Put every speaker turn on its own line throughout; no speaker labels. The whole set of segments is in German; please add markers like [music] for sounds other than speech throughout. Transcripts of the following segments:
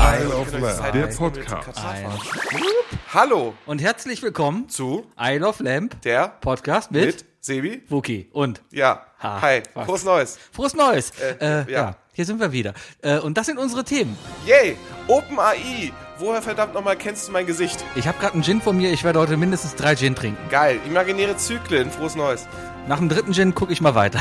Slam,
Zeit,
der
jetzt kommen wir zum
Podcast.
Katar-Fahren.
Eins.
Hallo
Und herzlich willkommen zu
zu
I Love Lamp,
der
Podcast mit,
mit Sebi.
Wookie und
Ja,
Ha,
hi,
fast.
frohes Neues.
frohes Neues.
Äh,
Äh,
ja.
ja. hier sind wir wieder. Äh, und das sind unsere Themen.
Yay, OpenAI. Woher verdammt nochmal kennst du mein Gesicht?
Ich habe gerade einen Gin vor mir, ich werde heute mindestens drei Gin trinken.
Geil, imaginäre Zyklen, frohes Neues.
Nach dem dritten Gin gucke ich mal weiter.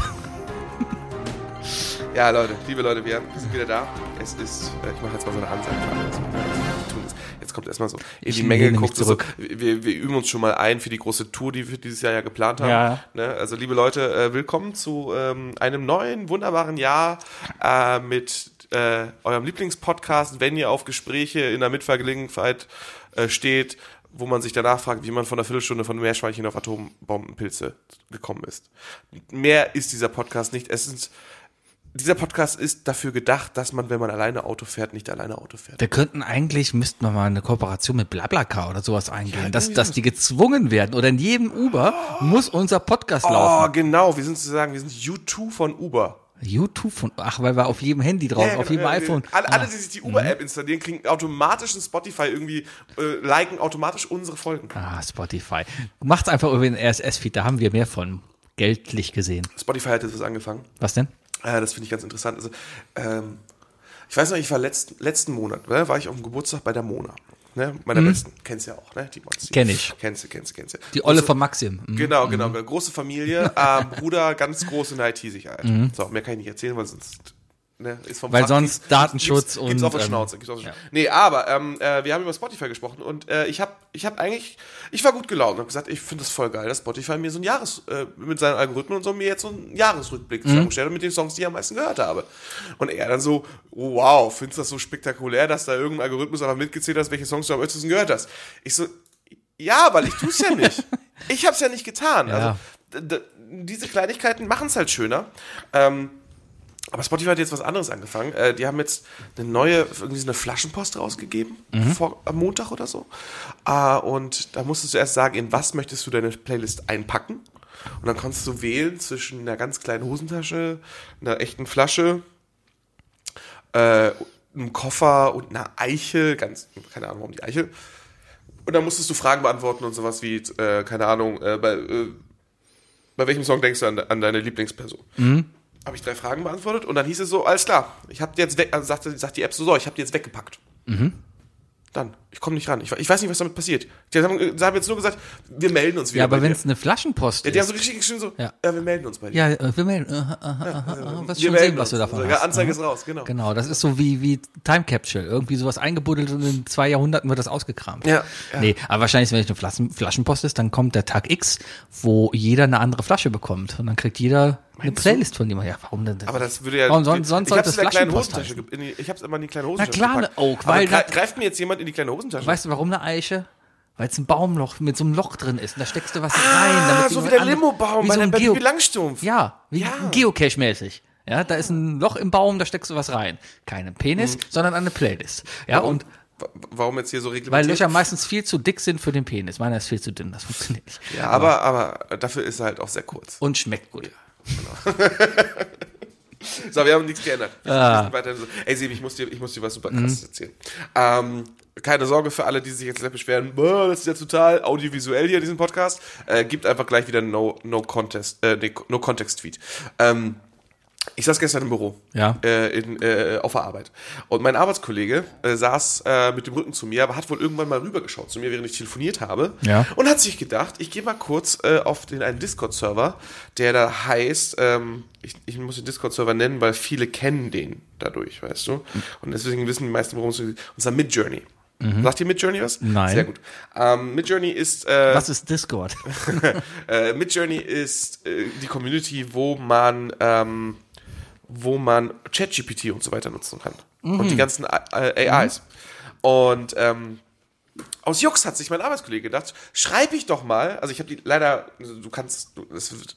Ja, Leute, liebe Leute, wir sind wieder da. Es ist, äh, ich mache jetzt mal so eine Ansage. für alle, was wir jetzt tun müssen. Jetzt kommt erstmal so in
Ich
die Menge
lehne mich
guckt so, so, wir, wir üben uns schon mal ein für die große Tour, die wir dieses Jahr ja geplant haben.
Ja.
Ne? Also liebe Leute, äh, willkommen zu ähm, einem neuen, wunderbaren Jahr äh, mit äh, eurem Lieblingspodcast, wenn ihr auf Gespräche in der Mitvergelegenheit äh, steht, wo man sich danach fragt, wie man von einer Viertelstunde von Meerschweinchen auf Atombombenpilze gekommen ist. Mehr ist dieser Podcast nicht. Es ist dieser Podcast ist dafür gedacht, dass man, wenn man alleine Auto fährt, nicht alleine Auto
[laughs]
fährt.
Wir könnten eigentlich, müssten wir mal eine Kooperation mit Blablacar oder sowas eingehen, dass, dass die gezwungen werden. Oder in jedem Uber muss unser Podcast
Oh,
laufen.
genau. Wir sind sozusagen, wir sind U2 von Uber.
YouTube von, ach, weil wir auf jedem Handy drauf,
Ja,
auf
genau,
jedem
ja,
iPhone.
ja. Alle, alle, die sich die Uber-App installieren, kriegen automatisch ein Spotify irgendwie, äh, liken automatisch unsere Folgen.
Ah, Spotify. Macht's einfach über den RSS-Feed, da haben wir mehr von. Geldlich gesehen.
Spotify hat jetzt was angefangen.
Was denn?
Äh, das finde ich ganz interessant. Also, ähm, ich weiß noch, ich war letzt, letzten Monat, ne, war ich auf dem Geburtstag bei der Mona. Ne, meiner Besten. Kennst du ja auch, ne? Die Monster.
Mhm. Kenn ich.
Kennst du, kennst du, kennst du.
Die Olle von Maxim. Mhm.
Genau, genau.
[laughs]
Große Familie, ähm, Bruder, ganz groß in der IT-Sicherheit. halt. So, mehr kann ich nicht erzählen, weil sonst. Ne, ist vom
Mhm. Weil
Fach-
sonst
gibt's-
Datenschutz
gibt's, gibt's
und,
auf der
ähm,
Schnauze. Gibt's auf der Schnauze. Nee, aber ähm, äh, wir haben über Spotify gesprochen und äh, ich habe ich hab eigentlich, ich war gut gelaunt und habe gesagt, ich finde es voll geil, dass Spotify mir so ein Jahres, äh, mit seinen Algorithmen und so mir jetzt so einen Jahresrückblick
Mhm.
zusammengestellt hat mit den Songs, die ich am meisten gehört habe. Und er dann so, wow, findest du das so spektakulär, dass da irgendein Algorithmus einfach mitgezählt hat, welche Songs du am öftesten gehört hast? Ich so, ja, weil ich tue es ja nicht. Ich habe es ja nicht getan.
Ja.
Also, d- d- diese Kleinigkeiten machen es halt schöner. Ähm, aber Spotify hat jetzt was anderes angefangen. Äh, die haben jetzt eine neue, irgendwie so eine Flaschenpost rausgegeben, vor, am Montag oder so. Äh, und da musstest du erst sagen, in was möchtest du deine Playlist einpacken? Und dann konntest du wählen zwischen einer ganz kleinen Hosentasche, einer echten Flasche, äh, einem Koffer und einer Eichel. Ganz, keine Ahnung, warum die Eichel. Und dann musstest du Fragen beantworten und sowas wie, äh, keine Ahnung, äh, bei, äh, bei welchem Song denkst du an, an deine Lieblingsperson?
Mhm.
Habe ich drei Fragen beantwortet und dann hieß es so, alles klar, ich habe jetzt weg, also sagt, sagt die App so, so, ich habe die jetzt weggepackt.
Mhm.
Dann, ich komme nicht ran. Ich, ich weiß nicht, was damit passiert. Die haben, äh, die haben jetzt nur gesagt, wir melden uns
Ja,
wieder.
aber
bei
wenn
dir.
es eine Flaschenpost
Ja, die haben
ist.
so richtig geschrieben so, ja.
Ja.
wir melden uns bei dir.
Ja, äh, wir melden. Aha, aha, aha, aha. Was
also, wir
schon
melden
sehen, was du
uns.
davon
Also,
hast.
Anzeige
Aha.
ist raus, genau.
Genau, das ist so wie, wie Time Capsule. Irgendwie sowas eingebuddelt und in zwei Jahrhunderten wird das ausgekramt.
Ja, ja.
Nee, aber wahrscheinlich, wenn es eine Flaschen, Flaschenpost ist, dann kommt der Tag X, wo jeder eine andere Flasche bekommt. Und dann kriegt jeder eine Playlist von jemandem. Ja, warum denn das?
Aber das würde ja.
Warum sonst, sonst
ich
sollte
hab's
es
in der kleinen
Flaschenpost
Hosentasche.
heißen?
ge- In die, ich hab's immer in die kleine Hosentasche.
klar,
gepackt.
ne, auch,
Aber
weil
gre-
das-
greift mir jetzt jemand in die kleine Hosentasche?
Weißt du, warum eine Eiche? Weil es ein Baumloch mit so einem Loch drin ist. Und da steckst du was rein.
ah,
damit
so wie
jemand
der
andere-
Limo-Baum
wie
bei
so
der
ein
bei
Geo-
Pippi Langstrumpf.
Ja, wie
Ja.
Geocache-mäßig. Ja, da ist ein Loch im Baum, da steckst du was rein. Keinen Penis, sondern eine Playlist. Mhm. Ja, und
Wa- Warum jetzt hier so
weil
reglementiert?
Löcher meistens viel zu dick sind für den Penis. Meiner ist viel zu dünn, das funktioniert nicht.
ja, aber, aber dafür ist er halt auch sehr kurz.
Und schmeckt gut.
So, wir haben nichts geändert.
Ah.
Wir sind weiterhin so. Ey, Sebi, ich muss dir, ich muss dir was super krasses
Mhm.
erzählen. Ähm, keine Sorge für alle, die sich jetzt gleich beschweren, "Boah, das ist ja total audiovisuell hier, diesen Podcast. Äh, gibt einfach gleich wieder No, no Contest, äh, nee, No Context Tweet. Ähm, ich saß gestern im Büro.
Ja.
Äh, in, äh, auf der Arbeit. Und mein Arbeitskollege äh, saß äh, mit dem Rücken zu mir, aber hat wohl irgendwann mal rübergeschaut zu mir, während ich telefoniert habe.
Ja.
Und hat sich gedacht, ich gehe mal kurz äh, auf den einen Discord-Server, der da heißt, ähm, ich, ich muss den Discord-Server nennen, weil viele kennen den dadurch, weißt du?
Mhm.
Und deswegen wissen die meisten, worum es geht. Unser Midjourney. Sagt ihr Midjourney was?
Nein.
Sehr gut. Ähm, Midjourney ist äh,
Was ist Discord?
äh, Midjourney ist äh, die Community, wo man ähm, wo man ChatGPT und so weiter nutzen kann und
Mhm.
die ganzen A- äh, AIs. Und ähm, aus Jux hat sich mein Arbeitskollege gedacht, schreibe ich doch mal. Also ich habe die leider, du kannst, du, es, wird-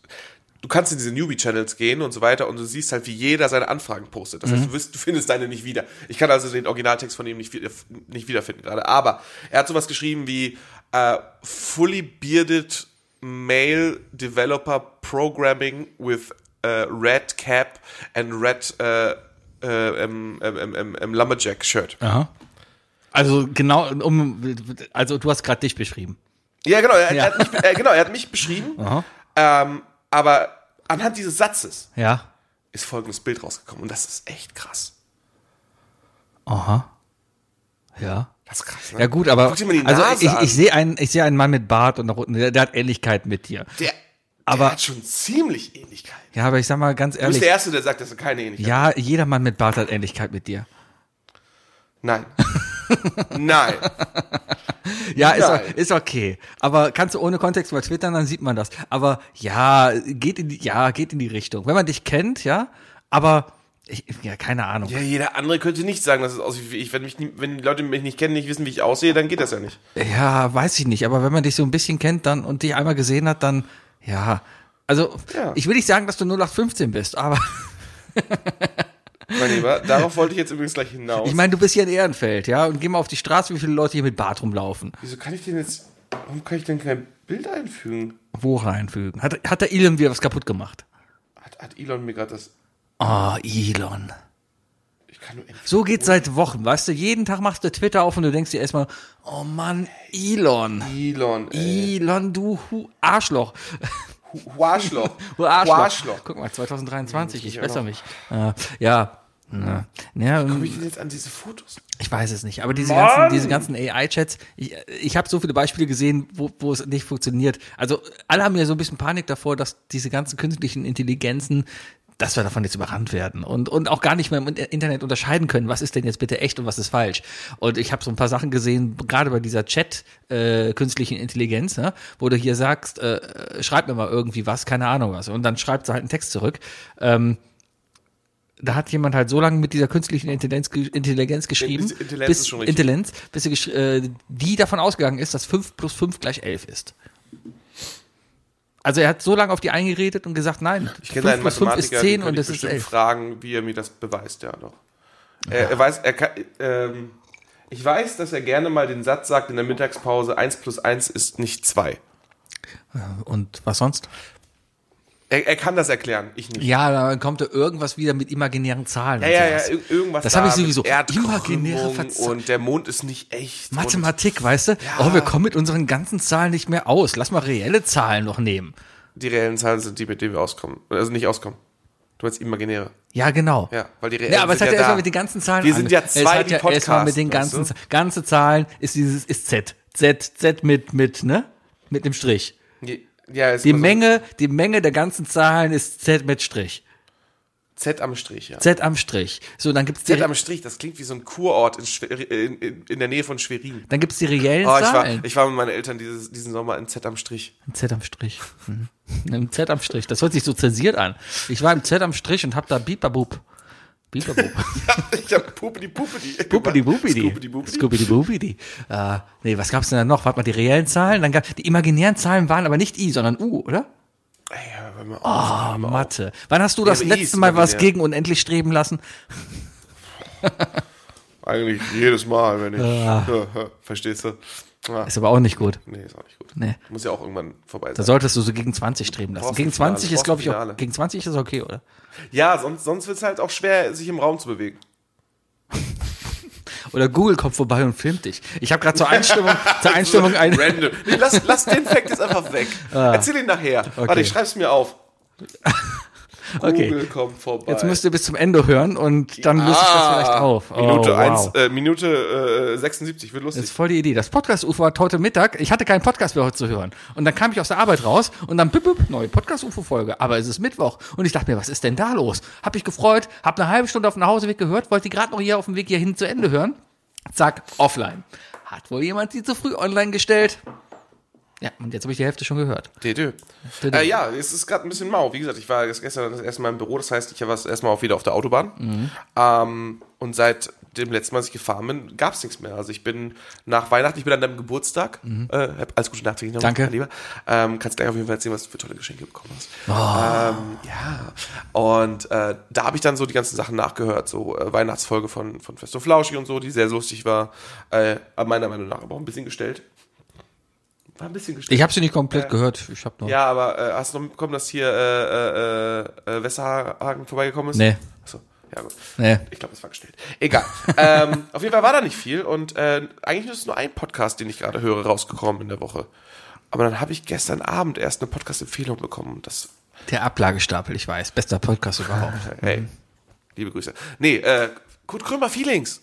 du kannst in diese Newbie-Channels gehen und so weiter und du siehst halt, wie jeder seine Anfragen postet. Das heißt, du, wirst, du findest deine nicht wieder. Ich kann also den Originaltext von ihm nicht, wieder- nicht wiederfinden gerade. Aber er hat sowas geschrieben wie äh, fully bearded male developer programming with äh, red cap and red äh, äh, ähm, ähm, ähm, ähm, lumberjack shirt.
Aha. Also genau, um, also du hast gerade dich beschrieben.
Ja, genau, er, er hat, mich, äh, genau, er hat mich [laughs] beschrieben,
Aha.
ähm, aber anhand dieses Satzes
Ja.
ist folgendes Bild rausgekommen und das ist echt krass.
Aha. Ja.
Das ist krass, ne?
Ja gut, aber
Guck dir mal die
also
Nase
ich,
an.
ich sehe einen, ich sehe einen Mann mit Bart und nach unten, der, der hat Ähnlichkeit mit dir.
der,
aber-
der hat schon ziemlich Ähnlichkeit.
Ja, aber ich sag mal ganz
Du bist
ehrlich,
der Erste, der sagt, das sind keine Ähnlichkeit.
ja, jeder Mann mit Bart hat Ähnlichkeit mit dir.
[laughs] Nein. Nein.
Ja, ist,
Nein.
o- ist okay. Aber kannst du ohne Kontext über twittern, dann sieht man das. Aber ja, geht in die, ja, geht in die Richtung. Wenn man dich kennt, ja, aber ich, ja, keine Ahnung.
Ja, jeder andere könnte nicht sagen, dass es aussieht wie ich. Wenn, mich, nie- wenn die Leute mich nicht kennen, nicht wissen, wie ich aussehe, dann geht das ja nicht.
Ja, weiß ich nicht, aber wenn man dich so ein bisschen kennt dann und dich einmal gesehen hat, dann ja. Also,
Ja.
ich will nicht sagen, dass du 0815 bist, aber
Mein [laughs] Lieber, darauf wollte ich jetzt übrigens gleich hinaus.
ich meine, du bist hier in Ehrenfeld, ja, und geh mal auf die Straße, wie viele Leute hier mit Bart rumlaufen.
Wieso kann ich denn jetzt, warum kann ich denn kein Bild einfügen?
Wo reinfügen? Hat, hat der Elon wieder was kaputt gemacht?
Hat, hat Elon mir gerade das,
Ah, Elon.
ich kann nur endlich.
So geht's seit Wochen, weißt du? Jeden Tag machst du Twitter auf und du denkst dir erstmal, oh Mann, Elon.
Elon, ey.
Elon, du Hu- Arschloch.
Hu- [laughs] Huarschloch.
Du Arschloch.
Huarschloch.
Guck mal, 2023, ich
ich
besser
auch
mich. Äh, ja. Ja, ja
Wie ich denn jetzt an diese Fotos?
ich weiß es nicht, aber diese
Mann!
ganzen, diese ganzen AI-Chats, ich, ich habe so viele Beispiele gesehen, wo, wo es nicht funktioniert. Also alle haben ja so ein bisschen Panik davor, dass diese ganzen künstlichen Intelligenzen, dass wir davon jetzt überrannt werden und, und auch gar nicht mehr im Inter- Internet unterscheiden können, was ist denn jetzt bitte echt und was ist falsch. Und ich habe so ein paar Sachen gesehen, gerade bei dieser Chat äh, künstlichen Intelligenz, ne, wo du hier sagst, äh, äh, schreib mir mal irgendwie was, keine Ahnung was. Und dann schreibt sie halt einen Text zurück. Ähm, da hat jemand halt so lange mit dieser künstlichen Intelligenz, ge- Intelligenz geschrieben,
Intelligenz ist
bis,
schon richtig.
Intelligenz, bis sie gesch- äh, die davon ausgegangen ist, dass 5 plus 5 gleich 11 ist. Also er hat so lange auf die eingeredet und gesagt, nein,
Ich kenne einen
ist
Mathematiker,
10
den
und
könnte
es
ich
ist
bestimmt
11.
fragen, wie er mir das beweist, ja doch. Er, er weiß, er kann, ähm, ich weiß, dass er gerne mal den Satz sagt in der Mittagspause, 1 plus 1 ist nicht 2.
Und was sonst?
Er, er kann das erklären, ich nicht.
Ja, dann kommt da irgendwas wieder mit imaginären Zahlen.
Ja,
und
ja, ja,
sowas.
ir- irgendwas
Das habe ich
da mit
sowieso. Imaginäre
Erdkrümmung
Verzahnung.
und der Mond ist nicht echt.
Mathematik, weißt du? Oh, wir kommen mit unseren ganzen Zahlen nicht mehr aus. Lass mal reelle Zahlen noch nehmen.
Und die reellen Zahlen sind die, mit denen wir auskommen. Also nicht auskommen. Du meinst imaginäre.
Ja, genau.
Ja, weil die reellen
Ja, aber es
sind
hat ja,
ja
erstmal
da.
mit den ganzen Zahlen
Wir sind ja
ange-
zwei
es hat
im
ja erstmal
Podcast,
mit den
weißt
ganzen
du?
ganze Zahlen ist dieses ist Z. Z Z mit mit, ne? Mit dem Strich.
Je- Ja, ist
Die
immer so
Menge, die Menge der ganzen Zahlen ist Z mit Strich.
Z am Strich, ja. Z,
Z am Strich. So, dann gibt's die,
am Strich, das klingt wie so ein Kurort in, Schwer- in, in, in der Nähe von Schwerin.
dann gibt's die reellen
Oh, ich war,
Zahlen.
ich war mit meinen Eltern dieses, diesen Sommer in Z am Strich. [laughs]
Ein Z am Strich. Mhm. [laughs] Ein Z am Strich. Das hört sich so zensiert an. Ich war im Z am Strich und hab da Bipabub. Bipabub.
ich hab Pupidi Pupidi.
Bupidi Bupidi.
Pupidi Pupidi.
Scooby Bupidi. Äh, nee, was gab's denn da noch? Warte mal, die reellen Zahlen, dann gab die imaginären Zahlen waren aber nicht I, sondern U, oder?
Ey, hör mal auf.
Ah, Mathe. Wann hast du das
aber I ist
letzte Mal was
imaginär.
gegen unendlich streben lassen?
Eigentlich jedes Mal, wenn ich.
Ah.
[laughs] Verstehst du? Ja.
Ist aber auch nicht gut.
Nee, ist auch nicht gut.
Nee.
Muss ja auch irgendwann vorbei
Da
sein.
solltest du so gegen 20 streben lassen.
Brauchst
Gegen
ein Finale,
20 ist,
brauchst
glaube
ein
ich, auch,
Finale.
gegen 20 ist okay, oder?
Ja, sonst, sonst wird es halt auch schwer, sich im Raum zu bewegen.
Oder Google kommt vorbei und filmt dich. Ich habe gerade
[laughs]
zur Einstimmung, zur Einstimmung ein, Ah.
Random. Nee, lass, lass den Fact jetzt einfach
[laughs]
weg. Erzähl ihn nachher. Warte, ich schreib's mir auf.
Okay.
Google kommt vorbei.
Jetzt müsst ihr bis zum Ende hören und dann löst sich das
Ah,
vielleicht auf. Oh,
Minute,
wow.
eins, äh, Minute äh, 76, wird lustig.
Das ist voll die Idee. Das Podcast-UFO hat heute Mittag, ich hatte keinen Podcast mehr heute zu hören. Und dann kam ich aus der Arbeit raus und dann bip, bip, neue Podcast-UFO-Folge. Aber es ist Mittwoch. Und ich dachte mir, was ist denn da los? Hab mich gefreut, hab eine halbe Stunde auf dem Nachhauseweg gehört, wollte die gerade noch hier auf dem Weg hierhin zu Ende hören. Zack, offline. Hat wohl jemand sie zu früh online gestellt? Ja, und jetzt habe ich die Hälfte schon gehört.
Dö.
Dö, dö.
Äh, ja, es ist gerade ein bisschen mau. Wie gesagt, ich war erst gestern das erste Mal im Büro, das heißt, ich war das erste Mal auch wieder auf der Autobahn. Ähm, und seit dem letzten Mal, als ich gefahren bin, gab es nichts mehr. Also ich bin nach Weihnachten, ich bin an deinem Geburtstag. Äh, alles Gute Nacht, Regina,
Danke.
mein Lieber. Ähm, kannst gleich auf jeden Fall erzählen, was du für tolle Geschenke bekommen hast. Ähm, ja. Und äh, da habe ich dann so die ganzen Sachen nachgehört, so äh, Weihnachtsfolge von, von Fest und Flauschig und so, die sehr lustig war. Äh, meiner Meinung nach aber auch ein bisschen gestellt. War ein bisschen gestellt.
Ich habe sie nicht komplett gehört. Ich habe nur.
Ja, aber äh, hast du noch mitbekommen, dass hier äh, äh, äh, Westerhagen vorbeigekommen ist?
Nee.
Achso. Ja, gut.
Nee.
Ich glaube, das war gestellt. Egal. [laughs] ähm, auf jeden Fall war da nicht viel und äh, eigentlich ist nur ein Podcast, den ich gerade höre, rausgekommen in der Woche. Aber dann habe ich gestern Abend erst eine Podcast-Empfehlung bekommen. Das,
Der Ablagestapel, ich weiß. Bester Podcast
[laughs]
überhaupt.
hey, liebe Grüße. Nee, äh, Kurt Krömer Feelings.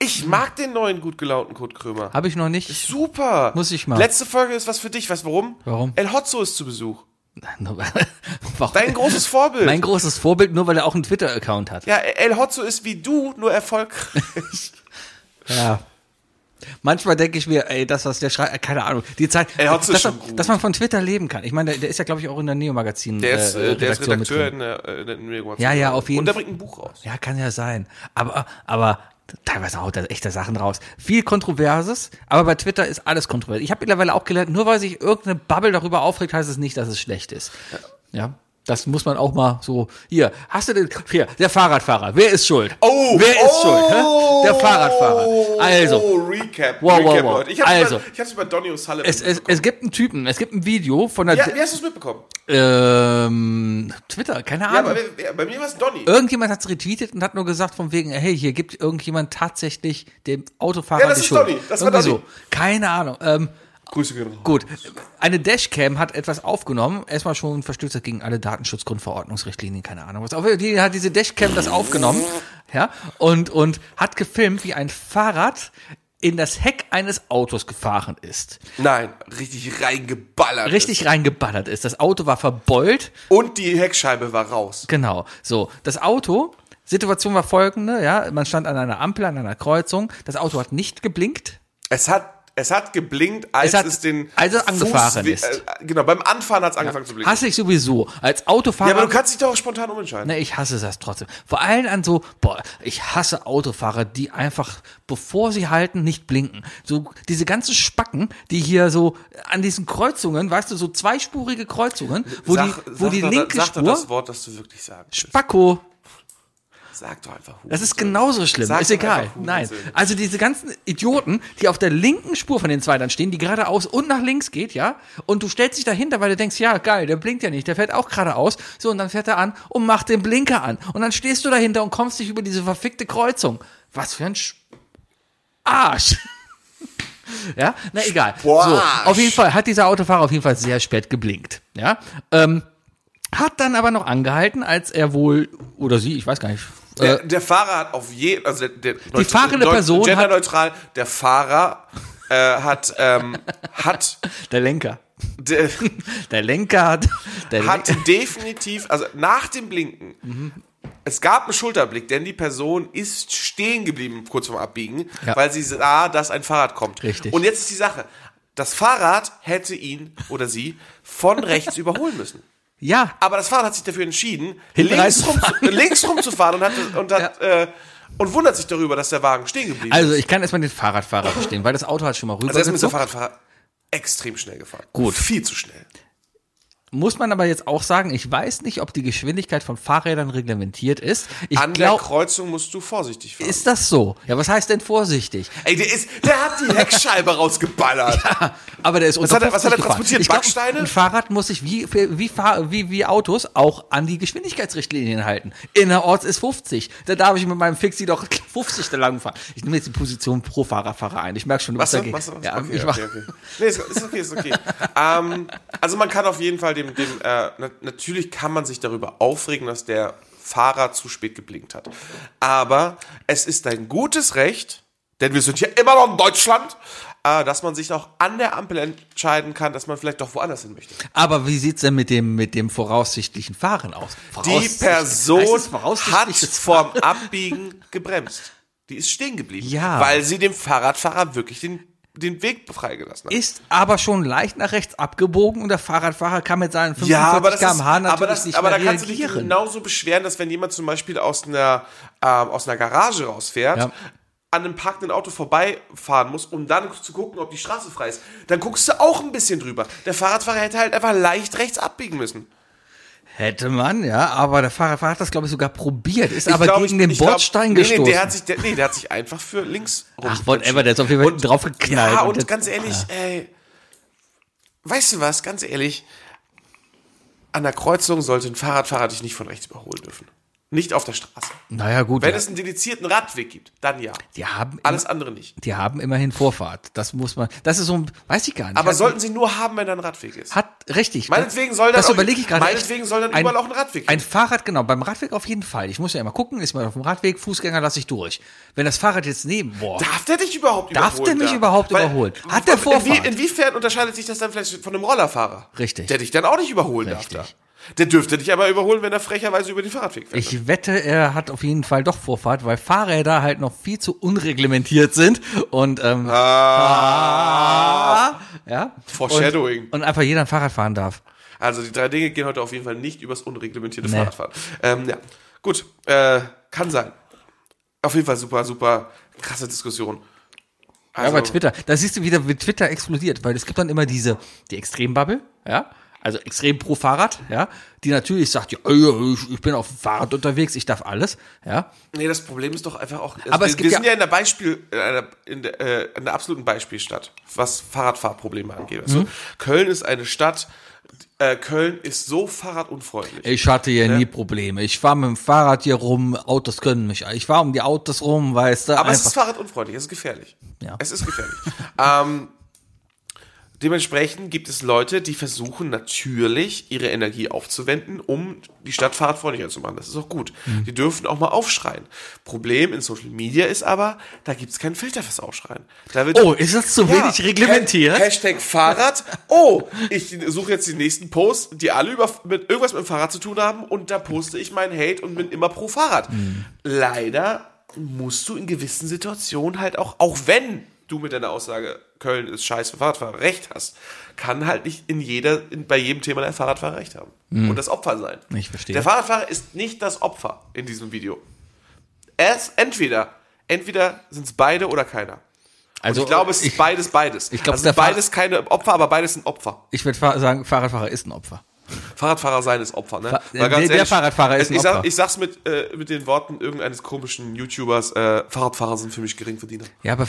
Ich mag den neuen, gut gelaunten Kurt Krömer.
Habe Mhm. ich noch nicht.
Super.
Muss ich mal.
Letzte Folge ist was für dich. Weißt du warum?
Warum?
El Hotzo ist zu Besuch.
[laughs] Warum?
Dein großes Vorbild.
mein großes Vorbild, nur weil er auch einen Twitter-Account hat.
ja, El Hotzo ist wie du,
[laughs]
nur erfolgreich.
Ja. Manchmal denke ich mir, ey, das, was der schreibt, äh, keine Ahnung, die Zeit,
Ey, Hotze
dass,
ist schon
man,
gut.
dass man von Twitter leben kann. Ich meine, der, der ist ja, glaube ich, auch in der Neo-Magazin.
Der ist, äh, der ist
Redaktion mit
Redakteur
drin.
in der, äh, in der New
Ja, ja, auf jeden
Und der
Fall.
bringt ein Buch raus.
Ja, kann ja sein. Aber, aber teilweise haut er echte Sachen raus. Viel Kontroverses, aber bei Twitter ist alles kontrovers. Ich habe mittlerweile auch gelernt, nur weil sich irgendeine Bubble darüber aufregt, heißt es nicht, dass es schlecht ist. Ja. Das muss man auch mal so. Hier, hast du den. Hier, der Fahrradfahrer. Wer ist schuld?
Oh,
Wer ist
oh,
schuld? Hä? Der Fahrradfahrer. Also,
Recap,
Wow, wow,
Recap,
wow.
Leute. Ich hab's
Also.
bei, ich hab's bei Donny O'Sullivan.
Es, es, es gibt einen Typen, es gibt ein Video von der
ja, wie hast du es mitbekommen?
ähm, Twitter, keine
Ja,
Ahnung.
aber wer- wer- bei mir war es Donny.
Irgendjemand hat es retweetet und hat nur gesagt von wegen, hey, hier gibt irgendjemand tatsächlich dem Autofahrer
Ja, das
die
ist
Schuld.
Donny, das war
Irgendwie
Donny.
So. Keine Ahnung. Ähm,
Grüße gehen raus.
gut, eine Dashcam hat etwas aufgenommen. Erstmal schon Verstöße gegen alle Datenschutzgrundverordnungsrichtlinien, keine Ahnung was. Auf jeden Fall hat diese Dashcam das aufgenommen, ja, und und hat gefilmt, wie ein Fahrrad in das Heck eines Autos gefahren ist.
Nein, richtig reingeballert.
Richtig reingeballert ist. Das Auto war verbeult.
Ist. Und die Heckscheibe war raus.
Genau. So, das Auto, Situation war folgende, ja, man stand an einer Ampel, an einer Kreuzung, das Auto hat nicht geblinkt.
Es hat, es hat geblinkt, als
Es
es,
hat-
den.
als es angefahren
Fußwe-
ist.
Äh, genau, beim Anfahren hat es angefangen zu blinken.
Hasse ich sowieso. Als Autofahrer.
Ja, aber du kannst dich doch auch spontan umentscheiden.
Ne, ich hasse das trotzdem. Vor allem an so, boah, ich hasse Autofahrer, die einfach, bevor sie halten, nicht blinken. So, diese ganzen Spacken, die hier so an diesen Kreuzungen, weißt du, so zweispurige Kreuzungen, wo die, wo die
doch,
linke
sag doch das
Spur,
Wort, das du wirklich sagen willst.
Spacko,
Sag doch einfach Hurensohn.
Das ist genau- genauso schlimm.
Sag
ist
doch
egal.
einfach
Nein.
Hurensohn.
Also diese ganzen Idioten, die auf der linken Spur von den zwei dann stehen, die geradeaus und nach links geht, ja? Und du stellst dich dahinter, weil du denkst, ja, geil, der blinkt ja nicht, der fährt auch geradeaus. So, und dann fährt er an und macht den Blinker an. Und dann stehst du dahinter und kommst nicht über diese verfickte Kreuzung. Was für ein Sch Arsch. [laughs] ja? Na egal. So,
Arsch.
auf jeden Fall hat dieser Autofahrer auf jeden Fall sehr spät geblinkt, ja? Ähm, hat dann aber noch angehalten, als er wohl, oder sie, ich weiß gar nicht, äh,
Der, der Fahrer hat auf jeden, also der, der die
fahrende Person hat-
genderneutral, der Fahrer äh, hat ähm, hat
der Lenker.
de,
Der Lenker hat. Der
hat
Lenker,
definitiv, also nach dem Blinken. Es gab einen Schulterblick, denn die Person ist stehen geblieben kurz vorm Abbiegen,
Ja.
weil sie sah, dass ein Fahrrad kommt.
Richtig.
Und jetzt ist die Sache: Das Fahrrad hätte ihn oder sie von rechts [laughs] überholen müssen.
ja,
Aber das Fahrrad hat sich dafür entschieden,
Hinten
links rum,
reinzufahren.
zu, links rum zu fahren und, hat, und, hat, äh, und wundert sich darüber, dass der Wagen stehen geblieben ist.
also ich kann erstmal den Fahrradfahrer verstehen, weil das Auto hat schon mal rüber.
Also erstmal ist der
gezuckt.
Fahrradfahrer extrem schnell gefahren.
Gut.
Viel zu schnell.
Muss man aber jetzt auch sagen, ich weiß nicht, ob die Geschwindigkeit von Fahrrädern reglementiert ist. Ich
An der
glaube,
Kreuzung musst du vorsichtig fahren.
ist das so? Ja, was heißt denn vorsichtig?
Ey, der, ist, der hat die Heckscheibe rausgeballert.
Aber der ist unter
hat er- was
50
hat er
gefahren.
transportiert?
Ich glaub,
Backsteine?
Ein Fahrrad muss sich wie, wie, Fahr- wie, wie Autos auch an die Geschwindigkeitsrichtlinien halten. Innerorts ist 50. Da darf ich mit meinem Fixie doch 50 da lang fahren. Ich nehme jetzt die Position pro Fahrradfahrer ein. Ich merke schon, du
Was
bist
du?
dagegen.
Was du?
Ja,
okay,
ich mach,
okay, okay. Nee, ist, ist okay, ist
[laughs]
okay. ähm, also man kann auf jeden Fall dem, dem äh, na, natürlich kann man sich darüber aufregen, dass der Fahrer zu spät geblinkt hat. Aber es ist ein gutes Recht, denn wir sind hier immer noch in Deutschland, äh, dass man sich auch an der Ampel entscheiden kann, dass man vielleicht doch woanders hin möchte.
Aber wie sieht's denn mit dem, mit dem voraussichtlichen Fahren aus?
Die
Voraussicht- Heißt
Person
es
hat
voraussichtliches
vorm Abbiegen gebremst. Die ist stehen geblieben,
Ja.
weil sie dem Fahrradfahrer wirklich den, den Weg freigelassen hat.
ist aber schon leicht nach rechts abgebogen und der Fahrradfahrer kann mit seinen 45
Ja, aber das, ist,
km/h natürlich
aber, das
nicht
aber da
mehr
kannst du genau- dich
reagieren.
genauso beschweren, dass wenn jemand zum Beispiel aus einer, ähm, aus einer Garage rausfährt,
Ja.
an einem parkenden Auto vorbeifahren muss, um dann zu gucken, ob die Straße frei ist. Dann guckst du auch ein bisschen drüber. Der Fahrradfahrer hätte halt einfach leicht rechts abbiegen müssen.
Hätte man, ja, aber der Fahrradfahrer hat das, glaube ich, sogar probiert, ist aber
glaub,
gegen
ich-
den
ich glaub-
Bordstein
nee,
gestoßen.
Nee, der hat sich, der, nee, der hat sich einfach für links rum.
Ach, whatever, der ist auf jeden Fall hinten drauf geknallt.
Ja,
und
und
jetzt-
ganz ehrlich, ey, weißt du was, ganz ehrlich, an der Kreuzung sollte ein Fahrradfahrer dich nicht von rechts überholen dürfen. Nicht auf der Straße.
Naja, gut.
Wenn
ja.
es einen dedizierten Radweg gibt, dann ja.
die haben
Alles andere nicht.
die haben immerhin Vorfahrt. Das muss man, das ist so ein, weiß ich gar nicht. Also
Aber
Hat-
sollten sie nur haben, wenn da ein Radweg ist.
hat richtig.
Meinetwegen soll dann
das
auch-
überlege ich gerade.
meinetwegen
echt.
soll dann überall auch ein Radweg
Ein
hin.
Fahrrad genau, beim Radweg auf jeden Fall. Ich muss ja immer gucken, ist man auf dem Radweg, Fußgänger lasse ich durch. Wenn das Fahrrad jetzt neben boah,
Darf der dich überhaupt
Darf
überholen?
der mich
da?
überhaupt überholen? Hat der Vorfahrt?
Inwie, inwiefern unterscheidet sich das dann vielleicht von einem Rollerfahrer?
Richtig.
Der dich dann auch nicht überholen darf.
Richtig.
Da. Der dürfte dich aber überholen, wenn er frecherweise über den Fahrradweg fährt.
ich wette, er hat auf jeden Fall doch Vorfahrt, weil Fahrräder halt noch viel zu unreglementiert sind und ähm,
Ah.
ah, ja,
Foreshadowing.
und, und einfach jeder ein Fahrrad fahren darf.
Also die drei Dinge gehen heute auf jeden Fall nicht übers unreglementierte
Nee.
Fahrradfahren. Ähm, ja, gut, äh, kann sein. Auf jeden Fall super, super krasse Diskussion.
Ja,
Also,
aber Twitter, da siehst du wieder, wie Twitter explodiert, weil es gibt dann immer diese, die Extrembubble, ja, also extrem pro Fahrrad, ja, die natürlich sagt, ja, ja, ich, ich bin auf dem Fahrrad unterwegs, ich darf alles, ja.
Nee, das Problem ist doch einfach auch. Also
Aber
wir,
es gibt
wir sind
ja-
ja in der Beispiel, in einer, in der, äh, in der absoluten Beispielstadt, was Fahrradfahrprobleme angeht. Also,
Hm?
Köln ist eine Stadt. Äh, Köln ist so fahrradunfreundlich.
Ich hatte hier nie Probleme. Ich fahre mit dem Fahrrad hier rum, Autos können mich. Ich fahre um die Autos rum, weißt du.
Aber es
einfach.
ist fahrradunfreundlich, es ist gefährlich.
Ja.
Es ist gefährlich. [laughs] ähm, dementsprechend gibt es Leute, die versuchen natürlich, ihre Energie aufzuwenden, um die Stadt fahrradfreundlicher zu machen. Das ist auch gut.
Mhm.
Die dürfen auch mal aufschreien. Problem in Social Media ist aber, da gibt es keinen Filter fürs Aufschreien. Da wird
oh, ist das zu wenig reglementiert?
Ha- Hashtag Fahrrad. Oh, ich suche jetzt die nächsten Posts, die alle über, mit irgendwas mit dem Fahrrad zu tun haben und da poste ich meinen Hate und bin immer pro Fahrrad.
Mhm.
Leider musst du in gewissen Situationen halt auch, auch wenn du mit deiner Aussage Köln ist scheiß für Fahrradfahrer recht hast, kann halt nicht in jeder, in, bei jedem Thema der Fahrradfahrer recht haben und das Opfer sein.
Mhm. Ich verstehe.
Der Fahrradfahrer ist nicht das Opfer in diesem Video. Es entweder, entweder sind es beide oder keiner.
also
Ich glaube, es ist
ich,
beides, beides.
ich glaube,
also
der Fahr-
beides keine Opfer, aber beides sind Opfer.
ich würde fa sagen, Fahrradfahrer ist ein Opfer.
Fahrradfahrer sein ist Opfer, ne?
Fa- der- der Fahrradfahrer ist ein
ich sag,
Opfer.
Ich sag's mit, äh, mit den Worten irgendeines komischen YouTubers, äh, Fahrradfahrer sind für mich Geringverdiener.
Ja,
[laughs]
aber,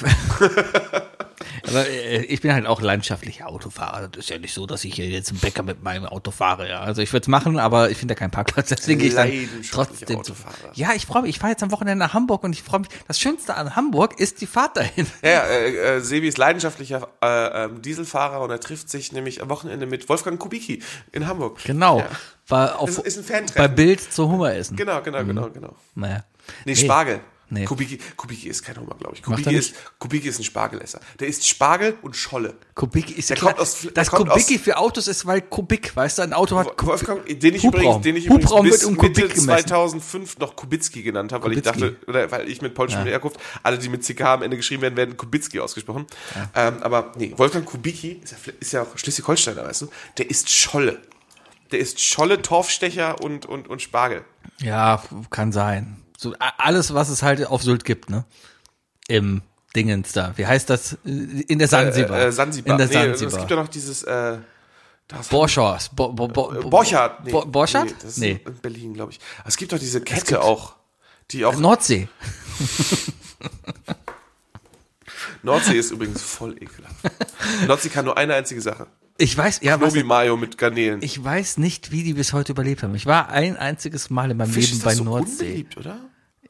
aber äh, ich bin halt auch leidenschaftlicher Autofahrer. Das ist ja nicht so, dass ich hier jetzt im Bäcker mit meinem Auto fahre. Ja. Also ich würde es machen, aber ich finde da keinen Parkplatz. Deswegen gehe ich dann
Leidenschaftlicher
trotzdem zu
Autofahrer.
Ja, ich freue mich. Ich fahre jetzt am Wochenende nach Hamburg und ich freue mich. Das Schönste an Hamburg ist die Fahrt dahin.
Ja, ja, äh, äh, Sebi ist leidenschaftlicher äh, ähm, Dieselfahrer und er trifft sich nämlich am Wochenende mit Wolfgang Kubicki in Hamburg.
Genau.
Ja.
War auf,
Ist- ist ein
bei
Fantreffen.
Bild zu Hummer essen.
Genau, genau, genau, genau.
Naja.
Nee, Spargel.
Nee.
Kubicki, Kubicki ist kein Hummer, glaube ich.
Macht er
Kubicki ist, Kubicki ist ein Spargelesser. Der isst Spargel und Scholle.
Kubik ist
Der
klar,
kommt aus- der
das
kommt
Kubiki für Autos ist, weil Kubik, weißt du, ein Auto hat Kubik.
Wolfgang, den ich
Hubraum.
übrigens, den ich
Hubraum
übrigens bis
wird um Kubik
Mitte
gemessen.
2005 noch Kubicki genannt habe, weil ich
Kubicki.
dachte, oder weil ich mit polnischer Herkunft, alle, die mit CK am Ende geschrieben werden, werden Kubicki ausgesprochen. Ähm, aber nee, Wolfgang Kubicki ist ja, fl- ist ja auch Schleswig-Holsteiner, weißt du? Der ist Scholle. Der ist Scholle, Torfstecher und, und, und Spargel.
Ja, kann sein. So a- alles, was es halt auf Sylt gibt, ne? Im Dingens da. Wie heißt das? In der Sansibar.
Äh, Sansibar.
In der
nee,
Sansibar.
Es gibt ja noch dieses, äh, das
Borschers. Bo Bo Bo Bo
Äh, Borchardt.
Bo Borchardt?
Nee, das ist
Nee.
in Berlin, glaube ich. Es gibt doch diese Kette auch, die auch
Nordsee.
Nordsee ist übrigens voll
[laughs]
ekelhaft. Nordsee kann nur eine einzige Sache.
Ich weiß, ja, was,
Nobi Mayo mit Garnelen.
ich weiß nicht, wie die bis heute überlebt haben. Ich war ein einziges Mal in meinem Leben bei Nordsee.
unbeliebt, oder?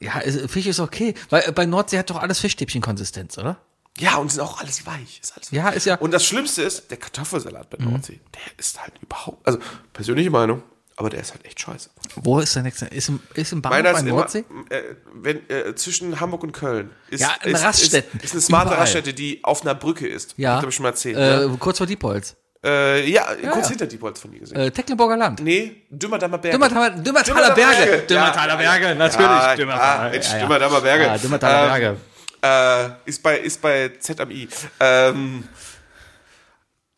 Ja, ist, Fisch ist okay. Weil äh, bei Nordsee hat doch alles Fischstäbchenkonsistenz, oder?
Ja, und sind auch alles weich. Ist alles
Ja, ist ja- Mhm.
Und das Schlimmste ist, der Kartoffelsalat bei Nordsee, der ist halt überhaupt, also persönliche Meinung, aber der ist halt echt scheiße.
Wo ist der nächste? Ist im, ist im Bahnhof
Meiner
bei
ist immer,
Nordsee?
äh, wenn, äh, zwischen Hamburg und Köln. Ist,
Ja, in
ist,
Raststätten.
Ist, ist eine smarte
Überall.
Raststätte, die auf einer Brücke ist.
ja.
Hab ich schon mal erzählt.
Äh,
ne?
Kurz vor Diepholz.
äh, ja, kurz
ja.
hinter die Bolz von mir gesehen.
Äh, Tecklenburger Land.
nee, Dümmerdammer Berge.
Dümmertaler, Dümmertaler Berge. Dümmertaler Berge, natürlich.
Ja,
Dümmertaler,
ja, Mensch,
ja, ja.
Dümmertaler Berge.
Ja, Dümmertaler
Ähm,
Berge.
Äh, ist bei ist bei Z am I. Ähm,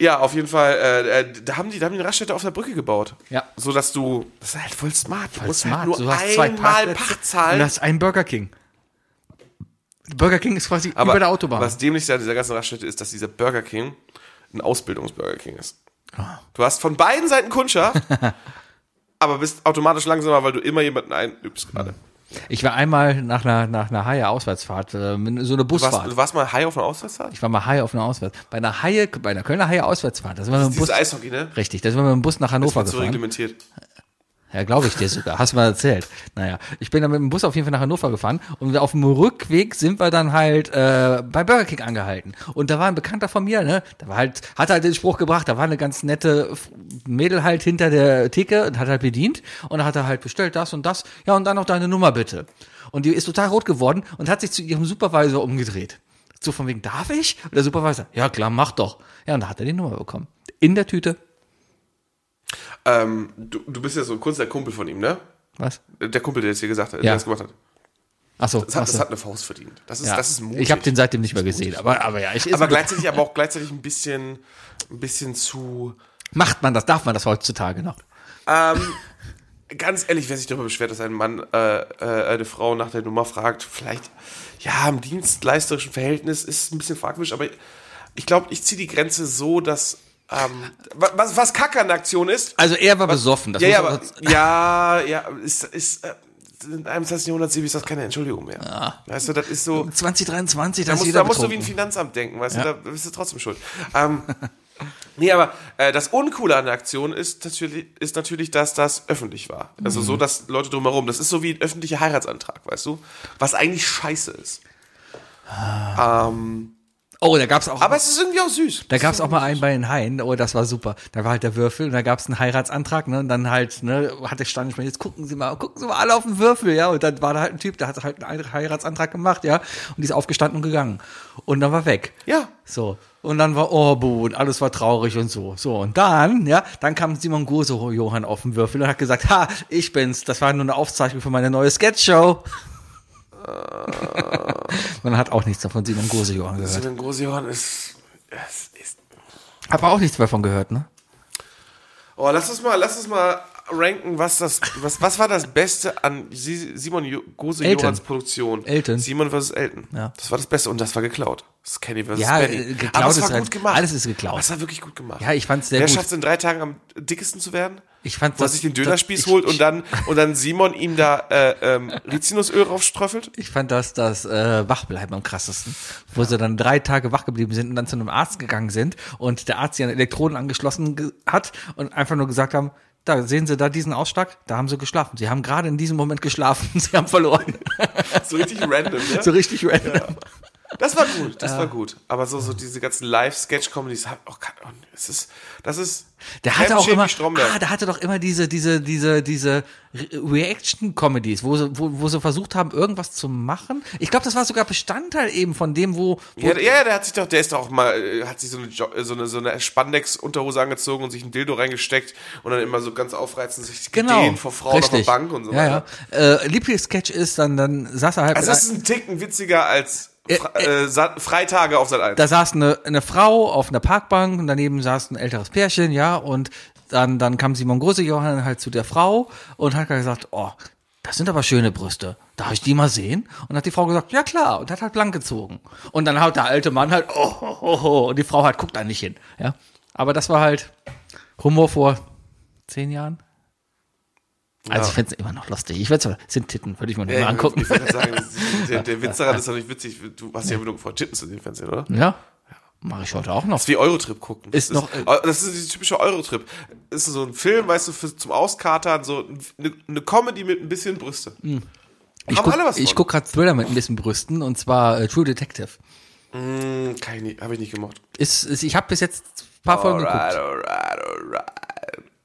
ja, auf jeden Fall. Äh, äh, da haben die, da haben die eine Raststätte auf der Brücke gebaut.
Ja.
So dass du, das ist halt voll smart. Du musst
Smart,
halt nur
du hast zwei
einmal
Parkplätze
Pacht
Und
zahlen.
das ist ein Burger King. Burger King ist quasi über der Autobahn.
Was dämlich an dieser ganzen Raststätte ist, dass dieser Burger King ein Ausbildungsburger King ist.
Ah.
Du hast von beiden
[laughs]
Seiten Kundschaft, aber bist automatisch langsamer, weil du immer jemanden einübst
Hm.
gerade.
Ich war einmal nach einer, nach einer Haie-Auswärtsfahrt, äh, mit so eine
Du warst,
Busfahrt.
du warst mal high auf einer Auswärtsfahrt?
Ich war mal Haie auf einer Auswärts. Bei einer Haie, bei einer Kölner Haie-Auswärtsfahrt. Da sind wir mit dem
Dieses
Bus,
Eishockey, ne?
richtig, da sind wir mit dem Bus nach Hannover
So
gefahren.
reglementiert.
Ja, glaube ich dir sogar. Hast du mal erzählt. Naja, ich bin dann mit dem Bus auf jeden Fall nach Hannover gefahren und auf dem Rückweg sind wir dann halt äh, bei Burger King angehalten. Und da war ein Bekannter von mir, ne? Da war halt, hat halt den Spruch gebracht, da war eine ganz nette F- Mädel halt hinter der Theke und hat halt bedient und da hat er halt bestellt das und das. Ja, und dann noch deine Nummer bitte. Und die ist total rot geworden und hat sich zu ihrem Supervisor umgedreht. So von wegen, darf ich? Und der Supervisor, ja klar, mach doch. Ja, und da hat er die Nummer bekommen. In der Tüte.
Ähm, du, du bist ja so kurz der Kumpel von ihm, ne?
Was?
Der Kumpel, der das hier gesagt hat,
Ja.
der das gemacht hat.
Ach so,
Das hat,
ach so.
das hat eine Faust verdient. Das ist,
Ja.
das ist mutig.
Ich habe den seitdem nicht mehr gesehen, aber, aber ja, ich ist
aber gleichzeitig aber auch gleichzeitig ein bisschen, ein bisschen zu.
macht man das, darf man das heutzutage noch.
Ähm, ganz ehrlich, wer sich darüber beschwert, dass ein Mann äh, äh, eine Frau nach der Nummer fragt, vielleicht, ja, im dienstleisterischen Verhältnis ist ein bisschen fragwürdig, aber ich glaube, ich ziehe die Grenze so, dass. Ähm, wa- was, was Kacke an der Aktion ist,
Also er war besoffen, das
Ja,
muss
ja,
man- [laughs]
aber, [laughs] ja, ja, ist, ist, äh, in einem 20. Jahrhundert sehe ich das keine Entschuldigung mehr. Weißt du, das ist so,
2023,
da
das
musst,
jeder
da musst du wie ein
betrunken.
Finanzamt denken, weißt du, da bist du trotzdem schuld. Ähm, [laughs] nee, aber äh, das Uncoole an der Aktion ist natürlich, ist natürlich, dass das öffentlich war. Also
Mhm.
so, dass Leute drumherum, das ist so wie ein öffentlicher Heiratsantrag, weißt du, was eigentlich scheiße ist. Ähm,
Oh, da gab's auch
aber es ist irgendwie auch süß.
Ah. da gab's auch mal einen bei den Haien, oh, das war super. Da war halt der Würfel und da gab's einen Heiratsantrag, ne? Und dann halt, ne, hat der Stand, ich meine, jetzt gucken Sie mal, gucken Sie mal alle auf den Würfel, ja? Und dann war da halt ein Typ, der hat halt einen Heiratsantrag gemacht, ja? Und die ist aufgestanden und gegangen. Und dann war weg.
Ja.
So. Und dann war Orbu und alles war traurig und so. So. Und dann, ja, dann kam Simon Gurso Johann auf den Würfel und hat gesagt, ha, ich bin's. Das war nur eine Aufzeichnung für meine neue [laughs] Sketchshow. Man hat auch nichts davon Simon Gurso Johann gehört.
Simon Großjohann ist, es ist
Hab auch nichts davon gehört, ne?
Oh, lass uns mal, lass uns mal ranken, was das, was, was war das Beste an Si- Simon Jo- Gose
Elton.
Johans Produktion?
Elton.
Simon vs. Elton.
Ja.
Das war das Beste und das war geklaut. Das Kenny vs.
Ja,
Benny.
äh, geklaut
Aber es
ist
war
halt-
gut gemacht.
alles ist geklaut.
Das war wirklich gut gemacht.
Ja, ich fand's sehr
Wer
gut.
schafft es in drei Tagen am dickesten zu werden?
Ich fand
Wo er
das-
sich den
das-
Dönerspieß
ich-
holt und
ich-
dann, und dann Simon ihm da äh, ähm, Rizinusöl raufströffelt?
Ich fand das, das äh, Wachbleiben am krassesten, wo sie dann drei Tage wach geblieben sind und dann zu einem Arzt gegangen sind und der Arzt sie an Elektroden angeschlossen ge- hat und einfach nur gesagt haben, da sehen Sie da diesen Ausschlag, da haben Sie geschlafen. Sie haben gerade in diesem Moment geschlafen, [laughs] Sie haben verloren.
So richtig random, ne?
so richtig random.
Das war gut, das war gut. Aber so, so diese ganzen Live-Sketch-Comedies, hab- oh, kann- oh, es ist, das ist,
Der hatte
Helm
auch
schämt
immer,
wie Stromberg.
ah, der hatte doch immer diese, diese, diese, diese Re- Reaction-Comedies, wo sie, wo, wo sie versucht haben, irgendwas zu machen. Ich glaube, das war sogar Bestandteil eben von dem, wo, wo
Ja, ja, der hat sich doch, der ist doch auch mal, äh, hat sich so eine, Jo- äh, so eine, so eine Spandex-Unterhose angezogen und sich ein Dildo reingesteckt und dann immer so ganz aufreizend sich gedehnt vor Frauen auf der Bank und so
Genau. ja, ja. Äh, Lieblingssketch ist dann, dann saß er halt,
Also
mit
das ist ein Ticken witziger als Fre
Ä-
äh, Sa- Freitage auf Sat 1.
da saß eine, eine Frau auf einer Parkbank und daneben saß ein älteres Pärchen, ja, und dann, dann kam Simon Große Johann halt zu der Frau und hat gesagt, oh, das sind aber schöne Brüste. Darf ich die mal sehen? Und hat die Frau gesagt, ja klar, und hat halt blank gezogen. Und dann hat der alte Mann halt, oh, oh, oh, oh und die Frau halt guckt da nicht hin, ja. Aber das war halt Humor vor zehn Jahren. Also ich find's immer noch lustig. Ich werde es sind Titten, würde ich mir noch mal
Ja, ich
angucken.
ich wollte gerade sagen, das ist- der, der
[laughs]
Witz daran ist doch nicht witzig. Du hast ja immer nur vor Titten zu sehen, Fernsehen, oder?
Ja, mache ich heute auch noch.
Das ist wie Eurotrip gucken. Das
Ist noch, äh,
das ist die typische Eurotrip. Ist so ein Film, weißt du, für, zum Auskatern, so eine ne Comedy mit ein bisschen Brüste.
Hm. Ich
Haben
guck,
alle was
Ich
von.
guck gerade Thriller mit ein bisschen Brüsten und zwar äh, True Detective.
Hm, kann ich nicht, habe ich nicht gemocht.
Ist, ist, ich habe bis jetzt ein paar Folgen
Alright,
geguckt.
alright, alright.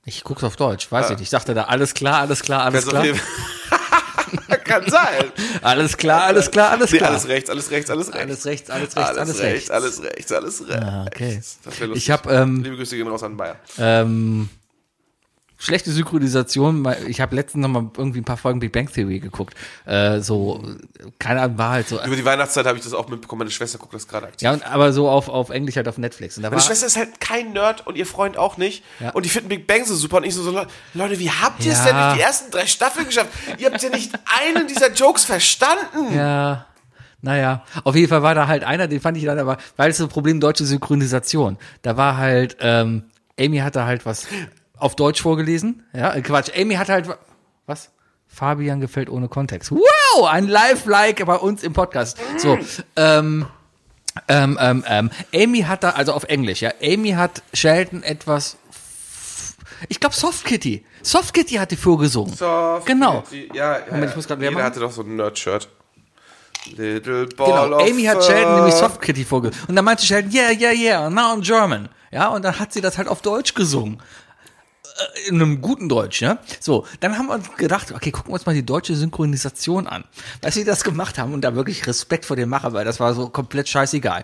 Ich guck's auf Deutsch, weiß ich nicht. Ich dachte da alles klar, alles klar, alles
Also
klar.
viel- [laughs] Kann sein.
Alles klar, alles klar, alles
Nee,
klar.
alles rechts, alles rechts, alles rechts.
Alles rechts, alles rechts, alles rechts. Ah,
alles rechts, alles rechts.
okay.
Das wär lustig.
Ich hab, ähm,
Liebe Grüße gehen raus an Bayer.
Ähm, schlechte Synchronisation, weil ich habe letztens noch mal irgendwie ein paar Folgen Big Bang Theory geguckt. Äh, so, keine Ahnung, war halt so.
Über die Weihnachtszeit habe ich das auch mitbekommen. Meine Schwester guckt das gerade aktiv.
Ja, und, aber so auf, auf Englisch halt auf Netflix. Und da war,
Meine Schwester ist halt kein Nerd und ihr Freund auch nicht.
Ja.
Und die finden Big Bang so super. Und ich so, so Le- Leute, wie habt ihr es
Ja.
denn durch die ersten drei Staffeln geschafft? Ihr habt ja nicht einen dieser Jokes verstanden.
Ja, naja. Auf jeden Fall war da halt einer, den fand ich dann aber, weil es so ein Problem deutsche Synchronisation. Da war halt, ähm, Amy hat da halt was auf Deutsch vorgelesen. Ja, äh, Quatsch. Amy hat halt, wa- was? Fabian gefällt ohne Kontext. Wow, ein Live-Like bei uns im Podcast. So, ähm, ähm, ähm, ähm, Amy hat da, also auf Englisch, ja, Amy hat Sheldon etwas Ich glaube Soft Kitty. Soft Kitty hat die vorgesungen.
Soft
genau.
Kitty. Ja, ja,
Moment, ich
ja.
muss grad leer
Jeder
machen.
hatte doch so ein Nerd-Shirt. Little Ball
Genau.
of
Amy hat
Fur.
Sheldon nämlich Soft Kitty vorgesungen. Und dann meinte Sheldon, yeah, yeah, yeah, now I'm German. Ja, und dann hat sie das halt auf Deutsch gesungen. Äh, In einem guten Deutsch, ja. So, dann haben wir uns gedacht, okay, gucken wir uns mal die deutsche Synchronisation an. Dass sie das gemacht haben und da wirklich Respekt vor dem Macher, weil das war so komplett scheißegal.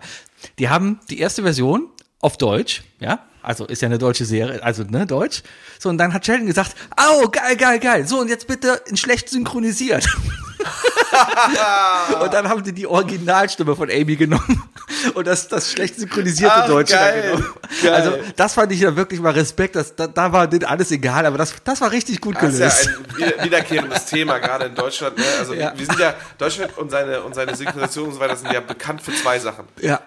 Die haben die erste Version auf Deutsch, ja. Also ist ja eine deutsche Serie, also ne, Deutsch. So, und dann hat Sheldon gesagt, au, geil, geil, geil. So, und jetzt bitte in schlecht synchronisiert. [laughs] Und dann haben die die Originalstimme von Amy genommen [laughs] und das, das schlecht synchronisierte
Ach,
Deutsche
geil,
dann genommen.
geil.
Also das fand ich ja wirklich mal Respekt. Das, da, da war denen alles egal, aber das, das war richtig gut
Das ist
gelöst.
ja ein wieder- wiederkehrendes Thema, gerade in Deutschland. Ne? Also
Ja.
wir sind ja, Deutschland und seine, und seine Synchronisation und so weiter sind ja bekannt für zwei Sachen.
Ja.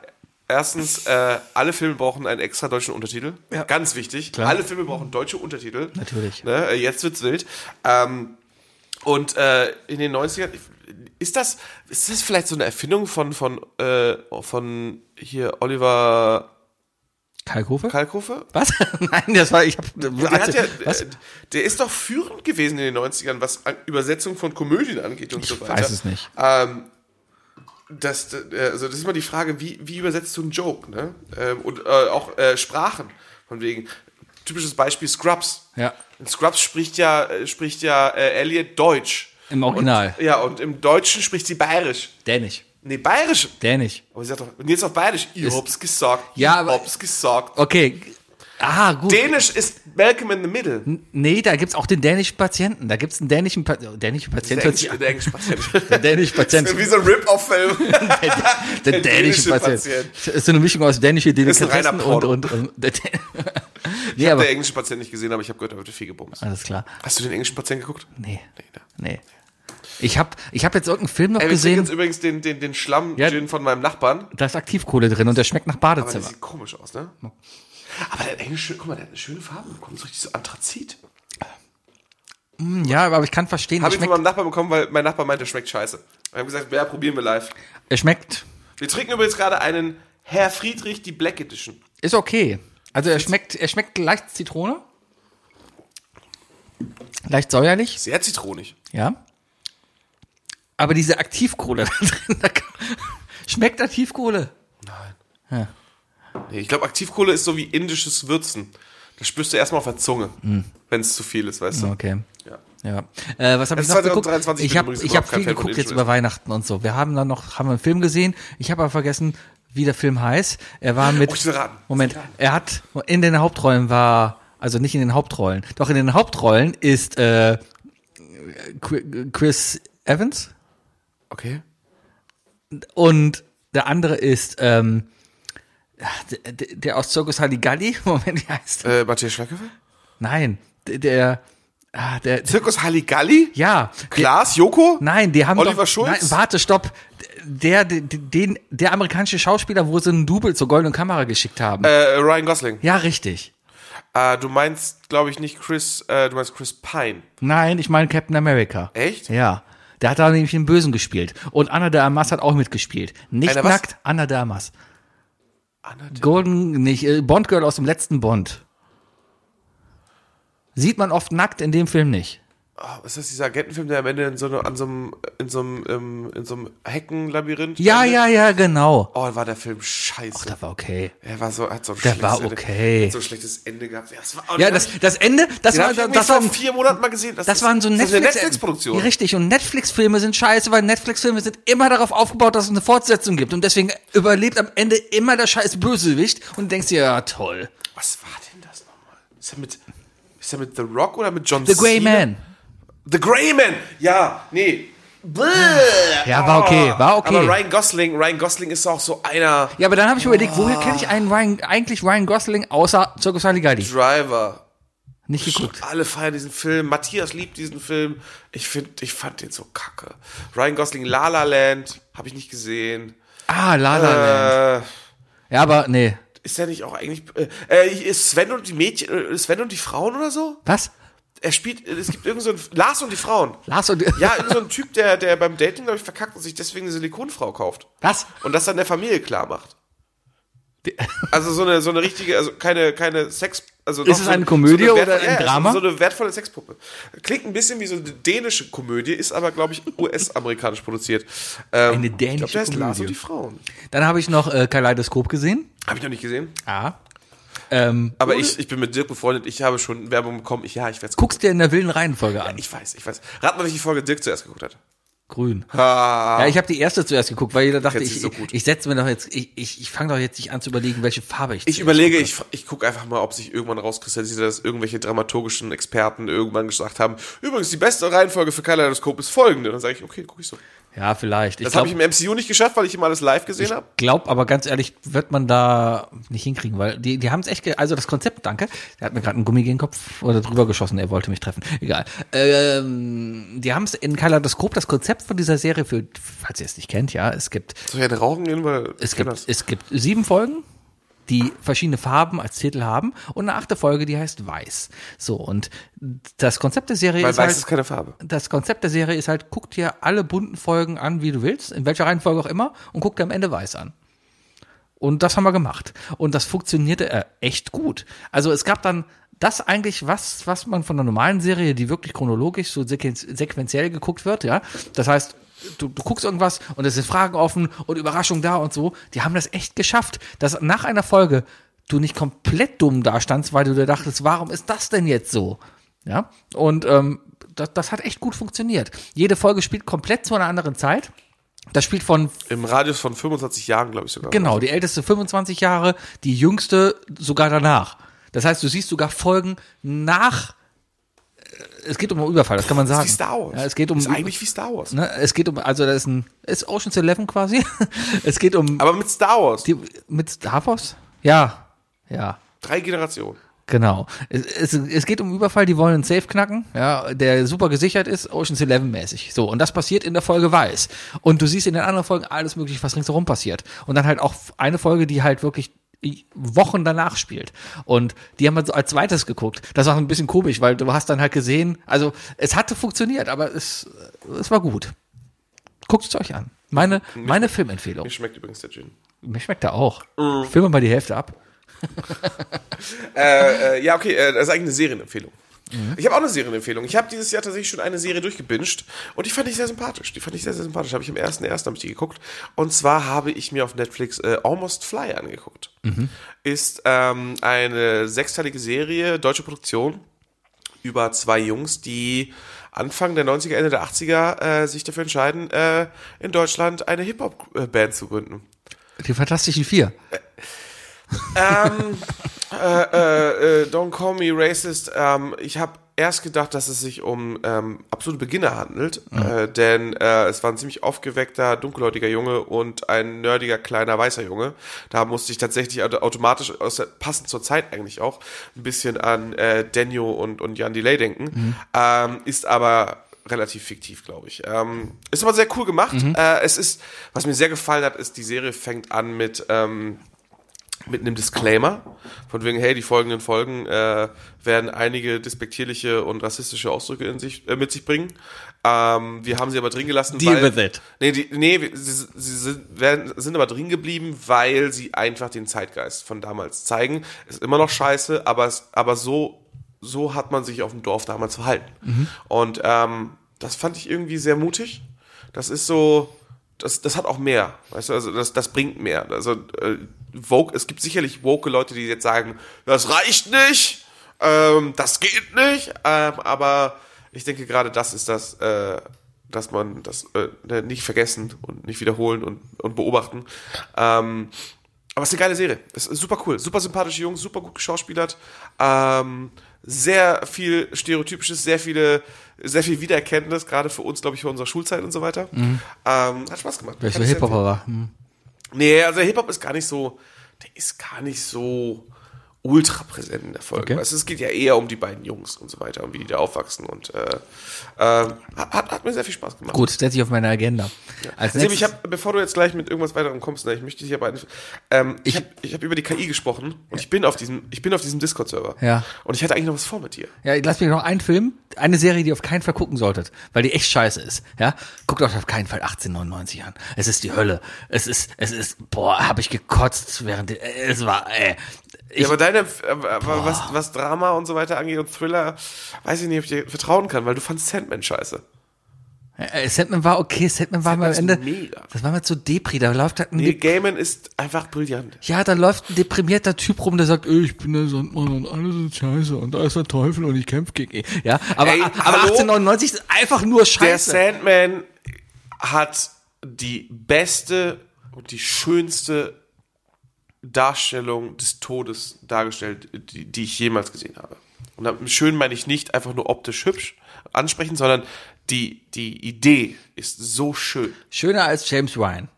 Erstens, äh, alle Filme brauchen einen extra deutschen Untertitel.
Ja.
Ganz wichtig.
Klar.
Alle Filme brauchen deutsche Untertitel.
Natürlich.
Ne? äh, Jetzt wird's wild. Ähm, und äh, in den 90ern, ist das, ist das vielleicht so eine Erfindung von, von, äh, von hier Oliver
Kalkofe?
Kalkofe?
was? [laughs] Nein, das war, ich hab,
Der, hat ja,
was?
äh, der ist doch führend gewesen in den 90ern, was an- Übersetzung von Komödien angeht und so weiter.
weiß es nicht.
Ähm, das, äh, also das ist immer die Frage, wie, wie übersetzt du einen Joke? Ne? Ähm, und äh, auch äh, Sprachen. Von wegen, typisches Beispiel Scrubs.
Ja.
In Scrubs spricht ja, äh, spricht ja äh, Elliot Deutsch.
Im Original.
Ja, und im Deutschen spricht sie Bayerisch.
Dänisch.
Nee, Bayerisch.
Dänisch.
Aber sie sagt doch, und jetzt auf Bayerisch. Ich
Ist-
hab's gesagt.
Ja,
ich
aber-
hab's gesagt.
Okay. Ah, gut.
Dänisch ist Malcolm in the Middle.
nee, da gibt's auch den dänischen Patienten. Da gibt's einen dänischen, pa dänischen Patienten.
Der englische- der englische Patient.
[laughs]
[laughs]
Der dänische Patient.
Wie so ein [laughs] Rip-Off-Film.
Der,
Der
dänische
dänische
Patient.
Patient.
Das Ist so eine Mischung aus dänische
ein reiner
Delikatessen und,
Porno.
und, und der, [laughs] Nee, aber
Der englische Patient nicht gesehen, aber ich habe gehört, da wird viel gebumst.
alles klar.
Hast du den englischen Patient geguckt?
Nee.
ne.
Nee. Ich habe ich hab jetzt irgendeinen Film noch
Ey, Äh, wir trinken
gesehen,
jetzt übrigens den, den, den Schlamm
Ja.
Gin von meinem Nachbarn.
da ist Aktivkohle drin und der schmeckt nach
Aber der
Badezimmer.
sieht komisch aus, ne? Aber der hat englische, guck mal, der hat eine schöne Farbe bekommen, so richtig so Anthrazit.
Hm, Ja, aber ich kann verstehen, er
Habe ich von
schmeckt,
meinem Nachbarn bekommen, weil mein Nachbar meinte, schmeckt scheiße. Wir haben gesagt, ja, probieren wir live.
er schmeckt,
Wir trinken übrigens gerade einen Herr Friedrich, die Black Edition.
ist okay. Also er schmeckt, er schmeckt leicht Zitrone. Leicht säuerlich,
Sehr zitronig.
ja. Aber diese Aktivkohle [laughs] da drin, da kann, schmeckt Aktivkohle.
Nein.
Ja.
Nee, ich glaube, Aktivkohle ist so wie indisches Würzen. Das spürst du erstmal auf der Zunge, wenn es zu viel ist, weißt du?
Okay.
Ja.
Ja. Äh, was habe ich
Es
noch
ist
geguckt?
2023,
Ich
bin
habe
übrigens
ich
überhaupt
hab viel
kein Fan von
geguckt jetzt
Instrumenten.
über Weihnachten und so. Wir haben dann noch haben wir einen Film gesehen. Ich habe aber vergessen, wie der Film heißt. Er war mit
Oh, ich will raten.
Moment, er hat in den Hauptrollen war also nicht in den Hauptrollen. Doch in den Hauptrollen ist äh, Qu- Chris Evans
Okay.
und der andere ist ähm, der, der- der aus Circus Halligalli. [laughs] Moment, wie heißt der?
Äh, Matthias Schweighöfer?
Nein, der, der, ah, der
Zirkus Halligalli?
ja, der,
Klaas, Joko?
Nein, die haben
Oliver
doch,
Schulz?
Nein, warte, stopp. Der, der, den, der amerikanische Schauspieler, wo sie einen Double zur goldenen Kamera geschickt haben.
Äh, Ryan Gosling.
Ja, richtig.
Äh, du meinst, glaube ich, nicht Chris, äh, du meinst Chris Pine.
Nein, ich meine Captain America.
Echt?
Ja. Der hat da nämlich den Bösen gespielt. Und Anna de Armas hat auch mitgespielt. Nicht
Einer was?
nackt, Anna de Armas.
Anna
Golden, nicht, äh, Bond Girl aus dem letzten Bond. Sieht man oft nackt in dem Film nicht.
oh, ist das dieser Agentenfilm, der am Ende in so, einer- an so einem, in so einem, ähm, in so einem Heckenlabyrinth?
Ja,
endet?
ja, ja, genau.
Oh, war der Film scheiße.
Das war okay.
er war so, hat so ein
Der
schlechtes
war
Ende-
okay.
Hat so ein schlechtes Ende gehabt. Ja, das war, oh,
Ja,
den
das,
hab ich-
das Ende, das
den
war,
hab ich irgendwie
das war
vor vier Monaten mal gesehen.
Das waren so
Netflix. Das ist eine
Netflix.
Netflix-Produktion.
Ja, richtig. Und Netflix-Filme sind scheiße, weil Netflix-Filme sind immer darauf aufgebaut, dass es eine Fortsetzung gibt. Und deswegen überlebt am Ende immer der scheiß Bösewicht und du denkst dir, ja, toll.
Was war denn das nochmal? Ist er mit, ist er mit The Rock oder mit John
The Grey
Cena?
Man.
The Grey Man. Ja, nee. Bläh.
Ja, war okay, war okay.
Aber Ryan Gosling, Ryan Gosling ist auch so einer
Ja, aber dann habe ich überlegt,
Ah.
woher kenne ich einen Ryan, eigentlich Ryan Gosling außer Circus Halligalli?
Driver.
Nicht geguckt.
Alle feiern diesen Film. Matthias liebt diesen Film. Ich finde, ich fand den so kacke. Ryan Gosling, La La Land, habe ich nicht gesehen.
Ah, La La Land.
Äh,
Ja, aber nee.
ist der nicht auch eigentlich äh, äh, ist Sven und die Mädchen, äh, Sven und die Frauen oder so?
Was?
Er spielt, es gibt irgend so ein Lars und die Frauen.
Lars und...
Ja, irgend so ein Typ, der, der beim Dating, glaube ich, verkackt und sich deswegen eine Silikonfrau kauft.
[laughs] Was?
Und das dann der Familie klar macht. Also so eine, so eine richtige, also keine, keine Sex, Also
Ist
noch
es
so-
eine Komödie
so eine
oder
wertvolle-
ein
ja,
Drama?
So eine wertvolle Sexpuppe. Klingt ein bisschen wie so eine dänische Komödie, ist aber, glaube ich, US-amerikanisch produziert. Ähm,
Eine
Ich glaube,
dänische
der heißt Lars
Komödie.
und die Frauen.
Dann habe ich noch äh, Kaleidoskop gesehen.
Habe ich noch nicht gesehen.
Ah. Ähm,
Aber ich, ich bin mit Dirk befreundet. Ich habe schon Werbung bekommen. Ich, ja, ich werde es gucken.
guckst dir in der wilden Reihenfolge an.
Ich weiß, ich weiß. Rat mal, welche Folge Dirk zuerst geguckt hat.
Grün.
Ah,
Ja, ich habe die erste zuerst geguckt, weil jeder dachte,
Kennt sie
ich,
so gut.
ich setze mir doch jetzt, ich, ich, ich fange doch jetzt nicht an zu überlegen, welche Farbe ich
ich überlege, ich, fra- ich gucke einfach mal, ob sich irgendwann rauskristallisiert, dass irgendwelche dramaturgischen Experten irgendwann gesagt haben, übrigens, die beste Reihenfolge für Kaleidoskop ist folgende. Dann sage ich, okay, gucke ich so.
Ja, vielleicht. Ich
Das habe
glaube
ich im MCU nicht geschafft, weil ich immer alles live gesehen habe.
glaub, aber ganz ehrlich, wird man da nicht hinkriegen, weil die, die haben es echt, ge also das Konzept, danke, der hat mir gerade einen Gummi gegen den Kopf oder drüber geschossen, er wollte mich treffen, egal. Ähm, die haben es in Kaleidoskop, das Konzept von dieser Serie, für, falls ihr es nicht kennt, ja, es gibt
Soll ich jetzt rauchen gehen, weil
Es
ich kenn
gibt, es gibt sieben Folgen, die verschiedene Farben als Titel haben und eine achte Folge, die heißt Weiß. So, und das Konzept der Serie
Weil
ist
weiß
halt,
ist keine Farbe.
das Konzept der Serie ist halt, guck dir alle bunten Folgen an, wie du willst, in welcher Reihenfolge auch immer, und guck dir am Ende Weiß an. Und das haben wir gemacht. Und das funktionierte äh, echt gut. Also es gab dann das eigentlich, was, was man von einer normalen Serie, die wirklich chronologisch so sequen- sequenziell geguckt wird, ja. Das heißt, du, du guckst irgendwas und es sind Fragen offen und Überraschung da und so. Die haben das echt geschafft, dass nach einer Folge du nicht komplett dumm dastandst, weil du dir dachtest, warum ist das denn jetzt so? Ja. Und ähm, das, das hat echt gut funktioniert. Jede Folge spielt komplett zu einer anderen Zeit. Das spielt von
Im Radius von 25 Jahren, glaube ich sogar.
Genau, die älteste 25 Jahre, die jüngste sogar danach. Das heißt, du siehst sogar Folgen nach. Es geht um einen Überfall, das kann man sagen.
Wie Star Wars.
Ja, es geht um.
ist eigentlich wie Star Wars.
ne, es geht um, also da ist ein, ist Ocean's Eleven quasi. [laughs] es geht um
Aber mit Star Wars.
die, mit Star Wars? Ja, ja.
Drei Generationen.
Genau. Es, es, es geht um Überfall, die wollen einen Safe knacken, ja, der super gesichert ist, Ocean's Eleven mäßig. So, und das passiert in der Folge Weiß. Und du siehst in den anderen Folgen alles mögliche, was ringsherum passiert. Und dann halt auch eine Folge, die halt wirklich Wochen danach spielt. Und die haben wir so als zweites geguckt. Das war ein bisschen komisch, weil du hast dann halt gesehen, also es hatte funktioniert, aber es, es war gut. Guckt es euch an. Meine, meine Filmempfehlung.
Mir schmeckt übrigens der Gin.
Mir schmeckt er auch. Filmen wir mal die Hälfte ab.
Äh, äh, ja, okay, äh, das ist eigentlich eine Serienempfehlung. Ich habe auch eine Serienempfehlung. Ich habe dieses Jahr tatsächlich schon eine Serie durchgebinscht und die fand ich sehr sympathisch. Die fand ich sehr, sehr sympathisch. Habe ich am 1.1. habe ich die geguckt. Und zwar habe ich mir auf Netflix äh, Almost Fly angeguckt. Ist ähm, eine sechsteilige Serie, deutsche Produktion. über zwei Jungs, die Anfang der 90er, Ende der 80er äh, sich dafür entscheiden, äh, in Deutschland eine Hip-Hop-Band zu gründen.
Die Fantastischen Vier.
ähm, äh, äh, äh, don't call me racist. Ähm, ich habe erst gedacht, dass es sich um ähm, absolute Beginner handelt, äh, denn äh, es war ein ziemlich aufgeweckter, dunkelhäutiger Junge und ein nerdiger, kleiner, weißer Junge. Da musste ich tatsächlich auto- automatisch, aus der, passend zur Zeit eigentlich auch, ein bisschen an äh, Daniel und, und Jan Delay denken. Ähm, ist aber relativ fiktiv, glaube ich. Ähm, ist aber sehr cool gemacht. Äh, es ist, was mir sehr gefallen hat, ist, die Serie fängt an mit ähm, mit einem Disclaimer, von wegen, hey, die folgenden Folgen äh, werden einige despektierliche und rassistische Ausdrücke in sich, äh, mit sich bringen. Ähm, wir haben sie aber drin gelassen.
Deal
weil,
with it.
Nee, die, nee wir- sie, sie sind, werden, sind aber drin geblieben, weil sie einfach den Zeitgeist von damals zeigen. Ist immer noch scheiße, aber, es- aber so, so hat man sich auf dem Dorf damals verhalten.
Mhm.
Und ähm, das fand ich irgendwie sehr mutig. Das ist so, das, das hat auch mehr. Weißt du, also das, das bringt mehr. Also äh, woke, es gibt sicherlich woke Leute, die jetzt sagen, das reicht nicht, ähm, das geht nicht. Ähm, aber ich denke gerade das ist das, äh, dass man das äh, nicht vergessen und nicht wiederholen und, und beobachten. Ähm, aber es ist eine geile Serie. Es ist super cool. Super sympathische Jungs, super gut geschauspielert. Ähm, sehr viel Stereotypisches, sehr viele, sehr viel Wiedererkenntnis, gerade für uns, glaube ich, für unsere Schulzeit und so weiter. Ähm, hat Spaß gemacht.
Mhm. Welcher
Kann ich sehr
Hip-Hopper war. Hm.
Nee, also Hip-Hop ist gar nicht so, der ist gar nicht so ultra präsent in der Folge.
Okay.
Weißt du, es geht ja eher um die beiden Jungs und so weiter und wie die da aufwachsen und äh, ähm, hat, hat mir sehr viel Spaß gemacht.
Gut, setze ich auf meine Agenda. Als
Sim,
nächstes,
ich habe, bevor du jetzt gleich mit irgendwas weiterem kommst, ne, ich möchte dich aber, einf- ähm, ich habe, ich habe über die KI gesprochen und ich bin auf diesem, ich bin auf diesem Discord-Server.
Ja.
Und ich hatte eigentlich noch was vor mit dir.
ja, lass mich noch einen Film, eine Serie, die ihr auf keinen Fall gucken solltet, weil die echt scheiße ist. Ja, guckt euch auf keinen Fall 1899 an. Es ist die Hölle. Es ist, es ist, boah, habe ich gekotzt während, der- es war, äh,
ja, aber deine, aber aber was, was Drama und so weiter angeht und Thriller, weiß ich nicht, ob ich dir vertrauen kann, weil du fandst Sandman scheiße.
Äh, Sandman war okay, Sandman war mal am
Sandman
Ende.
ist mega.
Das war mal zu Depri, da läuft halt ein
Neil
Dep-
Gaiman ist einfach brillant.
Ja, da läuft ein deprimierter Typ rum, der sagt, "Öh", "Ey, ich bin der Sandmann und alles ist scheiße und da ist der Teufel und ich kämpfe gegen ihn. Ja, aber,
Ey,
aber
hallo?
1899 ist einfach nur
Der
scheiße.
Sandman hat die beste und die schönste Darstellung des Todes dargestellt, die, die ich jemals gesehen habe. Und damit schön meine ich nicht einfach nur optisch hübsch ansprechen, sondern die, die Idee ist so schön.
Schöner als James Ryan.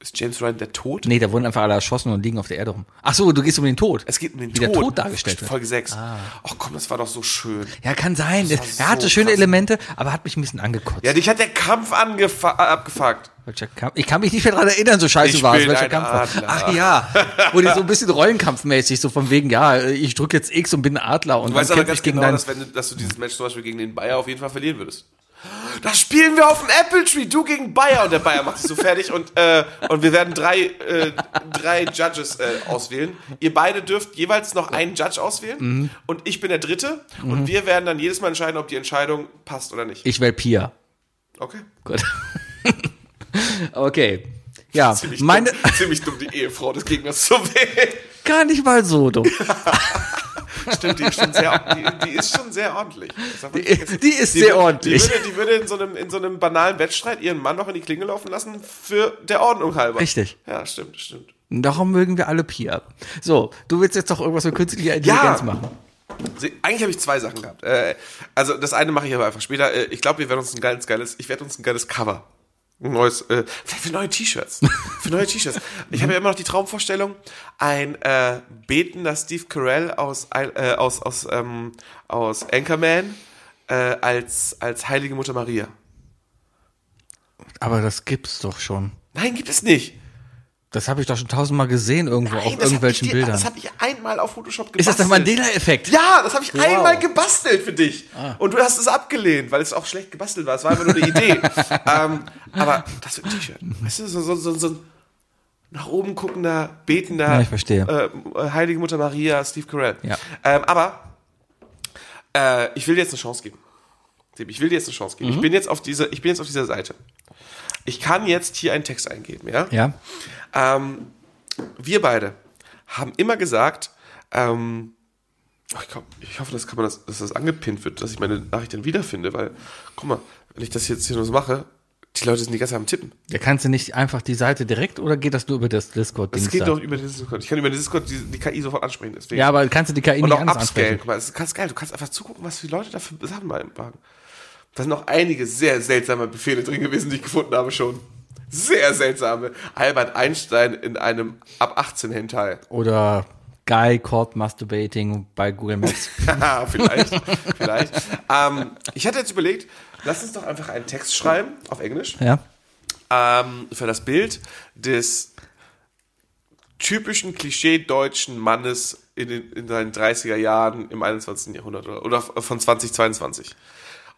Ist James Ryan der Tod?
Nee, da wurden einfach alle erschossen und liegen auf der Erde rum. Ach so, du gehst um den Tod.
Es geht um den
Wie
Tod.
der Tod dargestellt wird. Ah.
Folge 6. Ach komm, das war doch so schön.
Ja, kann sein.
Das war
er hatte
so
schöne
krass.
Elemente, aber hat mich ein bisschen angekotzt.
Ja, dich hat der Kampf angefa- abgefuckt.
Deutscher Kampf. Ich kann mich nicht mehr dran erinnern, so scheiße
Ich
war es.
bin
Welcher
ein
Kampf war.
Adler.
Ach ja, wurde so ein bisschen rollenkampfmäßig, so von wegen, ja, ich drücke jetzt X und bin ein Adler und
Du weißt
dann
aber
kämpfe
ganz
ich gegen
genau,
deinen. Hm.
dass, wenn du, dass du dieses Match zum Beispiel gegen den Bayer auf jeden Fall verlieren würdest. Da spielen wir auf dem Apple Tree, du gegen Bayer und der Bayer macht dich so fertig und, äh, und wir werden drei, äh, drei Judges äh, auswählen. Ihr beide dürft jeweils noch einen Judge auswählen
Mhm.
und ich bin der Dritte und wir werden dann jedes Mal entscheiden, ob die Entscheidung passt oder nicht.
Ich wähl Pia.
Okay.
Gut. okay. Ja,
Ziemlich,
meine,
dumm, ziemlich dumm, die Ehefrau des Gegners zu [laughs] wählen.
[laughs] gar nicht mal so dumm.
Stimmt, die ist schon sehr, die, die ist schon sehr ordentlich. Das darf man
Die-
nicht vergessen.
die ist sehr
würde-
ordentlich.
Die würde, die würde in, so einem, in so einem banalen Wettstreit ihren Mann noch in die Klinge laufen lassen, für der Ordnung halber.
Richtig.
Ja, stimmt, stimmt.
Darum mögen wir alle Pia. So, du willst jetzt doch irgendwas mit künstlicher Intelligenz
Ja.
machen.
Also, eigentlich habe ich zwei Sachen gehabt. Äh, also das eine mache ich aber einfach später. Äh, ich glaube, wir werden uns ein geiles, geiles, ich werde uns ein geiles Cover. Ein neues, äh, vielleicht für neue T-Shirts. Für neue T-Shirts. Ich habe ja immer noch die Traumvorstellung, ein äh, betender Steve Carell aus, äh, aus, aus, ähm, aus Anchorman äh, als, als Heilige Mutter Maria.
Aber das gibt's doch schon.
Nein, gibt es nicht.
Das habe ich doch schon tausendmal gesehen irgendwo
Nein,
auf
das hab
irgendwelchen
ich dir-
Bildern.
Das habe ich einmal auf Photoshop gebastelt.
Ist das der Mandela-Effekt?
Ja, das habe ich
Wow. Ah.
einmal gebastelt für dich. Und du hast es abgelehnt, weil es auch schlecht gebastelt war. Es war einfach nur eine
[laughs]
Idee. ähm, aber das wird ein T-Shirt. Weißt du, so, so, so, so ein nach oben guckender, betender,
Ja, ich verstehe.
äh, äh, Heilige Mutter Maria, Steve Carell.
Ja.
Ähm, aber äh, ich will dir jetzt eine Chance geben. Sebi, Ich will dir jetzt eine Chance geben.
Mhm.
Ich, bin jetzt auf diese, ich bin jetzt auf dieser Seite. Ich kann jetzt hier einen Text eingeben, ja?
Ja.
Ähm, wir beide haben immer gesagt, ähm, oh, ich, glaub, ich hoffe, dass, kann man das, dass das angepinnt wird, dass ich meine Nachricht dann wiederfinde, weil, guck mal, wenn ich das jetzt hier nur so mache, die Leute sind die ganze Zeit am Tippen.
Ja, kannst du nicht einfach die Seite direkt oder geht das nur über das Discord-Ding?
Das geht doch über den Discord. Ich kann über den Discord die, die KI sofort ansprechen. Deswegen.
Ja, aber kannst du die KI
Und
nicht
auch
anders
upscalen.
ansprechen?
Guck mal, das ist ganz geil. Du kannst einfach zugucken, was die Leute dafür Sachen mal machen. Da sind auch einige sehr seltsame Befehle drin gewesen, die ich gefunden habe schon. Sehr seltsame. Albert Einstein in einem ab 18 Hentai.
Oder Guy caught masturbating bei Google
[laughs]
Maps.
Haha, Ah, vielleicht, vielleicht. Ähm, ich hatte jetzt überlegt, lass uns doch einfach einen Text schreiben auf Englisch
ja.
ähm, für das Bild des typischen Klischee-deutschen Mannes in, den, in seinen 30er Jahren im 21. Jahrhundert oder, oder von 2022.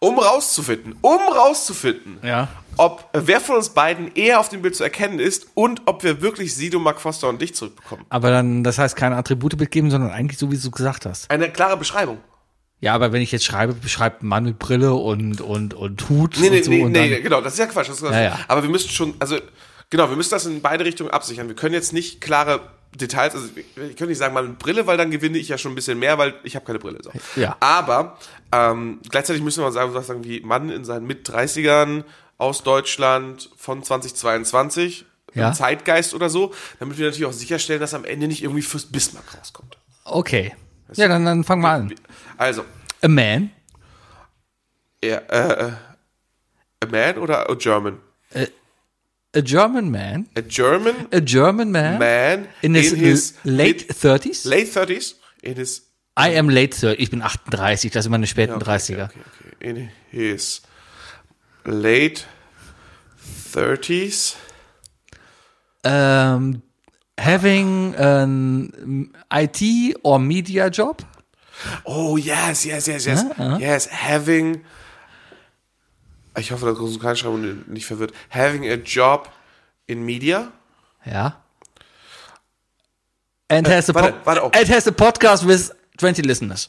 Um rauszufinden, um rauszufinden,
Ja.
ob äh, wer von uns beiden eher auf dem Bild zu erkennen ist und ob wir wirklich Sido, Mark Foster und dich zurückbekommen.
Aber dann, das heißt, keine Attribute mitgeben, sondern eigentlich so, wie du gesagt hast.
Eine klare Beschreibung.
Ja, aber wenn ich jetzt schreibe, beschreibt ein Mann mit Brille und, und, und Hut
Nee,
und
nee,
so.
nee,
und
nee,
dann,
genau, das ist ja Quatsch. Das ist Quatsch.
Ja, ja.
Aber wir müssen schon, also, genau, wir müssen das in beide Richtungen absichern. Wir können jetzt nicht klare Details, also ich könnte nicht sagen, mal mit Brille, weil dann gewinne ich ja schon ein bisschen mehr, weil ich habe keine Brille. So.
Ja.
Aber ähm, gleichzeitig müssen wir mal sagen, was sagen wie Mann in seinen Mit-30ern aus Deutschland von 2022,
Ja.
im Zeitgeist oder so, damit wir natürlich auch sicherstellen, dass am Ende nicht irgendwie Fürst Bismarck rauskommt.
Okay. Ja, dann, dann fang mal an.
Also,
A man,
er, äh, äh, a man oder a German?
a German man,
A German
a German man,
man
in his, late
mid-
30s.
late 30s in his
I am late 30, ich bin 38, das ist immer eine späten 30er.
okay, okay. in his late 30s
um, having an IT or media job.
oh yes yes yes yes
Uh-huh.
yes having ich hoffe dass große Kleinschreibung nicht verwirrt having a job in media
Ja. And has a,
Äh, warte,
po-
warte auf.
and has a podcast with 20 listeners.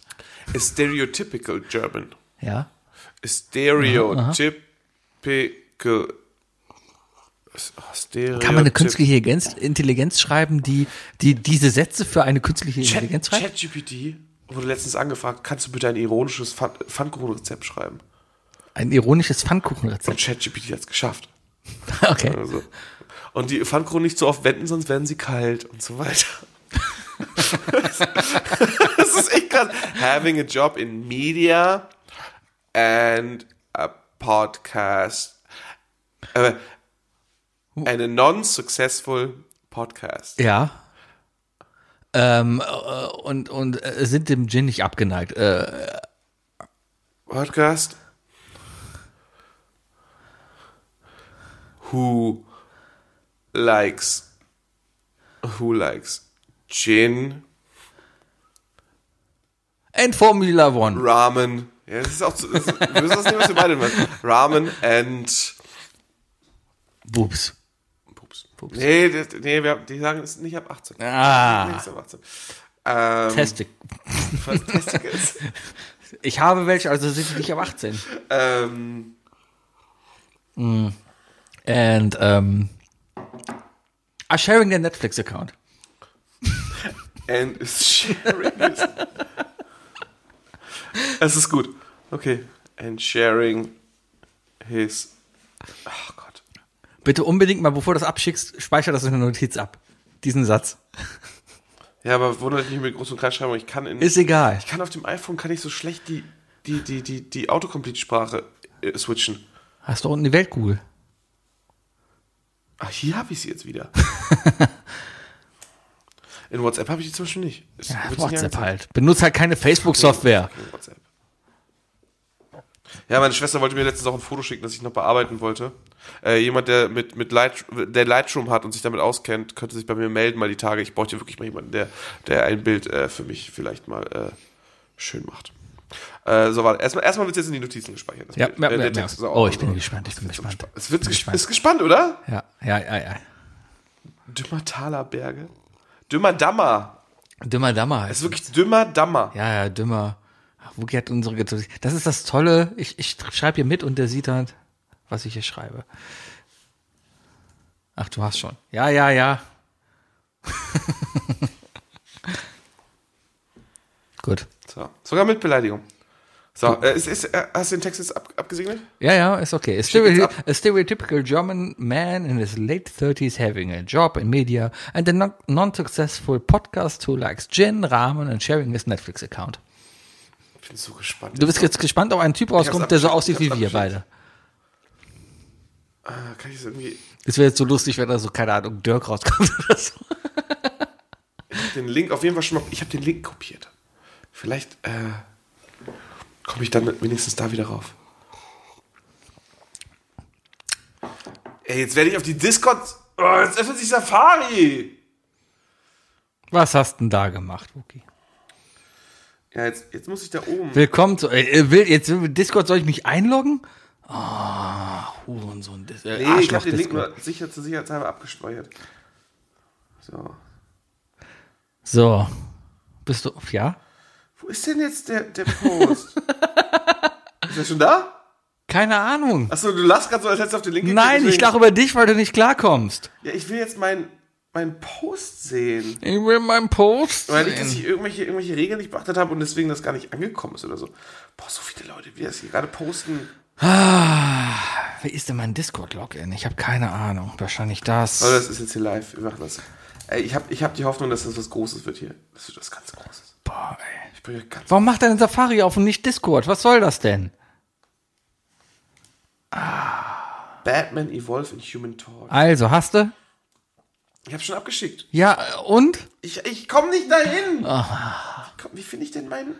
A stereotypical German.
Ja.
A Stereotypical. Stereotypical.
Uh-huh, Kann man eine künstliche Intelligenz, Intelligenz schreiben, die, die diese Sätze für eine künstliche Intelligenz schreibt?
ChatGPT wurde letztens angefragt, kannst du bitte ein ironisches Pfand- Pfannkuchenrezept schreiben?
Ein ironisches Pfannkuchenrezept. [laughs]
Und ChatGPT hat's geschafft.
Okay.
Also. Und die Pfannkuchen nicht so oft wenden, sonst werden sie kalt und so weiter. [laughs] das ist echt krass. Having a job in media and a podcast. Äh, and a non-successful podcast.
Ja. Ähm, äh, und, und äh, sind dem Gin nicht abgeneigt. Äh,
Podcast. Who likes who likes gin
and Formula One.
Ramen. Ja, das ist auch zu, das ist, wir müssen das nehmen, was wir beide machen. Ramen and
Boops.
Pups. Nee, das, nee wir, die sagen es ist nicht ab 18.
Ah.
Nicht ab 18. Ähm,
Testing.
was testig ist.
Ich habe welche, also sind die nicht ab 18.
Ähm,
And ähm, are sharing their Netflix account.
and is sharing is. Es ist gut. Okay. And sharing his. Ach Gott.
Bitte unbedingt mal, bevor du das abschickst, speicher das in der Notiz ab. Diesen Satz.
Ja, aber wundert mich nicht mit groß und klein schreiben, aber ich kann in.
Ist egal.
ich kann auf dem iPhone kann ich so schlecht die, die, die, die, die Autocomplete-Sprache äh, switchen.
Hast du unten die Weltkugel?
Ach, Ah, hier habe ich sie
[laughs]
jetzt wieder. In WhatsApp habe ich die zum Beispiel nicht. Es
Ja,
wird's nicht
WhatsApp
angezeigt.
halt. Benutzt halt keine Facebook-Software.
In WhatsApp. Ja, meine Schwester wollte mir letztens auch ein Foto schicken, das ich noch bearbeiten wollte. Äh, jemand, der mit, mit Light, der Lightroom hat und sich damit auskennt, könnte sich bei mir melden mal die Tage. Ich bräuchte wirklich mal jemanden, der, der ein Bild äh, für mich vielleicht mal äh, schön macht. Äh, so, warte. Erstmal, erstmal wird es jetzt in die Notizen gespeichert. Das
Ja,
Bild.
ja,
Äh,
ja,
der
ja.
Text ist auch-
Oh, ich bin gespannt, ich bin gespannt.
Es wird
Ich bin
ges
gespannt.
ist gespannt, oder?
Ja, ja, ja, ja.
Dümmertaler Berge? Dümmer Dammer.
Dümmer Dammer heißt
Das ist wirklich Dümmer Dammer.
Ja, ja, dümmer. Ach, Wo geht unsere Getränke? Das ist das Tolle. Ich, ich schreibe hier mit und der sieht halt, was ich hier schreibe. Ach, du hast schon. Ja, ja, ja. [laughs] Gut.
So. Sogar mit Beleidigung. So, äh, ist, ist, äh, hast du den Text jetzt ab, abgesegnet?
Ja, ja, ist okay. A,
jetzt
stereo
ab.
a stereotypical German man in his late 30s having a job in media and a non- non-successful podcast who likes gin, ramen and sharing his Netflix account.
Ich bin so gespannt.
Du bist jetzt gespannt, ob ein Typ rauskommt, der so
abgeschickt.
aussieht
Ich
wie
hab's
wir
abgeschickt.
beide.
Ah, kann ich das irgendwie.
Das wäre jetzt so lustig, wenn da so, keine Ahnung, Dirk rauskommt [laughs] oder so.
Den Link auf jeden Fall schon mal. Ich habe den Link kopiert. Vielleicht äh, komme ich dann wenigstens da wieder rauf. Ey, jetzt werde ich auf die Discord. Oh, jetzt öffnet sich Safari.
Was hast denn da gemacht, Wookie?
Ja, jetzt, jetzt muss ich da oben.
Willkommen zu. Äh, will, jetzt Discord soll ich mich einloggen? Ah, Hurensohn. Dis- Äh,
Nee, ich habe den Link
Discord.
nur sicher zur Sicherheitshalber abgespeichert. So.
So. Bist du. Ja?
Wo ist denn jetzt der,
[laughs]
der Post? ist er schon da?
Keine Ahnung.
Achso, du lachst gerade so, als hättest du auf den Link geklickt,
Nein, ich
deswegen-
lache über dich, weil du nicht klarkommst.
Ja, ich will jetzt meinen meinen Post sehen.
Ich will meinen Post.
Weil nicht, dass ich irgendwelche, irgendwelche Regeln nicht beachtet habe und deswegen das gar nicht angekommen ist oder so. Boah, so viele Leute, die das hier gerade posten.
Wie ist denn mein Discord-Login? Ich habe keine Ahnung. Wahrscheinlich
Aber
das.
das ist jetzt hier live, wir machen das. Ey, ich habe ich hab die Hoffnung, dass das was Großes wird hier. Das wird was ganz Großes.
Boah, ey.
Ich bringe ganz.
Warum macht er denn Safari auf und nicht Discord? Was soll das denn?
Batman Evolve in Human Talk.
Also, hast du?
Ich habe schon abgeschickt.
Ja, äh, und?
Ich, ich komme nicht dahin.
Ah.
Wie komm- Wie finde ich denn meinen.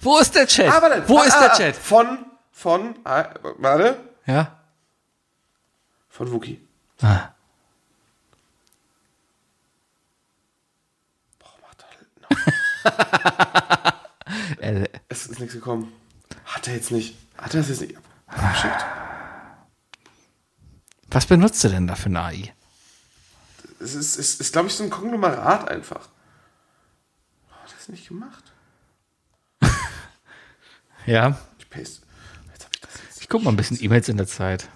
Wo ist der Chat?
Aber dann,
Wo
ah,
ist
ah,
der
ah,
Chat?
Von, von, ah, warte,
Ja.
von Wookie.
Ah.
Boah, mach doch, no.
Äh,
es ist nichts gekommen. Hat er jetzt nicht. Hat er das jetzt nicht ab- abgeschickt?
was benutzt du denn da für eine AI?
Das es ist, ist, ist glaube ich, so ein Konglomerat einfach. Oh, das ist nicht gemacht.
Ja.
Ich paste. Jetzt hab ich das jetzt.
Ich guck mal ein bisschen E-Mails in der Zeit.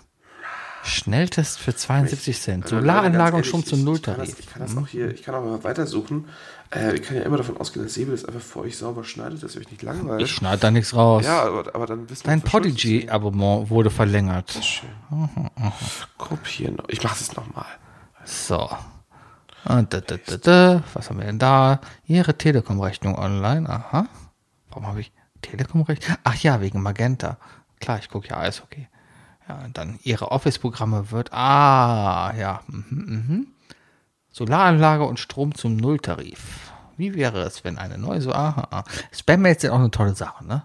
Schnelltest für 72 Cent.
Also,
Solaranlage und
ganz
Strom
ehrlich,
zum
ich- ich kann das-
Nulltarif. Hm?
Ich kann das auch hier, ich kann auch weitersuchen. Äh, ich kann ja immer davon ausgehen, dass Sebel es einfach für euch sauber schneidet, dass ihr euch nicht langweilt.
Ich schneide da nichts raus.
ja, also aber, aber dann wissen wir
Dein
Verschluss.
Podigy-Abonnement wurde verlängert.
Kopieren. Ich mache es nochmal.
So. Und da, da, da, da. Was haben wir denn da? Ihre Telekom-Rechnung online. Aha. Warum habe ich Telekom-Rechnung? Ach ja, wegen Magenta. Klar, ich gucke ja Eishockey. Ja, und dann Ihre Office-Programme wird. Ah, ja. Mhm, mhm. Solaranlage und Strom zum Nulltarif. Wie wäre es, wenn eine neue so. Aha. aha. Spam-Mails sind auch eine tolle Sache, ne?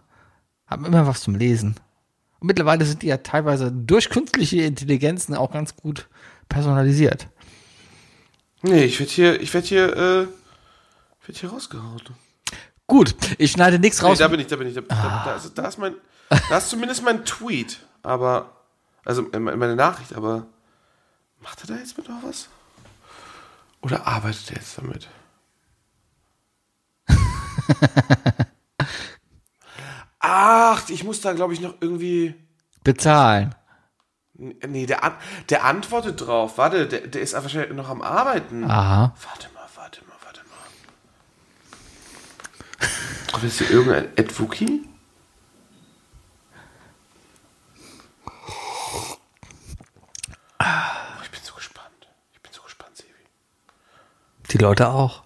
Haben immer was zum Lesen. Und mittlerweile sind die ja teilweise durch künstliche Intelligenzen auch ganz gut personalisiert.
Nee, ich werd hier, ich werd hier, äh, ich werd hier rausgehauen.
Gut, ich schneide nichts
Nee,
raus. Ah.
da bin ich, da bin ich, da, da, da, ist, da ist mein, da ist zumindest mein Tweet, aber, also äh, meine Nachricht, aber macht er da jetzt mit noch was? Oder arbeitet er
[laughs]
jetzt damit? Ach, ich muss da, glaube ich, noch irgendwie.
Bezahlen.
Nee, der, an- der antwortet drauf. Warte, der, der ist wahrscheinlich noch am Arbeiten.
Aha.
Warte mal, warte mal, warte mal. Kommt jetzt hier irgendein Edwuki? Oh, ich bin so gespannt. Ich bin so gespannt, Sebi.
Die Leute auch.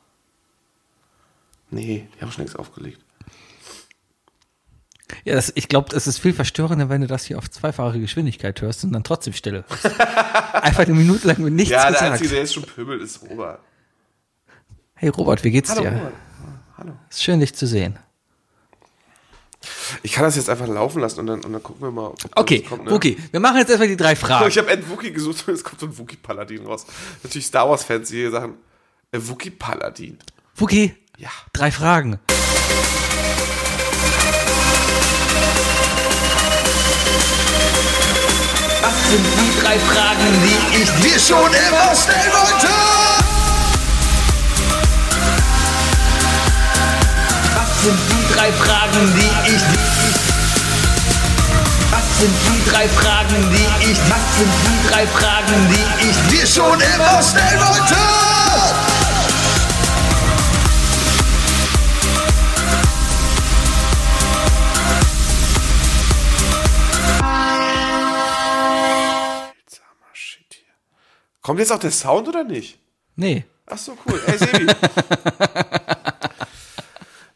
Nee, die haben schon längst aufgelegt.
Ja, das, ich glaube, es ist viel verstörender, wenn du das hier auf zweifache Geschwindigkeit hörst und dann trotzdem stille. [laughs] bist. Einfach eine Minute lang mit nichts
Ja, der
gesagt.
Einzige, der jetzt schon pöbelt, ist Robert.
Hey Robert, wie geht's
Hallo,
dir?
Robert. Ah, Hallo.
Ist schön, dich zu sehen.
Ich kann das jetzt einfach laufen lassen und dann, und dann gucken wir mal, ob da
Okay,
was kommt, ne?
okay. Wir machen jetzt erstmal
[laughs]
die drei Fragen.
Ich habe einen Wookie gesucht und es kommt so ein Wookie-Paladin raus. Natürlich Star Wars-Fans, die hier sagen, äh, Wookie-Paladin.
Fuki,
Ja.
drei Fragen. Das sind die drei Fragen, die ich dir schon immer stellen wollte. Was sind die drei Fragen, die ich Was sind die drei Fragen, die ich Was sind die drei Fragen, die ich dir schon immer stellen wollte?
Seltsamer Shit hier. Kommt jetzt auch der Sound oder nicht?
Nee.
Ach so, cool.
[laughs]
Ey, Sebi.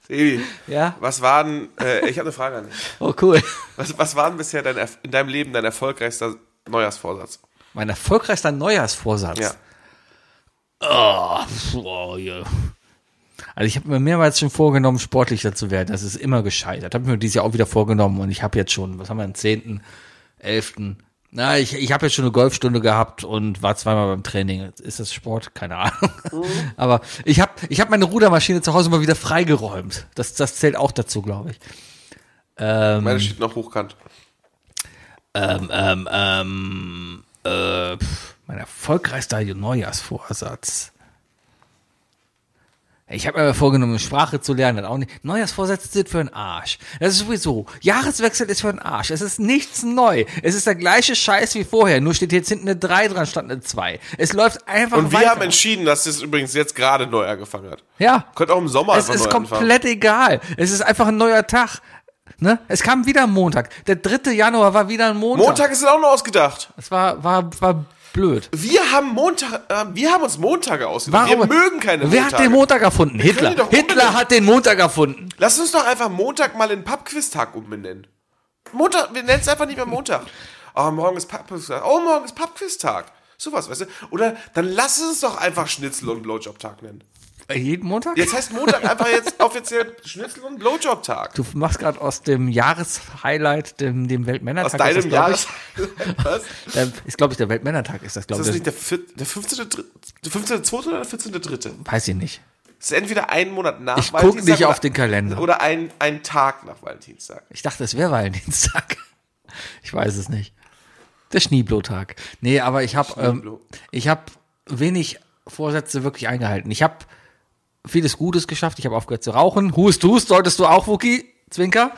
Sebi,
Ja?
was war denn, äh, ich habe eine Frage an dich.
Oh, cool.
Was, was war denn bisher dein, Erf- in deinem Leben dein erfolgreichster Neujahrsvorsatz?
Mein erfolgreichster Neujahrsvorsatz.
Ja.
Oh, oh, ja. Also ich habe mir mehrmals schon vorgenommen, sportlicher zu werden. Das ist immer gescheitert. Habe mir dieses Jahr auch wieder vorgenommen und ich habe jetzt schon, was haben wir, den 10., 11. Na, ich, ich habe jetzt schon eine Golfstunde gehabt und war zweimal beim Training. Ist das Sport? Keine Ahnung. [laughs] Aber ich habe ich hab meine Rudermaschine zu Hause mal wieder freigeräumt. Das, das zählt auch dazu, glaube ich.
Meine steht noch hochkant.
Ähm, ähm, ähm, äh, pf, mein erfolgreichster Neujahrsvorsatz. Ich habe mir vorgenommen, eine Sprache zu lernen, hat auch nicht. Neujahrsvorsätze sind für einen Arsch. Das ist sowieso. Jahreswechsel ist für einen Arsch. Es ist nichts neu. Es ist der gleiche Scheiß wie vorher. Nur steht jetzt hinten eine 3 dran statt eine 2. Es läuft einfach
Und wir
weiter.
haben entschieden, dass das übrigens jetzt gerade neu angefangen hat.
ja.
Könnt auch im Sommer
Es
einfach
ist
neu anfangen.
komplett egal. Es ist einfach ein neuer Tag. Ne? Es kam wieder ein Montag. Der 3. Januar war wieder ein Montag.
Montag ist es auch noch ausgedacht.
Es war, war, war blöd.
Wir haben Montag, äh, wir haben uns Montage ausgedacht. Wir mögen keine
Wer hat
Montage.
den Montag erfunden? Hitler.
können die doch
Hitler
unbedingt-
hat den Montag erfunden.
Lass uns doch einfach Montag mal in Pappquiz-Tag umbenennen. Montag, wir nennen es einfach nicht mehr Montag. Oh, morgen ist Pappquiz-Tag. Oh, morgen ist Pappquiz-Tag. Sowas, weißt du? Oder dann lass es doch einfach Schnitzel- und Blowjob-Tag nennen.
Äh, Jeden Montag?
Jetzt heißt Montag einfach jetzt offiziell Schnitzel- und Blowjob-Tag.
Du machst gerade aus dem Jahreshighlight dem, dem Weltmännertag.
Aus deinem Jahr.
Jahres.
[laughs] Was? Ist
Ich, der, ist, glaube ich, der Weltmännertag ist das, glaube
das
ich.
nicht der, vier- der 15.? Dr- der 15.2. oder der 14.3.?
Weiß ich nicht.
Es ist entweder ein Monat nach
Ich guck nicht
oder-
auf den Kalender.
Oder ein, ein Tag nach Valentinstag.
Ich dachte, es wäre Valentinstag. [laughs] Ich weiß es nicht. Der Schneeblotag. Nee, aber ich habe ähm,
Schneeblo.
ich hab wenig Vorsätze wirklich eingehalten. Ich habe vieles Gutes geschafft. Ich habe aufgehört zu rauchen. Hust, hust, solltest du auch, Wookie, Zwinker.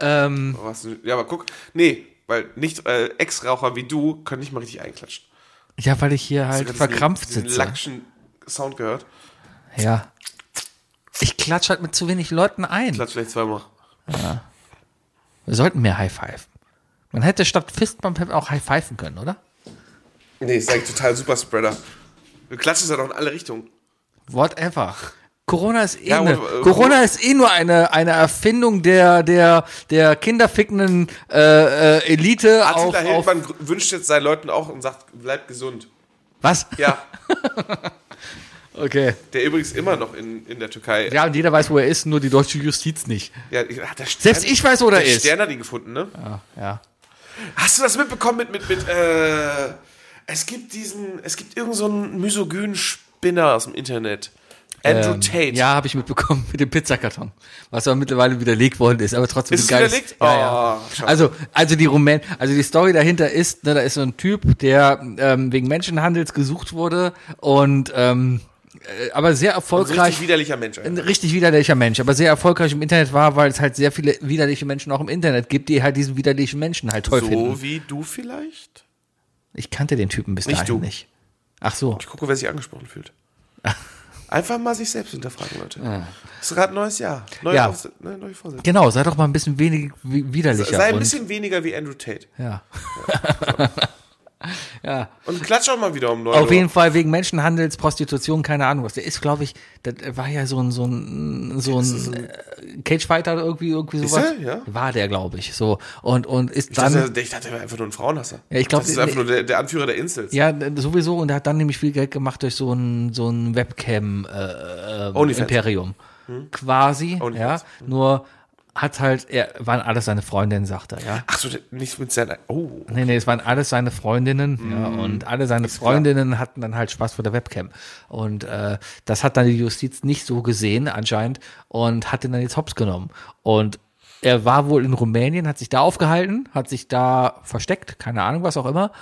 Ähm,
Was, ja, aber guck. Nee, weil nicht äh, Ex-Raucher wie du können nicht mal richtig einklatschen.
ja, weil ich hier
Hast du
halt
gerade
verkrampft
diesen, diesen
sitze.
lackschen Sound gehört.
Ja. Ich klatsche halt mit zu wenig Leuten ein.
Klatsch vielleicht zweimal.
Wir sollten mehr High Five. Man hätte statt Fistbump auch High Pfeifen können, oder?
Nee, ist eigentlich total super Spreader. Du klatschst ja doch in alle Richtungen.
Whatever. Corona ist eh,
Ja,
ne,
aber, äh,
Corona ist eh nur eine, eine Erfindung der, der, der kinderfickenden äh, äh, Elite auf,
Attila
auf
Hildmann gr- wünscht jetzt seinen Leuten auch und sagt, bleibt gesund.
was?
Ja,
[laughs] Okay.
der übrigens immer noch in, in der Türkei.
Ja, und jeder weiß, wo er ist, nur die deutsche Justiz nicht.
Ja, hat der Stern,
Selbst ich weiß, wo
der
er ist.
Stern hat ihn gefunden, ne?
Ja, Ah, ja.
Hast du das mitbekommen mit, mit, mit, äh, es gibt diesen, es gibt irgend so einen misogynen Spinner aus dem Internet. Andrew Tate.
Ähm, Ja, habe ich mitbekommen [laughs] mit dem Pizzakarton, was aber mittlerweile widerlegt worden ist, aber trotzdem
Ist es
geiles-
widerlegt?
Ja,
Oh,
ja.
schade.
Also, also die Rumän, also die Story dahinter ist, ne, da ist so ein Typ, der ähm, wegen Menschenhandels gesucht wurde und ähm, äh, aber sehr
So ein Also richtig
erfolgreich
widerlicher Mensch.
ein
Alter.
richtig widerlicher Mensch, aber sehr erfolgreich im Internet war, weil es halt sehr viele widerliche Menschen auch im Internet gibt, die halt diesen widerlichen Menschen halt toll finden.
So wie du vielleicht?
Ich kannte den Typen bis
Nicht
dahin
du.
nicht. Ach so.
Ich gucke, wer sich
[laughs]
angesprochen fühlt. Einfach mal sich selbst hinterfragen, Leute. Ist gerade ein neues Jahr. Neue,
Ja.
Aufs- ne, neue Vorsätze.
Genau, sei doch mal ein bisschen wenig wi- widerlicher.
Sei ein
und-
bisschen weniger wie Andrew Tate.
ja.
Und klatsch auch mal wieder um 9
Auf
Uhr.
jeden Fall wegen Menschenhandels, Prostitution, keine Ahnung was. Der ist, glaube ich, der war ja so ein so ein so ein äh, Cagefighter oder irgendwie irgendwie sowas.
er? Ja.
War der, glaube ich, so und und ist
Ich dachte,
dann
der- ich dachte, er war einfach nur ein Frauenhasser.
Ja, ich glaub,
das ist
nee.
einfach nur der, der Anführer der Insels.
ja sowieso und der hat dann nämlich viel Geld gemacht durch so ein so ein Webcam äh, äh,
Onlyfans.
Imperium quasi,
Onlyfans.
ja. Nur hat halt er waren alles seine Freundinnen, sagt er, ja.
Ach so, der, nicht mit seiner. Oh.
Nee, nee, es waren alles seine Freundinnen ja, und alle seine Freundinnen hatten dann halt Spaß vor der Webcam. Und äh, das hat dann die Justiz nicht so gesehen anscheinend und hat ihn dann jetzt hops genommen. Und er war wohl in Rumänien, hat sich da aufgehalten, hat sich da versteckt, keine Ahnung, was auch immer.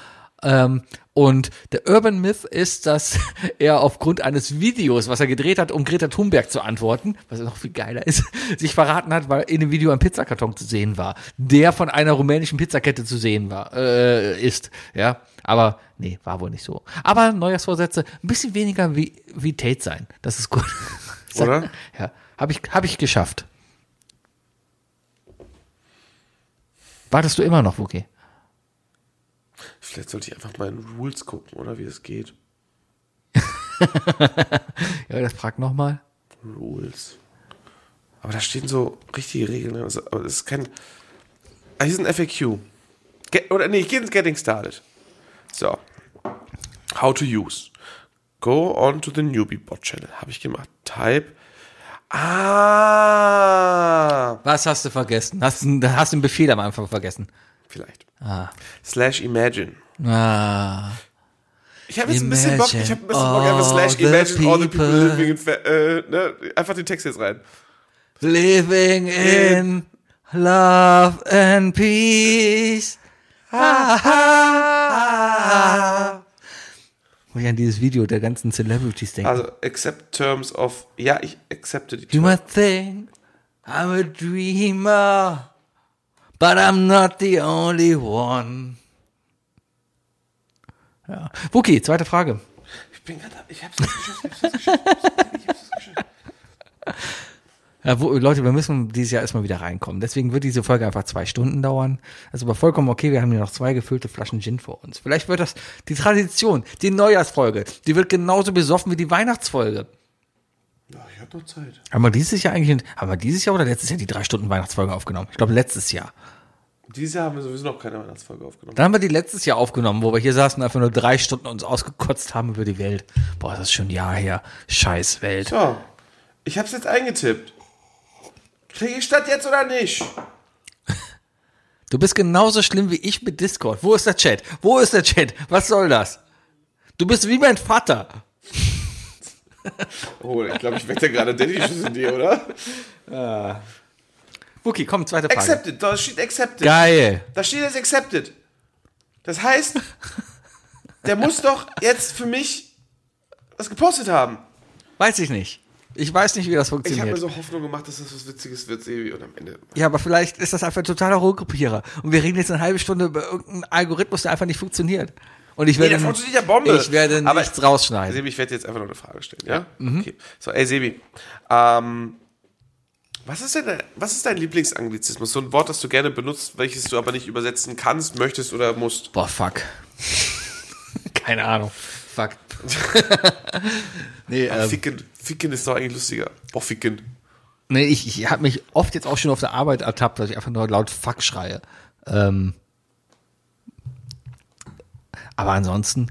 Ähm, und der Urban Myth ist, dass [laughs] er aufgrund eines Videos, was er gedreht hat, um Greta Thunberg zu antworten, was noch viel geiler ist, [laughs] sich verraten hat, weil in dem Video ein Pizzakarton zu sehen war, der von einer rumänischen Pizzakette zu sehen war, äh, ist, ja. Aber nee, war wohl nicht so. Aber Neujahrsvorsätze, ein bisschen weniger wie, wie Tate sein. Das ist gut. [laughs]
Oder?
Ja, habe ich, hab ich geschafft. Wartest du immer noch, Wookie?
Vielleicht sollte ich einfach mal in Rules gucken, oder wie es geht.
Ja, das frag nochmal.
Rules. Aber da stehen so richtige Regeln. drin. Also, aber das ist kein. Ah, hier ist ein FAQ. Get, oder nee, ich gehe ins Getting Started. So. How to use. Go on to the Newbie Bot Channel. Habe ich gemacht. Type. Ah.
Was hast du vergessen? Hast, du- da hast du einen Befehl am Anfang vergessen.
Vielleicht. Slash Imagine.
Ah.
Ich habe jetzt ein bisschen Bock, ich habe ein bisschen Bock,
Imagine
einfach
all
slash
the
imagine all the people
people.
living in, fa- äh, ne, einfach den Text jetzt rein.
Living in love and peace. Und ich an dieses Video der ganzen Celebrities denken.
Also, accept terms of, ja, ich accepte die
Do my thing. I'm a dreamer. But I'm not the only one. Ja. Wookie, zweite Frage.
Ich bin gerade, ich hab's nicht geschafft, ich hab's nicht
Ja, wo, Leute, wir müssen dieses Jahr erstmal wieder reinkommen. Deswegen wird diese Folge einfach zwei Stunden dauern. Das ist aber vollkommen okay. Wir haben hier noch zwei gefüllte Flaschen Gin vor uns. Vielleicht wird das die Tradition, die Neujahrsfolge, die wird genauso besoffen wie die Weihnachtsfolge.
geschafft. Oh, Ich hab noch Zeit.
Haben wir dieses Jahr eigentlich, haben wir dieses Jahr oder letztes Jahr die drei Stunden Weihnachtsfolge aufgenommen? Ich glaube, letztes Jahr.
Dieses Jahr haben wir sowieso noch keine Weihnachtsfolge aufgenommen.
Dann haben wir die letztes Jahr aufgenommen, wo wir hier saßen und einfach nur drei Stunden uns ausgekotzt haben über die Welt. Boah, das ist schon ein Jahr her. Scheiß Welt.
So, ich hab's jetzt eingetippt. Kriege ich statt jetzt oder nicht?
Du bist genauso schlimm wie ich mit Discord. Wo ist der Chat? Wo ist der Chat? Was soll das? Du bist wie mein Vater.
Oh, ich glaube, ich wecke gerade den Schuss in dir, oder?
Wookie, komm, zweite Frage.
Accepted, da steht accepted.
Geil.
Da steht jetzt accepted. Das heißt, der muss doch jetzt für mich das gepostet haben.
Weiß ich nicht. Ich weiß nicht, wie das
Ich habe
funktioniert.
mir so Hoffnung gemacht, dass das was Witziges wird, Sebi. Und am Ende.
ja, aber vielleicht ist das einfach ein totaler Rohrkrepierer. Und wir reden jetzt eine halbe Stunde über irgendeinen Algorithmus, der einfach nicht funktioniert. Und ich
Nee,
werde,
der funktioniert ja Bombe.
Ich werde
Aber-
nichts rausschneiden.
Sebi, ich werde dir jetzt einfach noch eine Frage stellen, Also ja? Mhm. Okay. So, ey, Sebi. Ähm, was ist denn dein, was ist dein Lieblingsanglizismus? So ein Wort, das du gerne benutzt, welches du aber nicht übersetzen kannst, möchtest oder musst.
Boah, fuck. Keine Ahnung. Fuck. nee, ähm,
Ficken. Ficken ist doch eigentlich lustiger. Boah, Ficken.
nee, ich, ich habe mich oft jetzt auch schon auf der Arbeit ertappt, dass ich einfach nur laut fuck schreie. Ähm, aber ansonsten,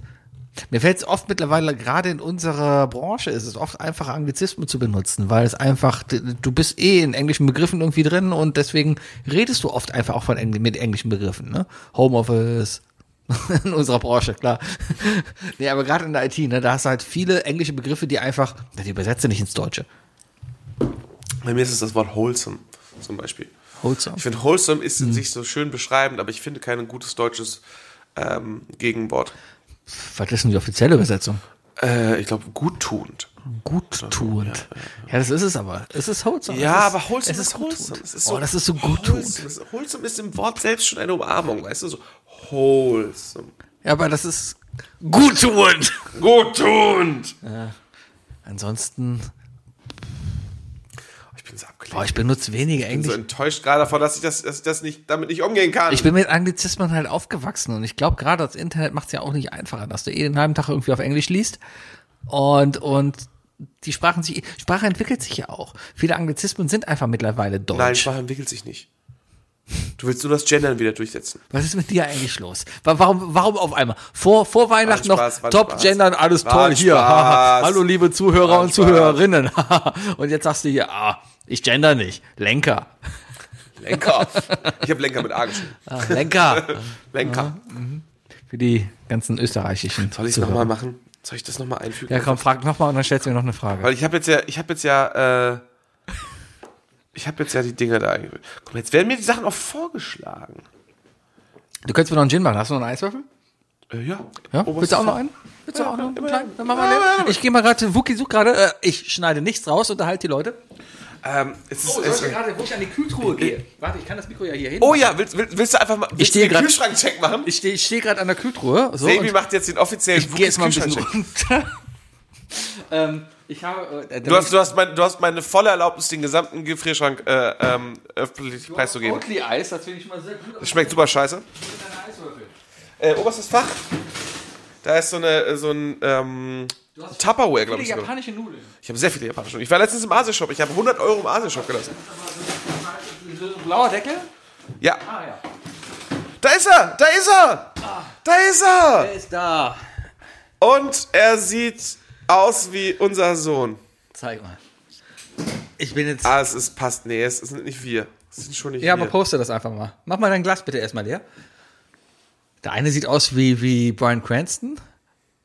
mir fällt es oft mittlerweile, gerade in unserer Branche, ist es oft einfacher, Anglizismen zu benutzen, weil es einfach, du bist eh in englischen Begriffen irgendwie drin und deswegen redest du oft einfach auch von Engl mit englischen Begriffen, ne? Homeoffice. [laughs] In unserer Branche, klar. [laughs] nee, aber gerade in der IT, ne, da hast du halt viele englische Begriffe, die einfach, die übersetze nicht ins Deutsche.
Bei mir ist es das Wort wholesome, zum Beispiel.
Wholesome.
Ich finde, wholesome Mhm. ist in sich so schön beschreibend, aber ich finde kein gutes deutsches ähm, Gegenwort.
Was ist denn die offizielle Übersetzung?
Äh, ich glaube, guttunend.
Guttuend. Ja, das ist es aber. Es ist wholesome.
Ja,
es ist,
aber
es
wholesome Oh, ist, wholesome.
guttuend.
Es ist so,
oh, das ist so
Wholesome
guttuend.
ist, wholesome ist im Wort selbst schon eine Umarmung, weißt du? So wholesome.
Ja, aber das ist guttuend.
Guttunend!
Ansonsten,
Ich bin so
boah,
abgelenkt.
ich benutze weniger
Ich bin so
Englisch.
enttäuscht gerade davon, dass ich, das, dass ich das nicht, damit nicht umgehen kann.
Ich bin mit Anglizismen halt aufgewachsen und ich glaube gerade das Internet macht es ja auch nicht einfacher, dass du eh den halben Tag irgendwie auf Englisch liest und und die Sprachen sich Sprache entwickelt sich ja auch. Viele Anglizismen sind einfach mittlerweile deutsch.
Nein, Sprache entwickelt sich nicht. Du willst nur das Gendern wieder durchsetzen.
Was ist mit dir eigentlich los? Wa- Warum, warum auf einmal? Vor, vor Weihnachten
War ein Spaß,
noch
war ein
top
Spaß.
gendern, alles
War
toll
ein
hier.
Spaß.
Hallo liebe Zuhörer
War ein
und
Spaß.
Zuhörerinnen. [laughs] und jetzt sagst du hier, ah, ich gender nicht. Lenker.
Lenker. ich habe Lenker mit A geschrieben.
Ah, [laughs] Lenker.
Lenker.
Für die ganzen österreichischen.
Soll ich es nochmal machen? Soll ich das nochmal einfügen?
Ja, komm, frag nochmal und dann stellst du mir noch eine Frage.
Weil ich habe jetzt ja, ich habe jetzt ja, äh, ich habe jetzt ja die Dinger da eingefügt. Komm, jetzt werden mir die Sachen auch vorgeschlagen.
Du könntest mir noch einen Gin machen. Hast du noch einen Eiswürfel?
Äh, ja.
Ja?
Oberste
Willst du auch noch
Fa-
einen? Willst du
Ja,
auch noch einen
immer
kleinen?
einen.
Dann machen wir den. Ich gehe mal gerade, Wookie sucht gerade, äh, ich schneide nichts raus, unterhalte die Leute.
Ähm, es ist,
Oh,
es,
sollte gerade, wo ich an die Kühltruhe gehe. Warte, ich kann das Mikro ja hier hin.
oh ja, willst, willst, willst du einfach mal willst
stehe
du den
grad-
Kühlschrank-Check machen?
Ich stehe ich steh gerade an der Kühltruhe. So,
Sebi
und-
macht jetzt den offiziellen
Ich gehe jetzt mal ein bisschen
Kühlschrank-Check.
runter. [laughs] ähm, ich habe. Äh,
Du hast, du, hast mein, du hast meine volle Erlaubnis, den gesamten Gefrierschrank äh, ähm, öffentlich preiszugeben.
Oatly Eis, das finde ich mal sehr gut.
Das schmeckt super scheiße. Äh, oberstes Fach. Da ist so, eine, so ein ähm,
hast
Tupperware, glaube
Viele
ich. sogar.
japanische Nudeln.
Ich habe sehr viele japanische. Ich war letztens im Asiashop. Ich habe 100 Euro im Asiashop gelassen.
Blauer Deckel?
Ja.
Ah ja. Ah.
Da ist er! Da ist er! Da ist er!
Der ist da.
Und er sieht aus wie unser Sohn.
Zeig mal. Ich bin jetzt.
Ah, es ist, passt. Nee, es sind nicht wir. Es sind schon nicht
ja, aber
wir.
poste das einfach mal. Mach mal dein Glas bitte erstmal leer. Der eine sieht aus wie, wie Brian Cranston.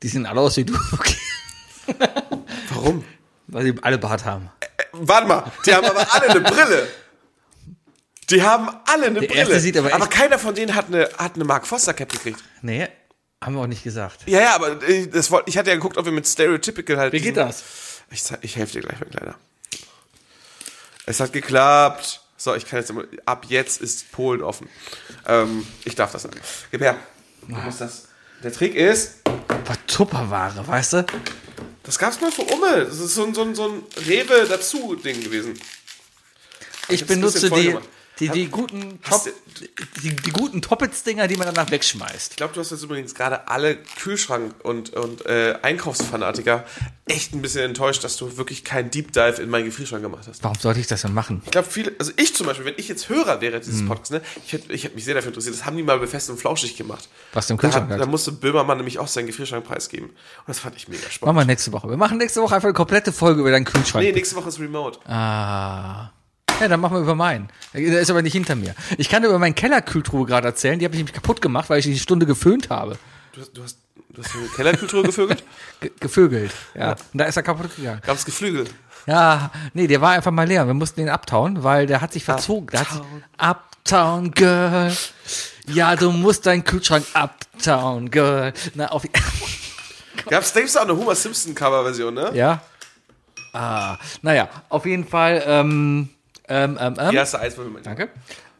Die sehen alle aus wie du, [laughs]
Warum?
weil sie alle Bart haben.
Äh, warte mal, die haben aber alle eine Brille. Die haben alle eine
Der
Brille.
erste sieht aber echt-
aber keiner von denen hat eine, hat eine Mark Foster Cap gekriegt.
Nee, haben wir auch nicht gesagt.
Ja, ja, aber äh, das wollte, ich hatte ja geguckt, ob wir mit Stereotypical halt.
Wie geht
diesen-
das?
Ich, zeig- ich helfe dir gleich mit Kleider. Es hat geklappt. So, ich kann jetzt immer, ab jetzt ist Polen offen. Ähm, ich darf das nicht. Gib her. Du musst das. Der Trick ist,
War Tupperware, weißt du?
das gab's mal für Umme. Das ist so ein, so ein, so ein Rewe dazu Ding gewesen.
Ich
hab's ein
benutze
bisschen voll
die,
gemacht.
die, die guten Top,
hast du-
die, die guten Toppets-Dinger, die man danach wegschmeißt.
Ich glaube, du hast jetzt übrigens gerade alle Kühlschrank- und, und äh, Einkaufsfanatiker echt ein bisschen enttäuscht, dass du wirklich keinen Deep Dive in meinen Gefrierschrank gemacht hast.
Warum sollte ich das denn machen?
Ich glaube, viele, also ich zum Beispiel, wenn ich jetzt Hörer wäre
Hm.
dieses Podcasts, ne, ich hätte ich hätt mich sehr dafür interessiert, das haben die mal bei Fest und Flauschig gemacht.
Was du im
Da,
Kühlschrank halt.
hat,
hast.
da musste Böhmermann nämlich auch seinen Gefrierschrank preisgeben. Und das fand ich mega spannend.
Machen wir nächste Woche. Wir machen nächste Woche einfach eine komplette Folge über deinen Kühlschrank.
Nee, nächste Woche ist Remote.
Ah. Ja, dann machen wir über meinen. Der ist aber nicht hinter mir. Ich kann über meinen Kellerkühltruhe gerade erzählen. Die habe ich nämlich kaputt gemacht, weil ich die Stunde geföhnt habe.
Du, hast- du hast, du hast eine Kellerkultur gevögelt?
Ge gevögelt. Ja. Und da ist er kaputt gegangen.
Gab's Geflügel?
Ja, nee, der war einfach mal leer. Wir mussten ihn abtauen, weil der hat sich verzogen. Der hat sich, uptown Girl. Ja, du musst deinen Kühlschrank abtauen, Girl. Na, auf,
Gab's, denkst du auch eine Homer Simpson Coverversion, ne?
[laughs] Ja. Ah, naja, auf jeden Fall. Ähm, ähm, ähm, ähm,
Die erste Eiswürfel.
Danke.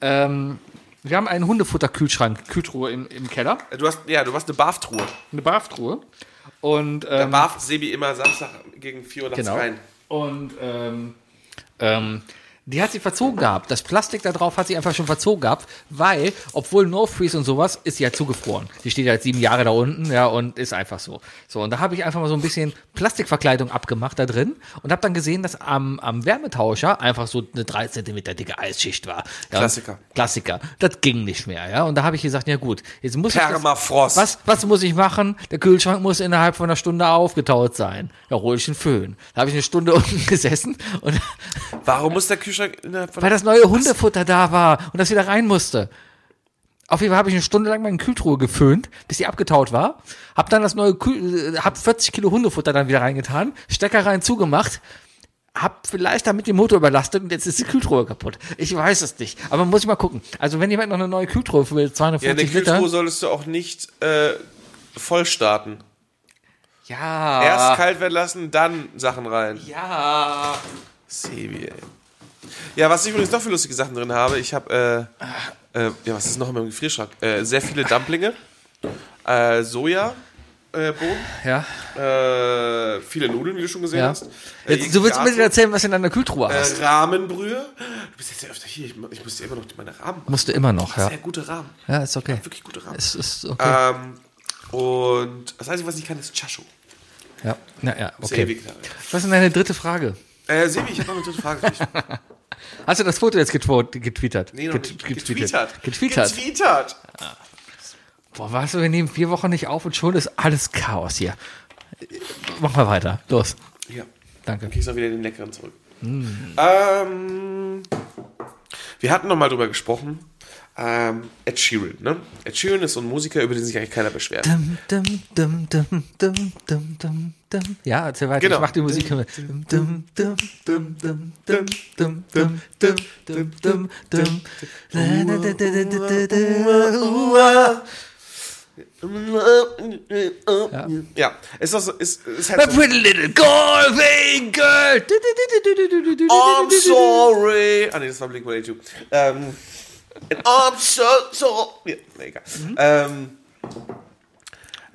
Ähm, wir haben einen Hundefutterkühlschrank, Kühltruhe im, im Keller,
Du hast, ja, du hast eine Barftruhe.
eine Barftruhe. Und
Da
ähm,
barft Sebi immer Samstag gegen 4 Uhr nachts
Genau.
rein.
Und ähm, ähm, die hat sie verzogen gehabt. Das Plastik da drauf hat sie einfach schon verzogen gehabt, weil, obwohl No Freeze und sowas, ist sie ja zugefroren. Die steht ja jetzt sieben Jahre da unten, ja, und ist einfach so. So, und da habe ich einfach mal so ein bisschen Plastikverkleidung abgemacht da drin und habe dann gesehen, dass am, am Wärmetauscher einfach so eine drei Zentimeter dicke Eisschicht war. Ja,
Klassiker.
Klassiker. Das ging nicht mehr, ja. Und da habe ich gesagt, ja gut, jetzt muss ich. das-
Permafrost.
was, was muss ich machen? Der Kühlschrank muss innerhalb von einer Stunde aufgetaut sein. Da hole ich einen Föhn. Da habe ich eine Stunde [laughs] unten gesessen und
Warum muss der Kühlschrank innerhalb von
weil das neue Hundefutter da war und das wieder rein musste. Auf jeden Fall habe ich eine Stunde lang meine Kühltruhe geföhnt, bis sie abgetaut war. Hab dann das neue Kühl, äh, hab 40 Kilo Hundefutter dann wieder reingetan, Stecker rein zugemacht, hab vielleicht damit den Motor überlastet und jetzt ist die Kühltruhe kaputt. Ich weiß es nicht, aber muss ich mal gucken. Also wenn jemand noch eine neue Kühltruhe für
Ja, eine
250
Kühltruhe
Liter,
solltest du auch nicht äh, voll starten.
ja,
Erst kalt werden lassen, dann Sachen rein.
Ah. ja.
Sebi, ey. Ja, was ich übrigens noch für lustige Sachen drin habe, ich habe, äh, äh, ja, was ist noch in meinem Gefrierschrank? Äh, sehr viele Dumplinge, äh, Soja, äh, Bohnen,
Ja.
äh, viele Nudeln, wie du schon gesehen
Ja.
hast. Äh,
Jetzt, du willst mir
Garten,
nicht erzählen, was du in deiner Kühltruhe hast.
äh, Rahmenbrühe. Du bist jetzt ja öfter hier, ich, ich muss ja immer noch meine Rahmen machen.
Musst du immer noch, ja.
Sehr gute Rahmen,
Ja, ist okay.
wirklich gute Rahmen.
Es ist okay.
Ähm, und das Einzige, was ich kann, ist Chashu.
ja, na, ja,
Sehr
okay.
ewig lange.
Was ist denn deine dritte Frage?
Äh, Sebi, ich habe noch eine dritte Frage für dich.
Hast du das Foto jetzt getwo- getwittert?
Nee, noch
Get-
nicht.
Getwittert.
Getweetert.
getwittert.
Getweetert.
Boah, weißt du, wir nehmen vier Wochen nicht auf und schon ist alles Chaos hier. Mach mal weiter. Los.
Ja.
Danke.
Dann kriegst du auch wieder den leckeren zurück.
Hm.
Ähm, wir hatten noch mal drüber gesprochen. Ähm, Ed Sheeran, ne? Ed Sheeran ist so ein Musiker, über den sich eigentlich keiner beschwert.
Dum, dum, dum, dum, dum, dum, dum, dum. Ja, erzähl weiter.
Genau.
Ich mach die Musik. Dum, dum, dum, dum, dum, dum, dum, dum, dum, dum, dum, dum. La, la, da, da, da, da, da, da.
Ja, ist, doch so, ist, ist
My
halt so,
pretty little golfing girl. Du, du, du, du, du, du, du, du, du,
I'm
du, du, du.
sorry. Ah, nee, das war Blink-182. Ähm, and I'm so sorry. Nee, egal.
Mhm.
Ähm,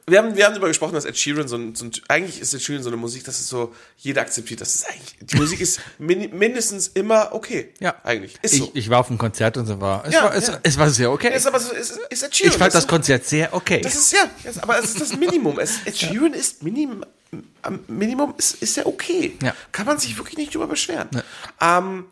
wir haben, wir haben darüber gesprochen, dass Ed Sheeran so ein, so ein, eigentlich ist Ed Sheeran so eine Musik, dass es so jeder akzeptiert. Das ist eigentlich, die Musik ist min, mindestens immer okay.
Ja.
Eigentlich. Ist so.
Ich, ich war auf dem Konzert und so war. Es,
Ja,
war, es,
ja.
es war sehr okay.
ist aber so, ist, ist Ed Sheeran.
ich fand
weißt
das
du?
Konzert sehr okay.
Das ist ja, das, aber es ist das Minimum. Es, Ed Sheeran ist Minim, am Minimum ist, ist ja okay.
Ja.
Kann man sich wirklich nicht drüber beschweren. Ähm,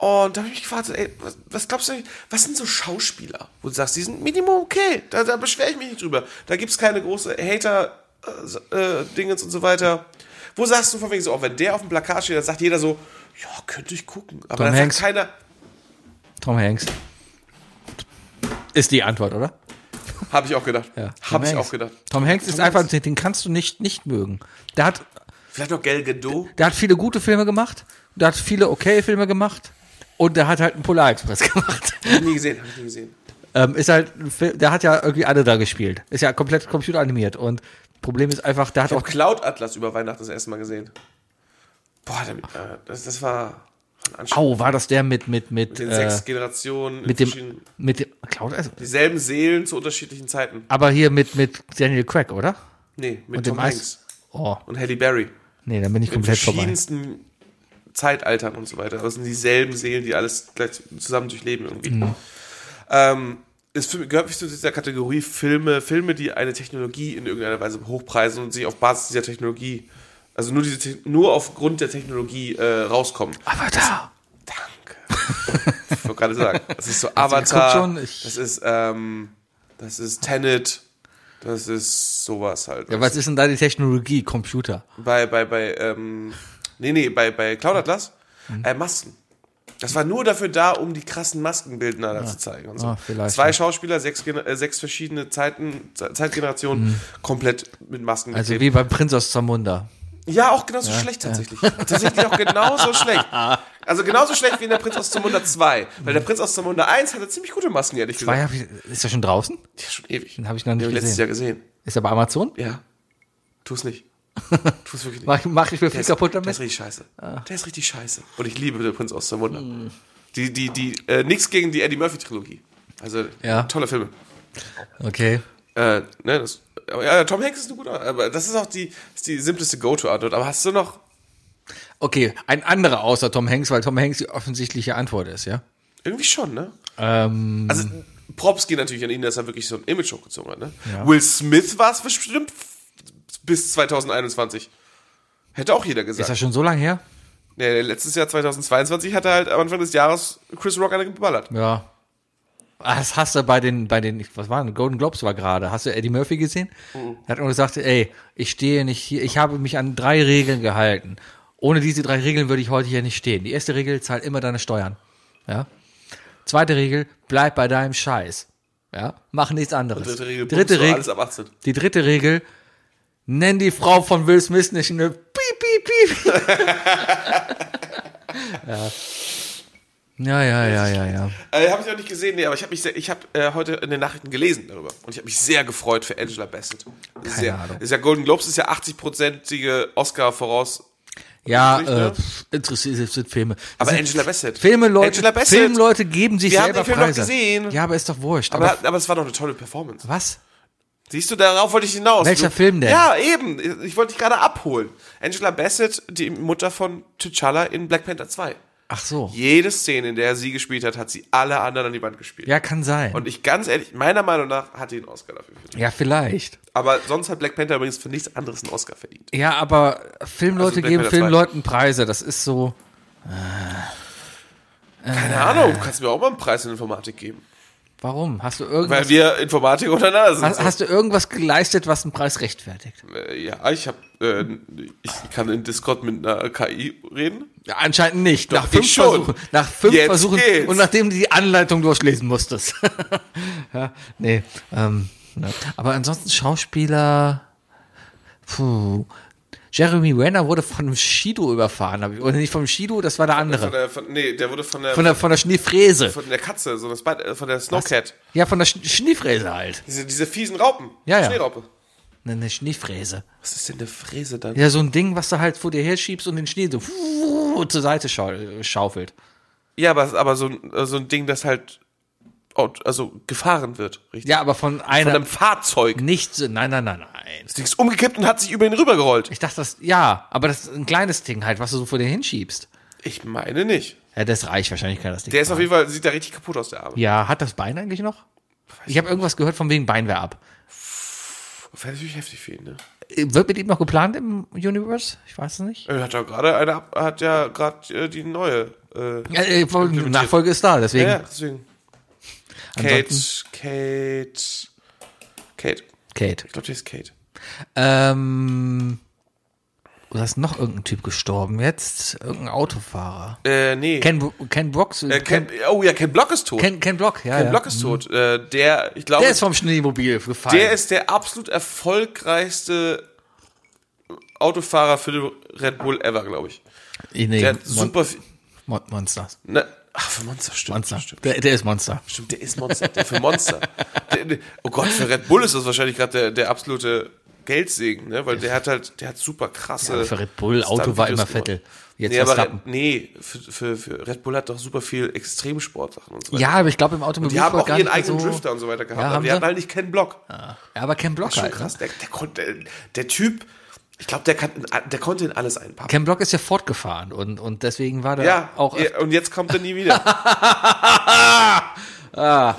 und da habe ich mich gefragt, ey, was, was glaubst du, was sind so Schauspieler, wo du sagst, die sind Minimum okay, da, da beschwere ich mich nicht drüber. Da gibt es keine große Hater-Dingens und so weiter. Wo sagst du von wegen so, auch wenn der auf dem Plakat steht, dann sagt jeder so, ja, könnte ich gucken. Aber
Tom
dann
Hanks.
sagt keiner,
Tom Hanks. Ist die Antwort, oder?
habe ich auch gedacht.
Tom
Habe
Hanks.
ich auch gedacht.
Tom Hanks ist einfach, den den kannst du nicht, nicht mögen. Der hat,
Vielleicht noch Gal Gadot.
der hat viele gute Filme gemacht, der hat viele okay Filme gemacht und der hat halt einen Polar Express [laughs] gemacht.
Hab ich nie gesehen, habe ich nie gesehen.
ähm, ist halt, ein Film- der hat ja irgendwie alle da gespielt. Ist ja komplett computeranimiert und Problem ist einfach, der hat
Ich
auch
habe Cloud Atlas über Weihnachten das erste Mal gesehen. Boah, damit, äh, das, das war ein Anschlag.
Ah. Au, war das der mit mit mit
Mit den
äh,
sechs Generationen, in
mit dem
verschiedenen-
mit dem Cloud also,
dieselben Seelen zu unterschiedlichen Zeiten.
aber hier mit mit Daniel Craig, oder?
Nee, mit
Und
Tom
dem Eis.
Hanks
Oh,
und Halle Berry.
nee, dann bin ich
In
komplett vorbei.
verschiedensten Zeitaltern und so weiter. Das sind dieselben Seelen, die alles gleich zusammen durchleben irgendwie.
Mhm.
Ähm, ist für, gehört für mich zu dieser Kategorie Filme, Filme, die eine Technologie in irgendeiner Weise hochpreisen und sie auf Basis dieser Technologie, also nur, diese, Te- nur aufgrund der Technologie äh, rauskommen.
Avatar.
Danke. ich wollte gerade sagen. Das
[laughs]
ist so
guck
Avatar.
Also, schon, ich-
das ist, ähm, das ist Tenet. Das ist sowas halt.
Ja, was ist denn da die Technologie? Computer.
bei, bei, bei, ähm, nee, nee, bei, bei Cloud Atlas,
Mhm.
äh, Masken. Das war nur dafür da, um die krassen Maskenbildner da zu zeigen und so.
Ah, vielleicht,
Zwei
ja.
Schauspieler, sechs, Gen- äh, sechs verschiedene Zeiten, Ze- Zeitgenerationen, komplett mit Masken
Mhm. Also
geklebt.
wie beim Prinz aus Zamunda.
Ja, auch genauso schlecht tatsächlich. Tatsächlich
[laughs]
auch genauso schlecht. Also genauso schlecht wie in der Prinz aus Zamunda 2. Weil der Prinz aus Zamunda 1 hatte ziemlich gute Masken, ehrlich
War
gesagt.
ja, ist er schon draußen?
Ja, schon ewig.
Den habe ich noch
Den
nicht
hab ich letztes
gesehen.
Jahr gesehen.
Ist er bei Amazon?
Ja. Tu
[laughs]
es nicht. Tu es wirklich nicht.
Mach, mach ich mir
Der
viel
ist,
kaputt Ah.
Der ist
damit?
richtig scheiße. Der ist richtig scheiße. Und ich liebe den Prinz aus dem Wunder.
Hm.
Die, die, die, äh, nix gegen die Eddie Murphy-Trilogie. Also,
Ja.
tolle Filme.
Okay.
Äh, ne, das, aber ja, Tom Hanks ist ein guter, aber das ist auch die, ist die simpleste Go-To-Antwort. Aber hast du noch,
Okay, ein anderer außer Tom Hanks, weil Tom Hanks die offensichtliche Antwort ist, ja?
irgendwie schon, ne?
Ähm,
Also, Props gehen natürlich an ihn, dass er wirklich so einen Image hochgezogen hat, ne? Will Smith war es bestimmt bis 2021. Hätte auch jeder
ist
gesagt.
das schon so lange her?
Nee, letztes Jahr 2022 hat er halt am Anfang des Jahres Chris Rock eine geballert.
Ja. Ah, Das hast du bei den, bei den, was waren, Golden Globes war gerade. Hast du Eddie Murphy gesehen?
Mhm.
Er hat nur gesagt, ey, ich stehe nicht hier, ich habe mich an drei Regeln gehalten. Ohne diese drei Regeln würde ich heute hier nicht stehen. Die erste Regel, zahl immer deine Steuern. Ja. Zweite Regel, bleib bei deinem Scheiß. Ja. Mach nichts anderes.
Dritte Regel,
Dritte
Bums,
Regel
alles ab 18.
die dritte Regel, nenn die Frau von Will Smith nicht eine Piep, Piep,
[laughs]
Piep. ja. ja, ja, ja, ja, ja.
Äh, habe ich noch nicht gesehen, nee, aber ich habe mich sehr, ich habe äh, heute in den Nachrichten gelesen darüber und ich habe mich sehr gefreut für Angela Bassett. sehr,
Ahnung.
Ist ja Golden Globes ist ja 80-prozentige Oscar voraus.
Ja,
Nicht, ne?
äh, pff, interessiert sind Filme. Das
Aber
sind
Angela Bassett.
Also, Filme, Leute,
Angela Bassett.
Filmleute geben sich
Wir haben
selber
den Film doch
Preise.
gesehen.
Ja, aber ist doch wurscht. Aber,
aber, aber es war doch eine tolle Performance.
was?
Siehst du, darauf wollte ich hinaus.
Welcher
du,
Film denn?
Ja, eben. Ich wollte dich gerade abholen. Angela Bassett, die Mutter von T'Challa in Black Panther 2.
Ach so.
Jede Szene, in der sie gespielt hat, hat sie alle anderen an die Wand gespielt.
Ja, kann sein.
Und ich ganz ehrlich, meiner Meinung nach hat die einen Oscar dafür verdient.
ja, vielleicht.
Aber sonst hat Black Panther übrigens für nichts anderes einen Oscar verdient.
Ja, aber Filmleute
Also Black
geben
Panther 2.
Filmleuten Preise. Das ist so.
Keine Ahnung, du kannst mir auch mal einen Preis in Informatik geben.
Warum? Hast du irgendwas?
Weil wir Informatiker untereinander sind.
Hast, hast du irgendwas geleistet, was einen Preis rechtfertigt?
Äh, ja, ich hab, äh, ich kann in Discord mit einer KI reden.
Ja, anscheinend nicht. nach
ich
fünf
schon.
Versuchen. Nach fünf
Jetzt
Versuchen
geht's.
und nachdem du die Anleitung durchlesen musstest. [laughs] ja, nee. Ähm, ne. Aber ansonsten Schauspieler. Puh. Jeremy Renner wurde von einem Shido überfahren. hab ich- Oder nicht vom Shido, das war der
Von
andere.
der, von, nee, der wurde von der,
Von
von
der, von der Schneefräse.
der, Katze, so eine Spider, äh, von der Snowcat.
Ja, von der Sch Schneefräse halt.
Diese, diese fiesen Raupen.
Ja, ja.
Schneeraupe.
Ne, Eine Schneefräse.
Was ist denn eine Fräse dann?
Ja, so ein Ding, was du halt vor dir herschiebst und den Schnee so zur Seite schau- schaufelt.
Ja, aber, aber so, ein- äh, so ein Ding, das halt, out- also gefahren wird, richtig?
Ja, aber von einer.
Von einem Fahrzeug.
Nicht so, nein, nein, nein, nein.
Das Ding ist umgekippt und hat sich über ihn rübergerollt.
Ich dachte, das, ja, aber das ist ein kleines Ding halt, was du so vor dir hinschiebst.
Ich meine nicht.
Ja, das reicht wahrscheinlich, kann das Ding.
Der ist auf jeden Fall, sieht da richtig kaputt aus, der Arme.
ja, hat das Bein eigentlich noch? Ich habe irgendwas gehört von wegen Beinwehr ab.
Wäre natürlich heftig für ihn, ne?
Äh, Wird mit ihm noch geplant im Universe? Ich weiß es nicht.
Er hat ja gerade eine, ab- hat ja gerade äh, die neue. Äh,
Ja, äh, voll- Nachfolge ist da, deswegen.
ja, deswegen. Kate, Kate, Kate.
Kate.
Ich glaube, die ist Kate.
Ähm, da ist noch irgendein Typ gestorben jetzt. Irgendein Autofahrer.
Äh, nee.
Ken, Bro- Ken Brooks.
äh, Ken, oh ja, Ken Block ist tot. Ken,
Ken, Ken Block, ja. ja.
Block ist tot. Äh, der, ich glaube,
der ist vom Schneemobil gefallen.
der ist der absolut erfolgreichste Autofahrer für den Red Bull ever, glaube ich.
nee,
Der hat
Mon
super viel.
Mon Monster.
Ne, ach, für Monster stimmt.
Monster.
Stimmt.
Der, der ist Monster.
Stimmt, der ist Monster. Der für Monster. Der, der, oh Gott, für Red Bull ist das wahrscheinlich gerade der, der absolute Geldsegen, ne? Weil der hat halt, der hat super krasse.
Ja, für Red Bull, Auto war
Stunt-Videos
immer Vettel.
gemacht.
Jetzt
nee, aber
Verstappen.
Red, nee für, für, für Red Bull hat doch super viel Extremsportsachen und so weiter.
Ja, aber ich glaube im Automobil
Die haben
war
auch
gar
ihren
nicht mehr
eigenen
so,
Drifter und so weiter gehabt,
Ja,
aber
haben
die
sie. Ah,
hatten halt nicht keinen Block.
Ja, aber Ken Block
Schon
halt.
krass.
Ne?
Der, der, konnte, der Typ, ich glaube, der, kann in- der konnte in alles einpacken.
Ken Block ist ja fortgefahren und, und deswegen war da
Ja,
auch.
ja, und jetzt kommt er
[laughs]
nie wieder.
äh, ah,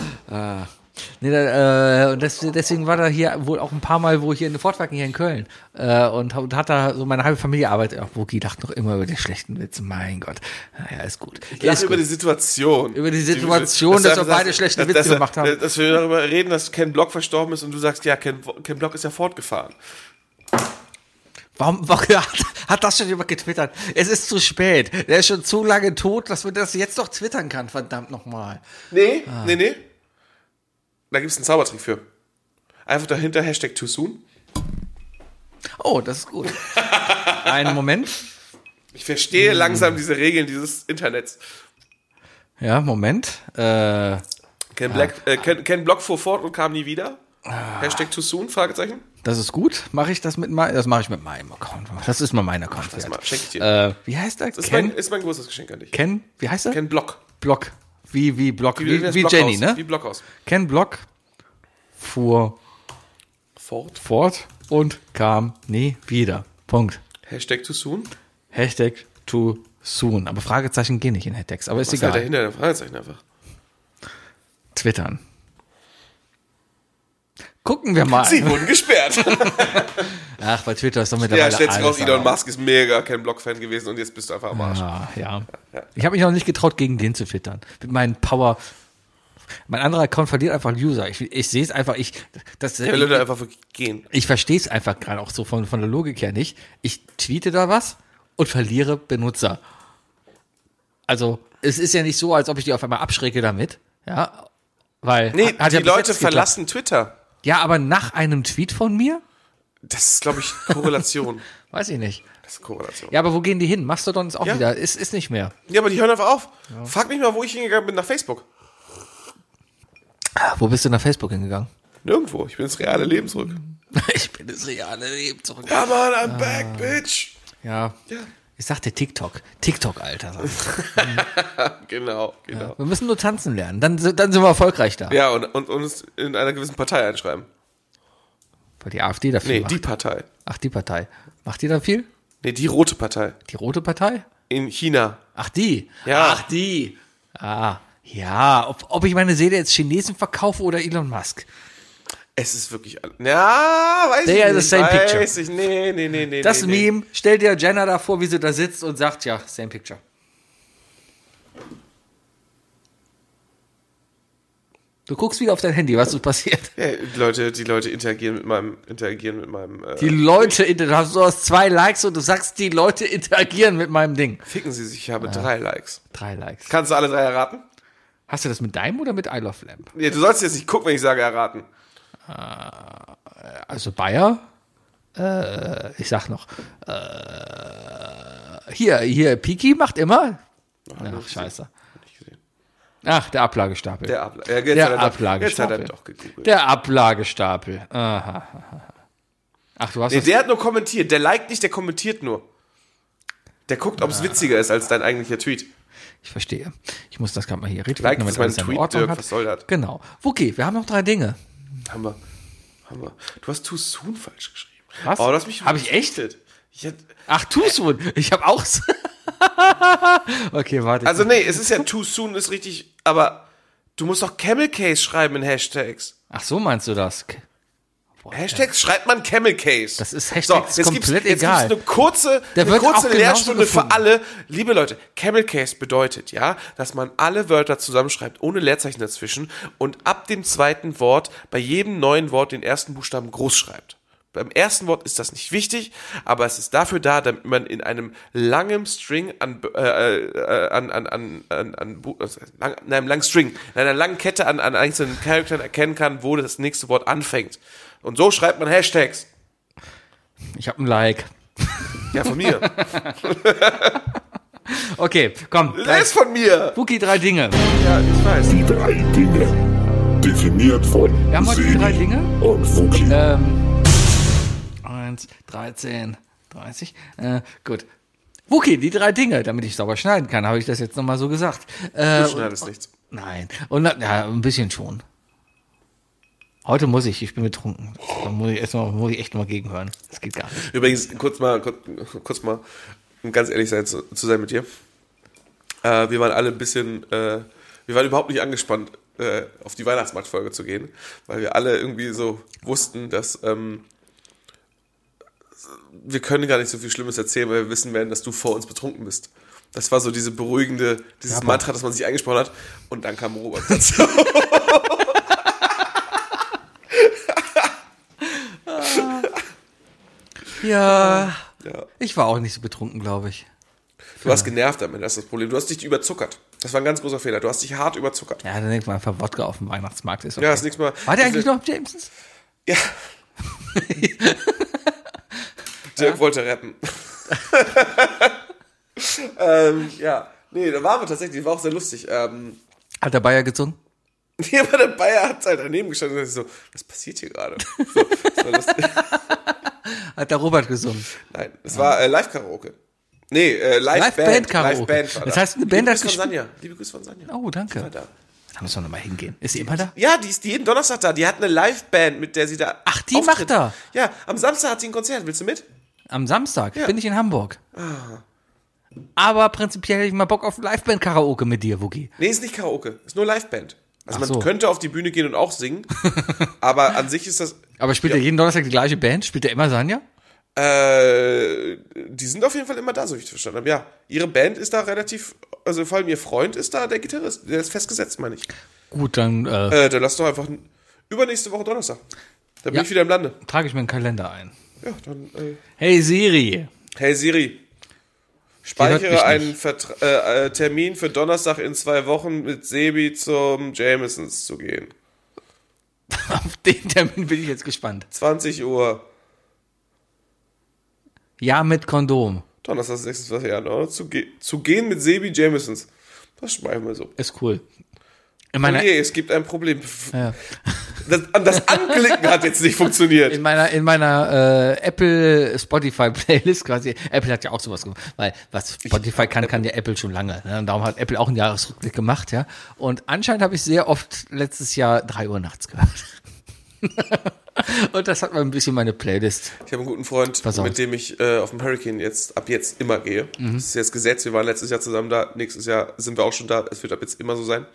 Nee, da, äh, und des- deswegen war da hier wohl auch ein paar Mal, wo ich hier in den Fortwerken hier in Köln äh, und, hab- und hat da so meine halbe Familie arbeitet. Auch Wookie lacht noch immer über die schlechten Witze. Mein Gott. Naja, ist gut.
Ich lache
Ist
über
gut.
die Situation.
Über die Situation, dass wir beide schlechte Witze
dass,
gemacht haben.
Dass wir darüber reden, dass Ken Block verstorben ist und du sagst, ja, Ken, Ken Block ist ja fortgefahren.
Warum, [laughs] warum hat, hat das schon jemand getwittert? Es ist zu spät. Der ist schon zu lange tot, dass man das jetzt noch twittern kann. Verdammt nochmal.
Nee,
Ah.
nee, nee. Da gibt es einen Zaubertrick für. Einfach dahinter Hashtag too soon.
Oh, das ist
[laughs]
gut. Einen Moment.
Ich verstehe
Mm.
langsam diese Regeln dieses Internets.
Ja, Moment. Äh, Ah.
Ken, Black, äh, Ken, Ken Block fuhr fort und kam nie wieder. Hashtag too soon, Fragezeichen.
Das ist gut. Mache ich das mit meinem? Das mache ich mit meinem Account. Das ist mal mein Account.
das
wert.
mal, schenk ich dir.
äh, wie heißt der?
Das ist
Ken?
mein, ist mein großes Geschenk an dich.
Ken? Wie heißt er?
Ken Block.
Block. Wie wie Block? Wie,
das
wie
Blockhaus.
Jenny, ne?
Wie Blockhaus.
Ken Block fuhr
Ford.
fort und kam nie wieder. Punkt.
Hashtag too soon.
Hashtag too soon. Aber Fragezeichen gehen nicht in Hashtags. Aber ist
Was ist halt
egal.
dahinter? Der Fragezeichen einfach.
Twittern. Gucken wir mal.
Sie wurden gesperrt.
[laughs] Ach, bei Twitter ist doch mittlerweile
ja, stellt sich raus,
alles
Elon
erlaubt.
Musk ist mega Ken Block-Fan gewesen und jetzt bist du einfach am Arsch.
Ah, ja. Ich habe mich noch nicht getraut, gegen den zu twittern. Mit meinen Power. Mein anderer Account verliert einfach User. Ich, ich sehe es einfach. Ich, das,
Der will
ich,
da einfach wirklich gehen.
ich verstehe es einfach gerade auch so von, von der Logik her nicht. Ich tweete da was und verliere Benutzer. Also, es ist ja nicht so, als ob ich die auf einmal abschrecke damit. Ja. Weil
Nee,
hat- hat
die
ja bis
Leute
jetzt geklappt.
verlassen Twitter.
Ja, aber nach einem Tweet von mir?
Das ist, glaube ich,
[laughs]
Korrelation.
Weiß ich nicht.
Das ist Korrelation. Ja.
Ja, aber wo gehen die hin? Mastodon ist auch
Ja.
wieder. Ist, ist nicht mehr.
aber die hören einfach auf. Frag mich mal, wo ich hingegangen bin nach Facebook.
Ah, Wo bist du nach Facebook hingegangen?
Nirgendwo. Ich bin ins reale Leben zurück.
Mhm. [laughs] Ich bin das reale Leben zurück.
Ja, man,
Ah.
I'm back, bitch.
Ja. Ich sagte TikTok. TikTok, Alter. sag ich.
Genau, genau.
Wir müssen nur tanzen lernen. Dann, sind- dann sind wir erfolgreich da.
Ja, und, und uns in einer gewissen Partei einschreiben.
Weil die AfD dafür
Nee,
macht.
die Partei.
Ach, die Partei. Macht die da viel?
Nee, die rote Partei.
Die rote Partei?
In China.
Ach, die.
Ja.
Ach, die. Ah, ja. Ob, ob ich meine Seele jetzt Chinesen verkaufe oder Elon Musk.
Es ist wirklich. all- Ja, weiß
They
ich
are the
nicht.
same
weiß
picture.
ich. Nee, nee, nee, nee.
Das
nee, nee.
Meme, stell dir Jenna da vor, wie sie da sitzt und sagt, ja, same picture. Du guckst wieder auf dein Handy, was ist passiert?
Ja, die Leute, die Leute interagieren mit meinem, interagieren mit meinem. Äh,
Die Leute, inter- du hast- du hast zwei Likes und du sagst, die Leute interagieren mit meinem Ding.
ficken sie sich. Ich
Ah.
habe drei Likes.
Drei Likes.
Kannst du alle drei erraten?
Hast du das mit deinem oder mit I Love Lamp?
Nee, du sollst jetzt nicht gucken, wenn ich sage erraten.
Also Bayer, äh, ich sag noch, äh, hier, hier, Piki macht immer. Ach, scheiße.
Nicht gesehen.
Ach, der Ablagestapel.
Der, Abla ja, jetzt
Der
hat er Doch, jetzt hat
Ablagestapel.
er doch gegoogelt.
Der Ablagestapel. Aha. Ach, du hast
Nee,
das-
der hat nur kommentiert. Der liked nicht, der kommentiert nur. Der guckt,
Ah.
ob es witziger ist als dein eigentlicher Tweet.
Ich verstehe. Ich muss das gerade mal hier reden,
Like ist mein
alles in
Tweet,
Ordnung
Dirk,
hat.
was soll das?
Genau. Okay, wir haben noch drei Dinge.
Haben wir. Haben wir. Du hast Too Soon falsch geschrieben.
Was?
Oh, du hast mich
Hab ich echt?
vernichtet. Ich hätte-
Ach, Tusun. Ich habe auch. [laughs] okay, warte.
also, nee, es ist ja Too Soon, ist richtig, aber du musst doch Camel Case schreiben in Hashtags.
Ach, so meinst du das? K-
Hashtags schreibt man Camel Case.
Das ist Hashtags komplett
gibt's,
egal.
Jetzt gibt's eine kurze,
Der
eine
wird auch
kurze
genauso
Lehrstunde für
gefunden.
alle. Liebe Leute, Camel Case bedeutet ja, dass man alle Wörter zusammenschreibt, ohne Leerzeichen dazwischen und ab dem zweiten Wort bei jedem neuen Wort den ersten Buchstaben groß schreibt. Beim ersten Wort ist das nicht wichtig, aber es ist dafür da, damit man in einem langen String an, äh, äh, an, an, an, an, an Bu- also lang, in einem langen String, in einer langen Kette an, an einzelnen Charakteren erkennen kann, wo das nächste Wort anfängt. Und so schreibt man Hashtags.
Ich habe ein Like.
Ja,
[laughs]
von mir.
Okay, komm.
Der
Drei,
ist von mir.
Wookie, drei Dinge.
Ja, ich weiß.
Die drei Dinge. Definiert von
Wir haben heute die drei
Sebi
Dinge.
und Wookie.
Ähm, 1, 13, 30. Äh, gut. Wookie, die drei Dinge, damit ich sauber schneiden kann, habe ich das jetzt nochmal so gesagt. Äh,
Du schneidest nichts.
nein. Und na- ja, ein bisschen schon. Heute muss ich, ich bin betrunken. Da muss ich, erstmal, muss ich echt mal gegenhören. Das geht gar nicht.
Übrigens, kurz mal, kurz, kurz mal, um ganz ehrlich sein, zu, zu sein mit dir. Äh, wir waren alle ein bisschen, äh, wir waren überhaupt nicht angespannt, äh, auf die Weihnachtsmarktfolge zu gehen, weil wir alle irgendwie so wussten, dass ähm, wir können gar nicht so viel Schlimmes erzählen, weil wir wissen werden, dass du vor uns betrunken bist. Das war so diese beruhigende, dieses Mantra, dass man sich eingesprochen hat. Und dann kam Robert dazu.
Ja,
ja.
ich war auch nicht so betrunken, glaube ich.
Du warst genervt damit, das ist das Problem. Du hast dich überzuckert. Das war ein ganz großer Fehler. Du hast dich hart überzuckert.
Ja, dann denkt man einfach, Wodka auf dem Weihnachtsmarkt ist okay.
Ja, ist nichts mehr.
War der
Diese-
eigentlich noch im Jamesons?
Ja. Dirk wollte rappen. [laughs] ähm, [laughs] ja. Nee, da waren wir tatsächlich. War auch sehr lustig. Ähm,
Hat der Bayer gezogen?
Ja, aber der Bayer hat halt daneben gestanden und so, was passiert hier gerade?
[laughs]
So, das war lustig.
Hat der Robert gesungen.
Nein, es war äh, Live-Karaoke. Nee, äh, Live-Band.
Live-Band-Karaoke.
Live-Band war
Das heißt, eine Band
Liebe
hat
Grüße von
gespielt.
Sanja. Liebe Grüße von Sanja.
Oh, danke.
Die war Da.
Da müssen wir nochmal hingehen. Ist sie immer da?
Ja, die ist jeden Donnerstag da. Die hat eine Live-Band, mit der sie da.
Ach, die macht da?
Ja, am Samstag hat sie ein Konzert. Willst du mit?
Am Samstag bin ich in Hamburg.
Ah.
Aber prinzipiell hätte ich mal Bock auf Liveband-Karaoke mit dir, Wookie.
Nee, ist nicht Karaoke. Ist nur Live-Band. Also
Ach
man
so.
könnte auf die Bühne gehen und
[laughs]
auch singen. aber an sich ist das.
Aber spielt er jeden Donnerstag die gleiche Band? Spielt er immer Sanja?
Äh, die sind auf jeden Fall immer da, so wie ich das verstanden habe. Ja, ihre Band ist da relativ. Also vor allem ihr Freund ist da, der Gitarrist. Der ist festgesetzt, meine ich.
Gut, dann äh,
Äh, dann lass doch einfach n- übernächste Woche Donnerstag. Da bin
Ja.
ich wieder im Lande.
trage ich mir einen Kalender ein.
Ja, dann. Äh,
Hey Siri. [laughs]
hey Siri.
Die hört
Speichere
mich
einen Vertra äh, äh, Termin für Donnerstag in zwei Wochen mit Sebi zum Jamesons zu gehen.
Auf den Termin bin ich jetzt gespannt.
20 Uhr,
Ja, mit Kondom.
Donnerstag, 26 Januar. Zu, ge zu gehen mit Sebi Jamesons. Das schmeißen wir so.
Ist cool. In
Oh
meiner,
je, es gibt ein Problem.
ja.
Das, das Anklicken hat jetzt nicht funktioniert.
in meiner, in meiner äh, Apple Spotify Playlist quasi. Apple hat ja auch sowas gemacht, weil was Spotify kann, kann ja Apple schon lange. Ne? Und darum hat Apple auch einen Jahresrückblick gemacht, ja. Und anscheinend habe ich sehr oft letztes Jahr drei Uhr nachts gehört. [laughs] Und das hat mal ein bisschen meine Playlist.
Ich habe einen guten Freund,
Pass auf. Mhm.
mit dem ich äh, auf dem Hurricane jetzt ab jetzt immer gehe. Das ist jetzt Gesetz. Wir waren letztes Jahr zusammen da. Nächstes Jahr sind wir auch schon da. Es wird ab jetzt immer so sein.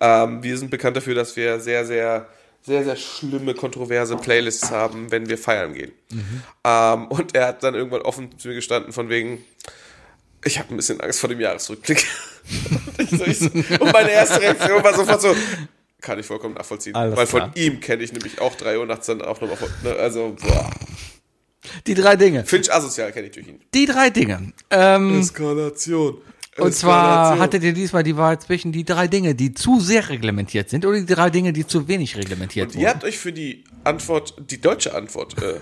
Ähm, wir sind bekannt dafür, dass wir sehr, sehr, sehr, sehr schlimme, kontroverse Playlists haben, wenn wir feiern gehen.
Mhm.
Ähm, und er hat dann irgendwann offen zu mir gestanden von wegen, ich habe ein bisschen Angst vor dem Jahresrückblick. [laughs] und, ich so, ich so, und meine erste Reaktion war sofort so, kann ich vollkommen nachvollziehen.
Alles
Weil von
klar.
ihm kenne ich nämlich auch drei Uhr nachts dann auch nochmal. von- Ne, also, boah.
Die drei Dinge.
Finch asozial kenne ich durch ihn.
Die drei Dinge. Ähm,
Eskalation.
Und zwar hattet ihr diesmal die Wahl zwischen die drei Dinge, die zu sehr reglementiert sind oder die drei Dinge, die zu wenig reglementiert
Ihr
wurden.
habt euch für die Antwort, die deutsche Antwort,
[laughs]
äh,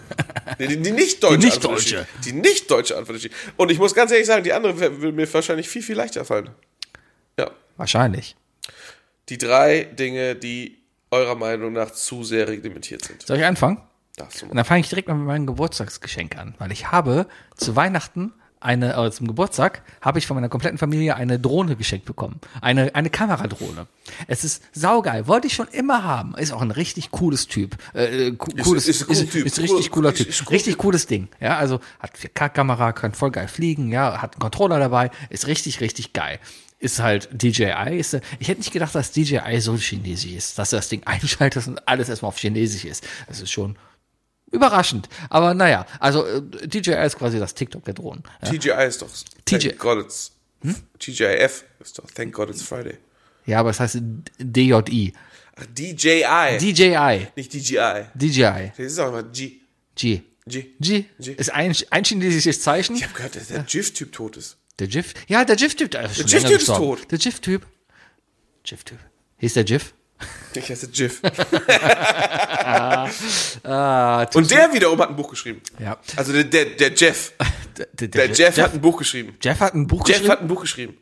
nee, die, die nicht deutsche
Die nicht
Antwort
deutsche.
entschieden. Die nicht deutsche Antwort entschieden. Und ich muss ganz ehrlich sagen, die andere wär- würde mir wahrscheinlich viel, viel leichter fallen. Ja.
Wahrscheinlich.
Die drei Dinge, die eurer Meinung nach zu sehr reglementiert sind.
Soll ich anfangen?
Darfst du
Und
mal.
dann fange ich direkt mal mit meinem Geburtstagsgeschenk an, weil ich habe zu Weihnachten eine, äh, zum Geburtstag habe ich von meiner kompletten Familie eine Drohne geschenkt bekommen. Eine, eine Kameradrohne. Es ist saugeil. Wollte ich schon immer haben. Ist auch ein richtig cooles Typ. Äh, co- cooles, ist,
ist ein cooler
ist,
Typ.
ist ein richtig cooler Typ.
Ist- ist cool.
richtig cooles Ding. Ja, also hat 4K-Kamera, kann voll geil fliegen, ja, hat einen Controller dabei. Ist richtig, richtig geil. Ist halt DJI. Ist, äh, ich hätte nicht gedacht, dass DJI so chinesisch ist, dass du das Ding [laughs] einschaltest und alles erstmal auf chinesisch ist. Das ist schon Überraschend. Aber naja, also äh, DJI ist quasi das TikTok der Drohnen. Ja.
TGI ist doch.
TGI.
Thank God it's.
Hm?
TGIF ist doch. Thank God it's Friday.
ja, aber es heißt DJI.
Ach, DJI.
DJI.
nicht DJI.
DJI.
Das ist auch immer G.
G.
G.
G. Ist ein, ein chinesisches Zeichen.
Ich habe gehört, dass der GIF-Typ tot ist.
Der GIF. Ja, der GIF-Typ. Der
GIF-Typ ist tot.
Der GIF-Typ. GIF-Typ. Hieß der GIF?
Ich
[laughs]
heiße GIF.
Ah,
Und der wiederum hat ein Buch geschrieben.
Ja.
Also der, der, der Jeff.
der, der, [laughs]
Der Jeff,
Jeff,
hat ein Buch geschrieben.
Jeff hat ein Buch
Jeff
geschrieben.
hat ein Buch geschrieben.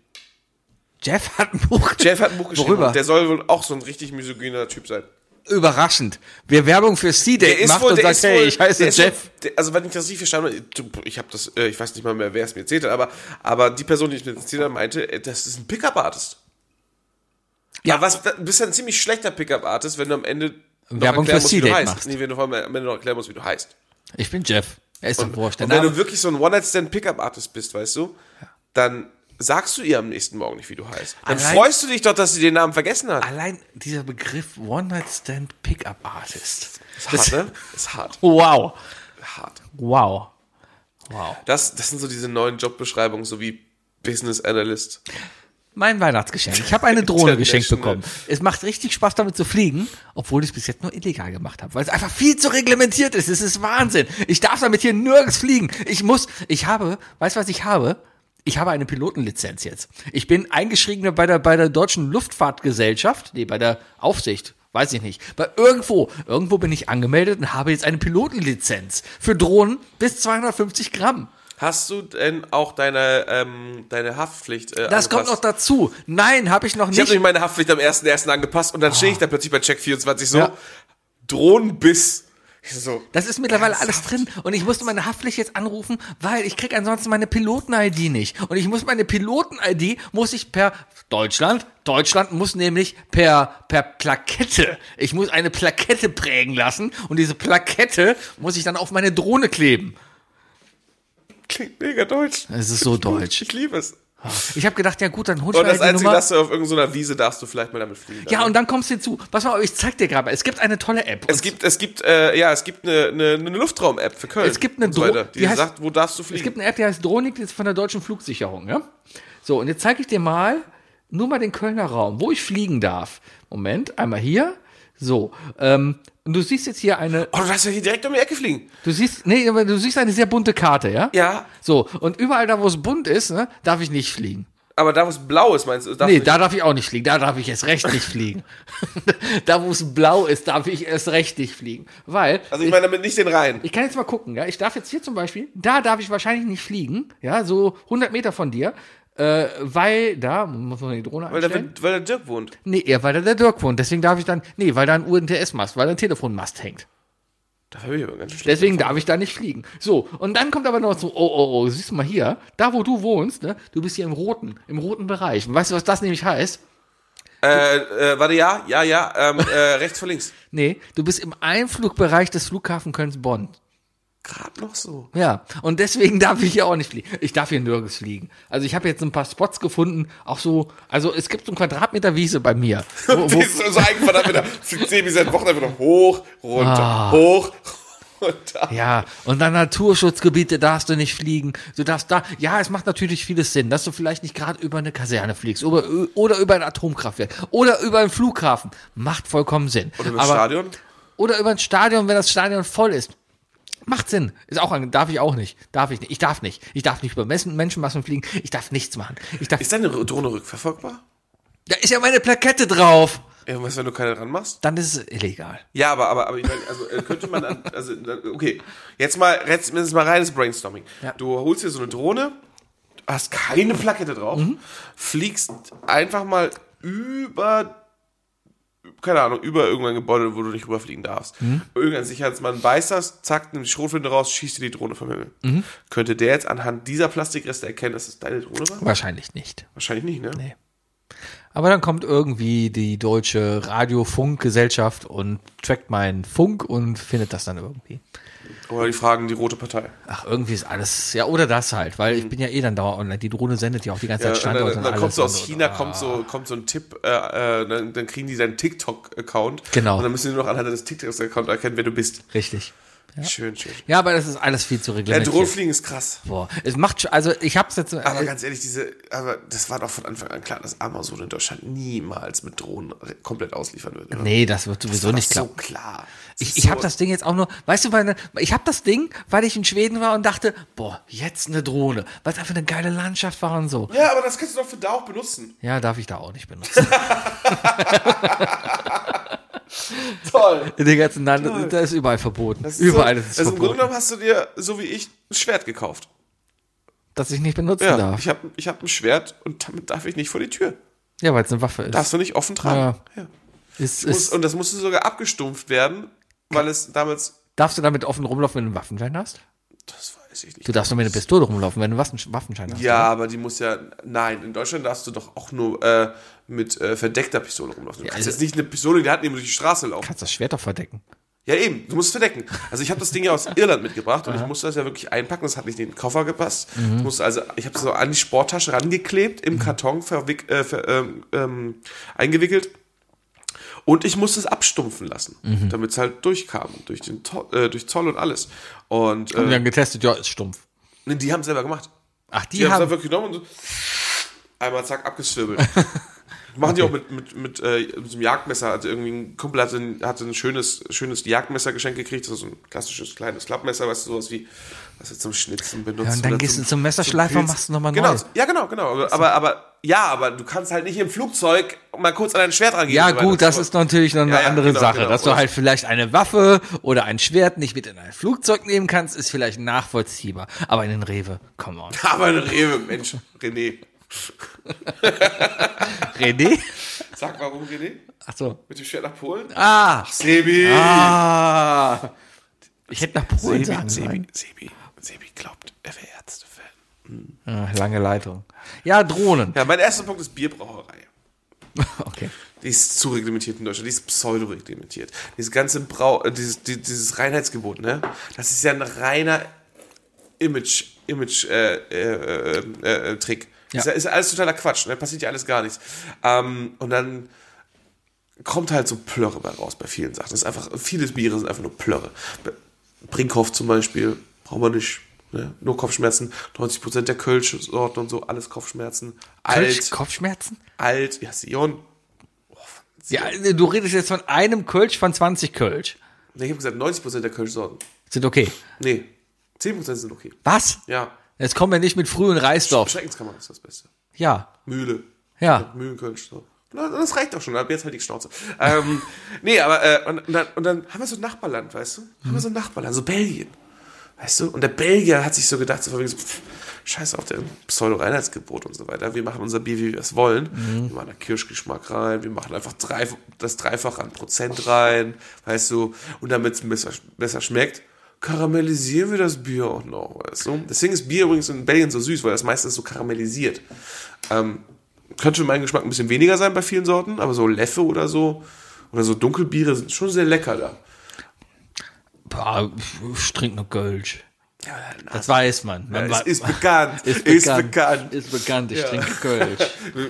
Jeff hat ein Buch
Jeff hat ein Buch geschrieben.
Worüber?
Und Der soll wohl auch so ein richtig misogyner Typ sein.
Überraschend. Wer Werbung für C-Date macht und sagt, hey, ich heiße
der ist
Jeff.
Wohl, der, also wenn ich das nicht verstanden habe, du, ich habe das, äh, ich weiß nicht mal mehr, wer es mir erzählt hat, aber, aber die Person, die es mir erzählt hat, meinte, äh, das ist ein Pickup-Artist. Ja, was, du bist ja ein ziemlich schlechter Pickup-Artist, wenn du am Ende noch
Werbung
erklären
für
musst, wie du
C-Date
heißt.
machst.
Nee, wenn du, vor allem am Ende noch erklären musst, wie du heißt.
Ich bin Jeff. Er ist doch wurscht. Der
Und wenn
Name-
du wirklich so ein One-Night-Stand-Pickup-Artist bist, weißt du, dann sagst du ihr am nächsten Morgen nicht, wie du heißt. Dann
Allein- Ah,
freust du dich doch, dass sie den Namen vergessen hat.
Allein dieser Begriff One-Night-Stand-Pickup-Artist.
Ist hart, ne? Ist hart.
Wow.
Hart.
Wow. Wow.
Das, das sind so diese neuen Jobbeschreibungen, so wie Business Analyst.
Mein Weihnachtsgeschenk. Ich habe
[laughs]
eine Drohne geschenkt
International.
bekommen. Es macht richtig Spaß, damit zu fliegen, obwohl ich es bis jetzt nur illegal gemacht habe, weil es einfach viel zu reglementiert ist. Es ist Wahnsinn. Ich darf damit hier nirgends fliegen. Ich muss, ich habe, weißt du, was ich habe? Ich habe eine Pilotenlizenz jetzt. Ich bin eingeschriebener bei der, bei der Deutschen Luftfahrtgesellschaft, nee, bei der Aufsicht, weiß ich nicht. Bei irgendwo, irgendwo bin ich angemeldet und habe jetzt eine Pilotenlizenz für Drohnen bis 250 Gramm.
Hast du denn auch deine, ähm, deine Haftpflicht äh,
Das kommt noch
angepasst?
dazu. Nein, habe Also ich noch
Ich habe
nicht.
nämlich meine Haftpflicht am 1.1. angepasst und dann stehe ich da plötzlich bei Check 24 so,
Ja.
Drohnenbiss. Ich so,
Das ist mittlerweile alles drin und ich musste meine Haftpflicht jetzt anrufen, weil ich krieg ansonsten meine Piloten-ID nicht. Und ich muss meine Piloten-ID muss ich per Deutschland, Deutschland muss nämlich per per Plakette. Ich muss eine Plakette prägen lassen und diese Plakette muss ich dann auf meine Drohne kleben.
klingt mega deutsch.
Es ist so Äh, deutsch.
Ich liebe es.
[laughs] Ich habe gedacht, ja gut, dann hol ich
Und
mir
das
halt die
Einzige,
Nummer.
dass du auf irgendeiner Wiese darfst du vielleicht mal damit fliegen.
Ja, und dann kommst du hinzu. Pass mal, auf, ich zeig dir gerade mal. Es gibt eine tolle App.
es gibt, es gibt, äh, ja, es gibt eine, eine, eine Luftraum-App für Köln.
Es gibt eine
und so
Dro-
weiter, die,
die heißt-
sagt, wo darfst du fliegen.
Es gibt eine App, die heißt Dronik, die ist von der deutschen Flugsicherung. Ja? So, und jetzt zeige ich dir mal nur mal den Kölner Raum, wo ich fliegen darf. Moment, einmal hier. So, ähm, und du siehst jetzt hier eine,
oh, du darfst ja hier direkt um die Ecke fliegen.
du siehst, nee, aber du siehst eine sehr bunte Karte, ja?
Ja,
So, und überall da, wo es bunt ist, ne, darf ich nicht fliegen.
aber da, wo es blau ist, meinst du? darfst
Nee,
du-
da darf ich auch nicht fliegen. Da darf ich erst recht nicht [laughs] fliegen. da, wo es blau ist, darf ich erst recht nicht fliegen. Weil
also ich meine damit nicht den Rhein.
Ich kann jetzt mal gucken, ja. Ich darf jetzt hier zum Beispiel, da darf ich wahrscheinlich nicht fliegen, ja, so 100 Meter von dir, äh, weil da, muss man die Drohne
Weil da,
einstellen?
weil da Dirk wohnt.
Nee, eher weil da der Dirk wohnt, deswegen darf ich dann, nee, weil da ein UNTS-Mast, weil da ein Telefonmast hängt.
Da habe ich aber ganz schön schlecht.
Deswegen darf ich da nicht fliegen. So, und dann kommt aber noch so, oh, oh, oh, siehst du mal hier, da wo du wohnst, ne, du bist hier im roten, im roten Bereich. Und weißt du, was das nämlich heißt?
Äh, äh, warte, ja, ja, ja, ähm, äh, rechts vor links.
Nee, du bist im Einflugbereich des Flughafen Köln-Bonn.
Gerade noch so.
Ja, und deswegen [laughs] darf ich hier auch nicht fliegen. Ich darf hier nirgends fliegen. Also ich habe jetzt ein paar Spots gefunden, auch so, also es gibt so einen Quadratmeter Wiese bei mir.
[laughs]
Wo,
Die
wo,
ist so eingefallen, wieder. Sebi seit Wochen einfach noch hoch, runter,
Ah.
hoch, runter.
ja, und dann Naturschutzgebiete darfst du nicht fliegen. Du darfst da, ja, es macht natürlich vieles Sinn, dass du vielleicht nicht gerade über eine Kaserne fliegst oder, oder über ein Atomkraftwerk oder über einen Flughafen. Macht vollkommen Sinn.
Oder im
Aber-
Stadion?
Oder über ein Stadion, wenn das Stadion voll ist. Macht Sinn. Ist auch an, darf ich auch nicht. Darf ich nicht. Ich darf nicht. Ich darf nicht über Messen- Menschenmassen fliegen. Ich darf nichts machen. Ich darf.
Ist deine Drohne rückverfolgbar?
Da ist ja meine Plakette drauf.
Ja, was, wenn du keine dran machst?
Dann ist es illegal.
Ja, aber, aber, aber ich meine, also äh, könnte man, an, also, äh, okay, jetzt mal, jetzt jetzt mal reines Brainstorming.
Ja.
Du holst dir so eine Drohne, hast keine Plakette drauf, fliegst einfach mal über, keine Ahnung, über irgendein Gebäude, wo du nicht rüberfliegen darfst. Irgendein Sicherheitsmann weiß das, zack, nimmt die Schrotflinte raus, schießt dir die Drohne vom Himmel. Könnte der jetzt anhand dieser Plastikreste erkennen, dass es deine Drohne war?
Wahrscheinlich nicht.
Wahrscheinlich nicht, ne?
Aber dann kommt irgendwie die deutsche Radiofunkgesellschaft und trackt meinen Funk und findet das dann irgendwie.
Oder die fragen die Rote Partei.
Ach, irgendwie ist alles. Ja, oder das halt, weil
Mhm.
ich bin ja eh dann dauernd online. Die Drohne sendet ja auch die ganze
Ja,
Zeit
und
Standort
Äh, dann,
und
dann
alles
kommt so aus
und- Ah.
China, kommt, so, kommt so ein Tipp, äh, äh, dann, dann kriegen die seinen TikTok-Account.
Genau.
Und dann müssen die nur noch anhand des TikTok-Accounts erkennen, wer du bist.
Richtig.
Schön, schön.
Ja, aber das ist alles viel zu
Ja,
reglementiert.
Drohnenfliegen ist krass.
Boah, es macht sch- also ich hab's jetzt
Aber
äh,
ganz ehrlich, diese, aber das war doch von Anfang an klar, dass Amazon in Deutschland niemals mit Drohnen re- komplett ausliefern wird. oder?
Nee, das wird
Das
sowieso
war doch
nicht klappen.
So klar.
Ich,
ist
ich habe
so-
das Ding jetzt auch nur, weißt du, weil, ich habe das Ding, weil ich in Schweden war und dachte, boah, jetzt eine Drohne, weil es einfach eine geile Landschaft war und so.
Ja, aber das kannst du doch für da auch benutzen.
Ja, darf ich da auch
[laughs]
nicht benutzen.
Toll.
In den ganzen Land, da ist überall verboten.
Das ist
überall
so,
[laughs] ist es
also im Grunde
verboten,
genommen hast du dir, so wie ich, ein Schwert gekauft.
dass ich nicht benutzen
Ja,
darf.
ich habe ich hab ein Schwert und damit darf ich nicht vor die Tür.
Ja, weil es eine Waffe ist.
Darfst du nicht offen tragen. Ja.
ist,
Muss,
ist
und das musste sogar abgestumpft werden, weil es damals.
darfst du damit offen rumlaufen, wenn du einen Waffenschein hast?
Das weiß ich nicht.
Du darfst nur mit einer Pistole rumlaufen, wenn du einen Waffen- Waffenschein hast.
ja, aber die muss ja. Nein, in Deutschland darfst du doch auch nur äh, mit äh, verdeckter Pistole rumlaufen. Du kannst
also-
jetzt nicht eine Pistole in die Hand nehmen und durch die Straße laufen.
Kannst das Schwert doch verdecken.
Ja, eben, du musst es verdecken. Also ich habe das Ding
[laughs]
ja aus Irland mitgebracht und ich musste das ja wirklich einpacken. Das hat nicht in den Koffer gepasst.
Mhm.
Ich musste also, ich habe es so an die Sporttasche rangeklebt, im Karton verwick, äh, ver, ähm, ähm, eingewickelt. Und ich musste es abstumpfen lassen,
Mhm.
damit es halt durchkam, durch, den, To- äh, durch Zoll und alles. Und
Und wir
äh,
haben getestet, ja, ist stumpf.
nee, die haben es selber gemacht.
Ach, die,
Die, haben es
haben.
einfach genommen und so einmal zack,
[laughs]
abgeswirbelt. Machen die auch mit, mit, mit, äh, mit so einem Jagdmesser. Also irgendwie ein Kumpel hatte ein, hatte ein schönes, schönes Jagdmesser geschenkt gekriegt. Das ist so ein klassisches kleines Klappmesser, weißt du, sowas wie, was du zum Schnitzen benutzt.
Ja, und dann
oder
gehst du zum Messerschleifer und
Pilz.
machst du nochmal neu.
genau, Ja, genau, genau. Aber, aber, aber ja, aber du kannst halt nicht im Flugzeug mal kurz an ein Schwert rangehen.
Ja,
und so weiter.
Ah, gut, das ist natürlich noch eine
Ja, ja,
andere
genau,
Sache.
genau.
Dass du halt vielleicht eine Waffe oder ein Schwert nicht mit in ein Flugzeug nehmen kannst, ist vielleicht nachvollziehbar. Aber in den Rewe, come on.
Aber ein Rewe, Mensch, René.
[laughs] René?
Sag warum, René?
Ach so.
Mit dem Schwert nach Polen?
Ah!
Sebi!
Ah! Ich hätte nach Polen
Sebi,
sagen
Sebi,
sollen.
Sebi, Sebi glaubt, er wäre Ärztefan.
Ah, lange Leitung. Ja, Drohnen.
Ja, mein erster Punkt ist Bierbrauerei.
Okay.
Die ist zu reglementiert in Deutschland, die ist pseudo-reglementiert. Dieses ganze Brau, äh, dieses, die, dieses Reinheitsgebot, ne? Das ist ja ein reiner Image, Image, äh, äh, äh, äh, Trick.
Ja.
Ist, ja- ist ja alles totaler Quatsch, ne? Passiert ja alles gar nichts. Ähm, und dann kommt halt so Plörre bei raus bei vielen Sachen. Das ist einfach, viele Biere sind einfach nur Plörre. Be- Brinkhoff zum Beispiel, braucht man nicht. Ne? Nur Kopfschmerzen, 90% der Kölsch-Sorten und so, alles Kopfschmerzen.
Kölsch,
Alt,
Kopfschmerzen?
alt, ja, Sion. Oh,
Ja,
Also,
du redest jetzt von einem Kölsch von 20 Kölsch.
Nee, ich habe gesagt, 90% der Kölsch-Sorten.
Sind okay.
Nee, 10% sind okay.
Was?
Ja.
Jetzt kommen wir nicht mit frühen Reisdorf.
Schreckenskammer ist das Beste.
Ja.
Mühle.
Ja.
Mühlenkölsch. So. Na, das reicht doch schon, ab jetzt halt die Schnauze. ähm, [laughs] nee, aber äh, und, und, dann, und dann haben wir so ein Nachbarland, weißt du? Haben wir so ein Nachbarland, so Belgien. Weißt du? Und der Belgier hat sich so gedacht, so von wegen so, pff, scheiß auf der Pseudo-Reinheitsgebot und so weiter. Wir machen unser Bier, wie wir es wollen. Wir machen da Kirschgeschmack rein, wir machen einfach drei, das Dreifache an Prozent rein, weißt du? Und damit es besser, besser schmeckt, karamellisieren wir das Bier auch noch, weißt du? Deswegen ist Bier übrigens in Belgien so süß, weil das meistens so karamellisiert. Könnte für meinen Geschmack ein bisschen weniger sein bei vielen Sorten, aber so Leffe oder so oder so Dunkelbiere sind schon sehr lecker da.
Bah, ich trinke nur Kölsch.
Ja,
Das weiß man. man
es
wa-
ist bekannt.
[laughs] Ist
Ist
bekannt.
bekannt.
Ist bekannt, ich trinke
[laughs]
Kölsch.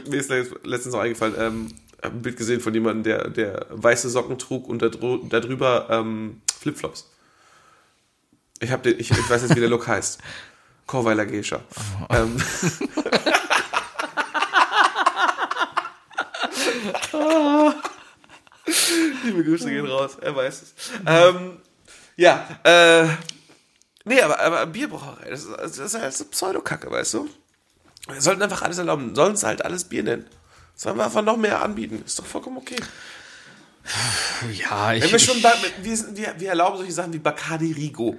Mir ist letzt- letztens noch eingefallen, ähm, hab ein Bild gesehen von jemandem, der, der weiße Socken trug und da dru- darüber ähm, Flipflops. Ich, hab den, ich, ich weiß jetzt, wie der Look heißt. Korweiler Gescher. Ähm, Liebe Grüße gehen raus, er weiß es. Ähm, ja, äh, nee, aber, aber Bierbrauerei, das ist, das ist halt so Pseudokacke, weißt du? Wir sollten einfach alles erlauben, sollen es halt alles Bier nennen. Sollen wir einfach noch mehr anbieten, ist doch vollkommen okay.
Ja, ich.
Wenn wir schon
ich-
bei, wir, sind- wir, wir erlauben solche Sachen wie Bacardi Rigo.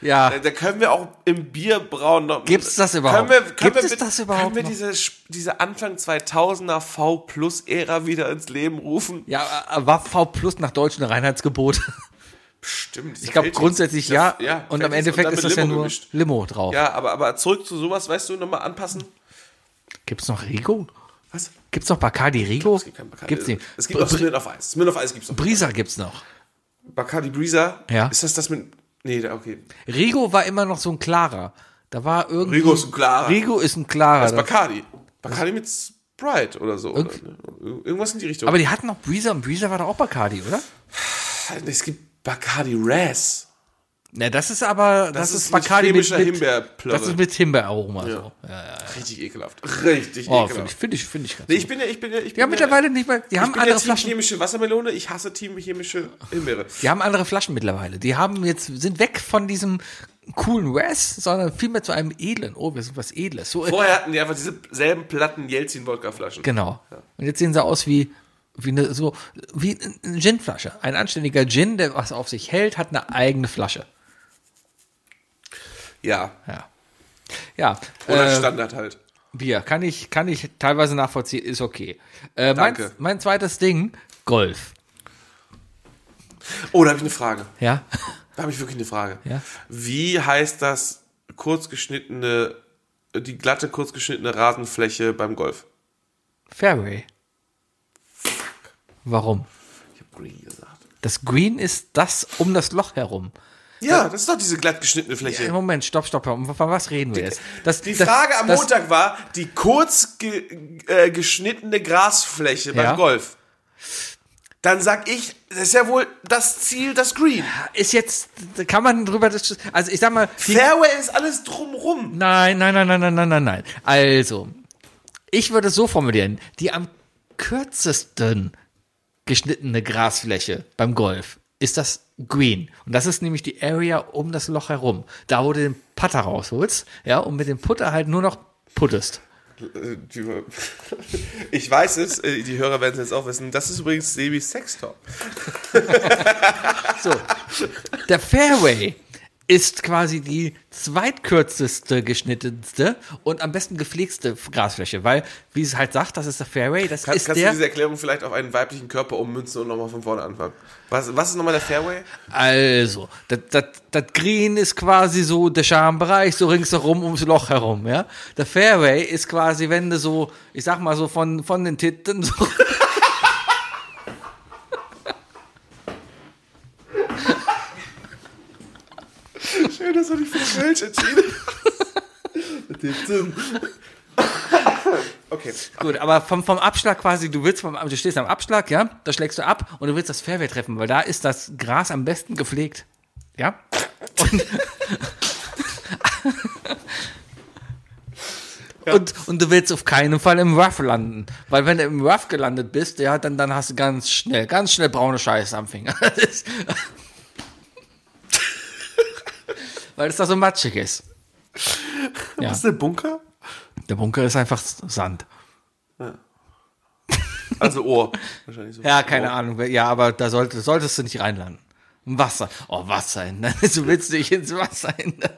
ja.
Da, da können wir auch im Bierbrauen noch.
Gibt's das überhaupt?
Können wir, können
Gibt
wir
es
mit-
das überhaupt
Können wir
noch?
diese, Sch- diese Anfang 2000er V-Plus-Ära wieder ins Leben rufen?
Ja, äh, war V plus nach deutschem Reinheitsgebot.
Stimmt.
Ich glaube grundsätzlich ja. Und am Endeffekt ist das ja nur Limo drauf.
Ja, aber, aber zurück zu sowas, weißt du, nochmal anpassen.
Gibt's noch Rigo?
Was?
Gibt's noch Bacardi Rigo?
Es gibt kein Bacardi.
Gibt's nicht.
Es gibt auch
Br-
Smirn auf Eis. Smirn auf Eis gibt's noch.
Brisa gibt's noch.
Bacardi Breezer.
Ja.
Ist das das mit. Nee, da- okay.
Rigo war immer noch so ein klarer. Da war irgendwie.
Rigo ist ein klarer.
Rigo ist ein klarer.
Das ist Bacardi. Bacardi mit Sprite oder so. Oder, ne? Irgendwas in die Richtung.
aber die hatten noch Breezer und Breezer war doch auch Bacardi, oder?
es gibt Bacardi Raz.
Na, das ist aber. Das,
ist
ist,
mit
Bacardi mit,
chemischer
mit
Himbeerplörre.
Das ist mit Himbeeraroma. So.
genau.
Ja,
Richtig ekelhaft. Richtig
oh, finde ich,
ekelhaft.
finde ich, finde ich ganz
Nee, ich bin ja, ich bin ja, ich bin
Die haben
ja,
mittlerweile nicht mehr. Die haben
ich bin ja
andere
Team
Flaschen.
chemische Wassermelone, ich hasse Team chemische Himbeere.
Die haben andere Flaschen mittlerweile. Die haben jetzt, sind weg von diesem coolen Wes, sondern vielmehr zu einem edlen. Oh, wir sind was Edles. So,
Vorher hatten die einfach dieselben platten Jelzin-Wodka-Flaschen.
genau. Und jetzt sehen sie aus wie, wie eine, so, wie eine Ginflasche. Ein anständiger Gin, der was auf sich hält, hat eine eigene Flasche.
Ja.
Ja. Ja,
Oder
äh,
Standard halt.
Bier. Kann ich, kann ich teilweise nachvollziehen, ist okay. Äh,
Danke.
Mein, mein zweites Ding, Golf.
Oh, da habe ich eine Frage.
Ja.
Da habe ich wirklich eine Frage.
Ja.
Wie heißt das kurzgeschnittene, die glatte kurzgeschnittene Rasenfläche beim Golf?
Fairway. Warum?
Ich habe Green gesagt.
Das Green ist das um das Loch herum.
Ja, das ist doch diese glatt geschnittene Fläche.
Äh, Moment, stopp, stopp, stopp. Von was reden wir jetzt? Das,
die
das-
Frage am
das,
Montag war die kurz ge äh, geschnittene Grasfläche beim
Ja.
Golf. Dann sag ich, das ist ja wohl das Ziel, das Green.
Ist jetzt, da kann man drüber, dis- also ich sag mal, die,
Fairway ist alles drumrum.
nein, nein, nein, nein, nein, nein, nein, nein. Also, ich würde es so formulieren, die am kürzesten geschnittene Grasfläche beim Golf ist das Green. Und das ist nämlich die Area um das Loch herum. Da, wo du den Putter rausholst, ja, und mit dem Putter halt nur noch puttest.
Äh, die- [laughs] Ich weiß es, äh, die Hörer werden es jetzt auch wissen. Das ist übrigens Sebis Sextop.
So, der Fairway ist quasi die zweitkürzeste, geschnittenste und am besten gepflegste Grasfläche, weil, wie es halt sagt, das ist der Fairway, das
Kann,
ist
kannst du
der...
diese Erklärung vielleicht auf einen weiblichen Körper ummünzen und nochmal von vorne anfangen? Was, was ist nochmal der Fairway?
Also, das, das, das Green ist quasi so der Schambereich, so ringsherum ums Loch herum, ja. Der Fairway ist quasi, wenn du so, ich sag mal so von, von den Titten [laughs] so.
Schön, dass du dich für falsch entschieden
[laughs]
Okay.
Gut, aber vom, vom Abschlag quasi, du willst vom, du stehst am Abschlag, ja, da schlägst du ab und du willst das Fairway treffen, weil da ist das Gras am besten gepflegt. Ja? Und, und, und du willst auf keinen Fall im Rough landen. Weil wenn du im Rough gelandet bist, ja, dann, dann hast du ganz schnell, ganz schnell braune Scheiße am Finger. [laughs] Das ist, weil es da so matschig ist.
Was ist der Bunker?
Der Bunker ist einfach Sand.
Also Ohr. Wahrscheinlich so.
Ja, keine Ahnung. Ja, aber da sollte, solltest du nicht reinlanden. Im Wasser. Oh, Wasser hindern. Du willst nicht ins Wasser hindern.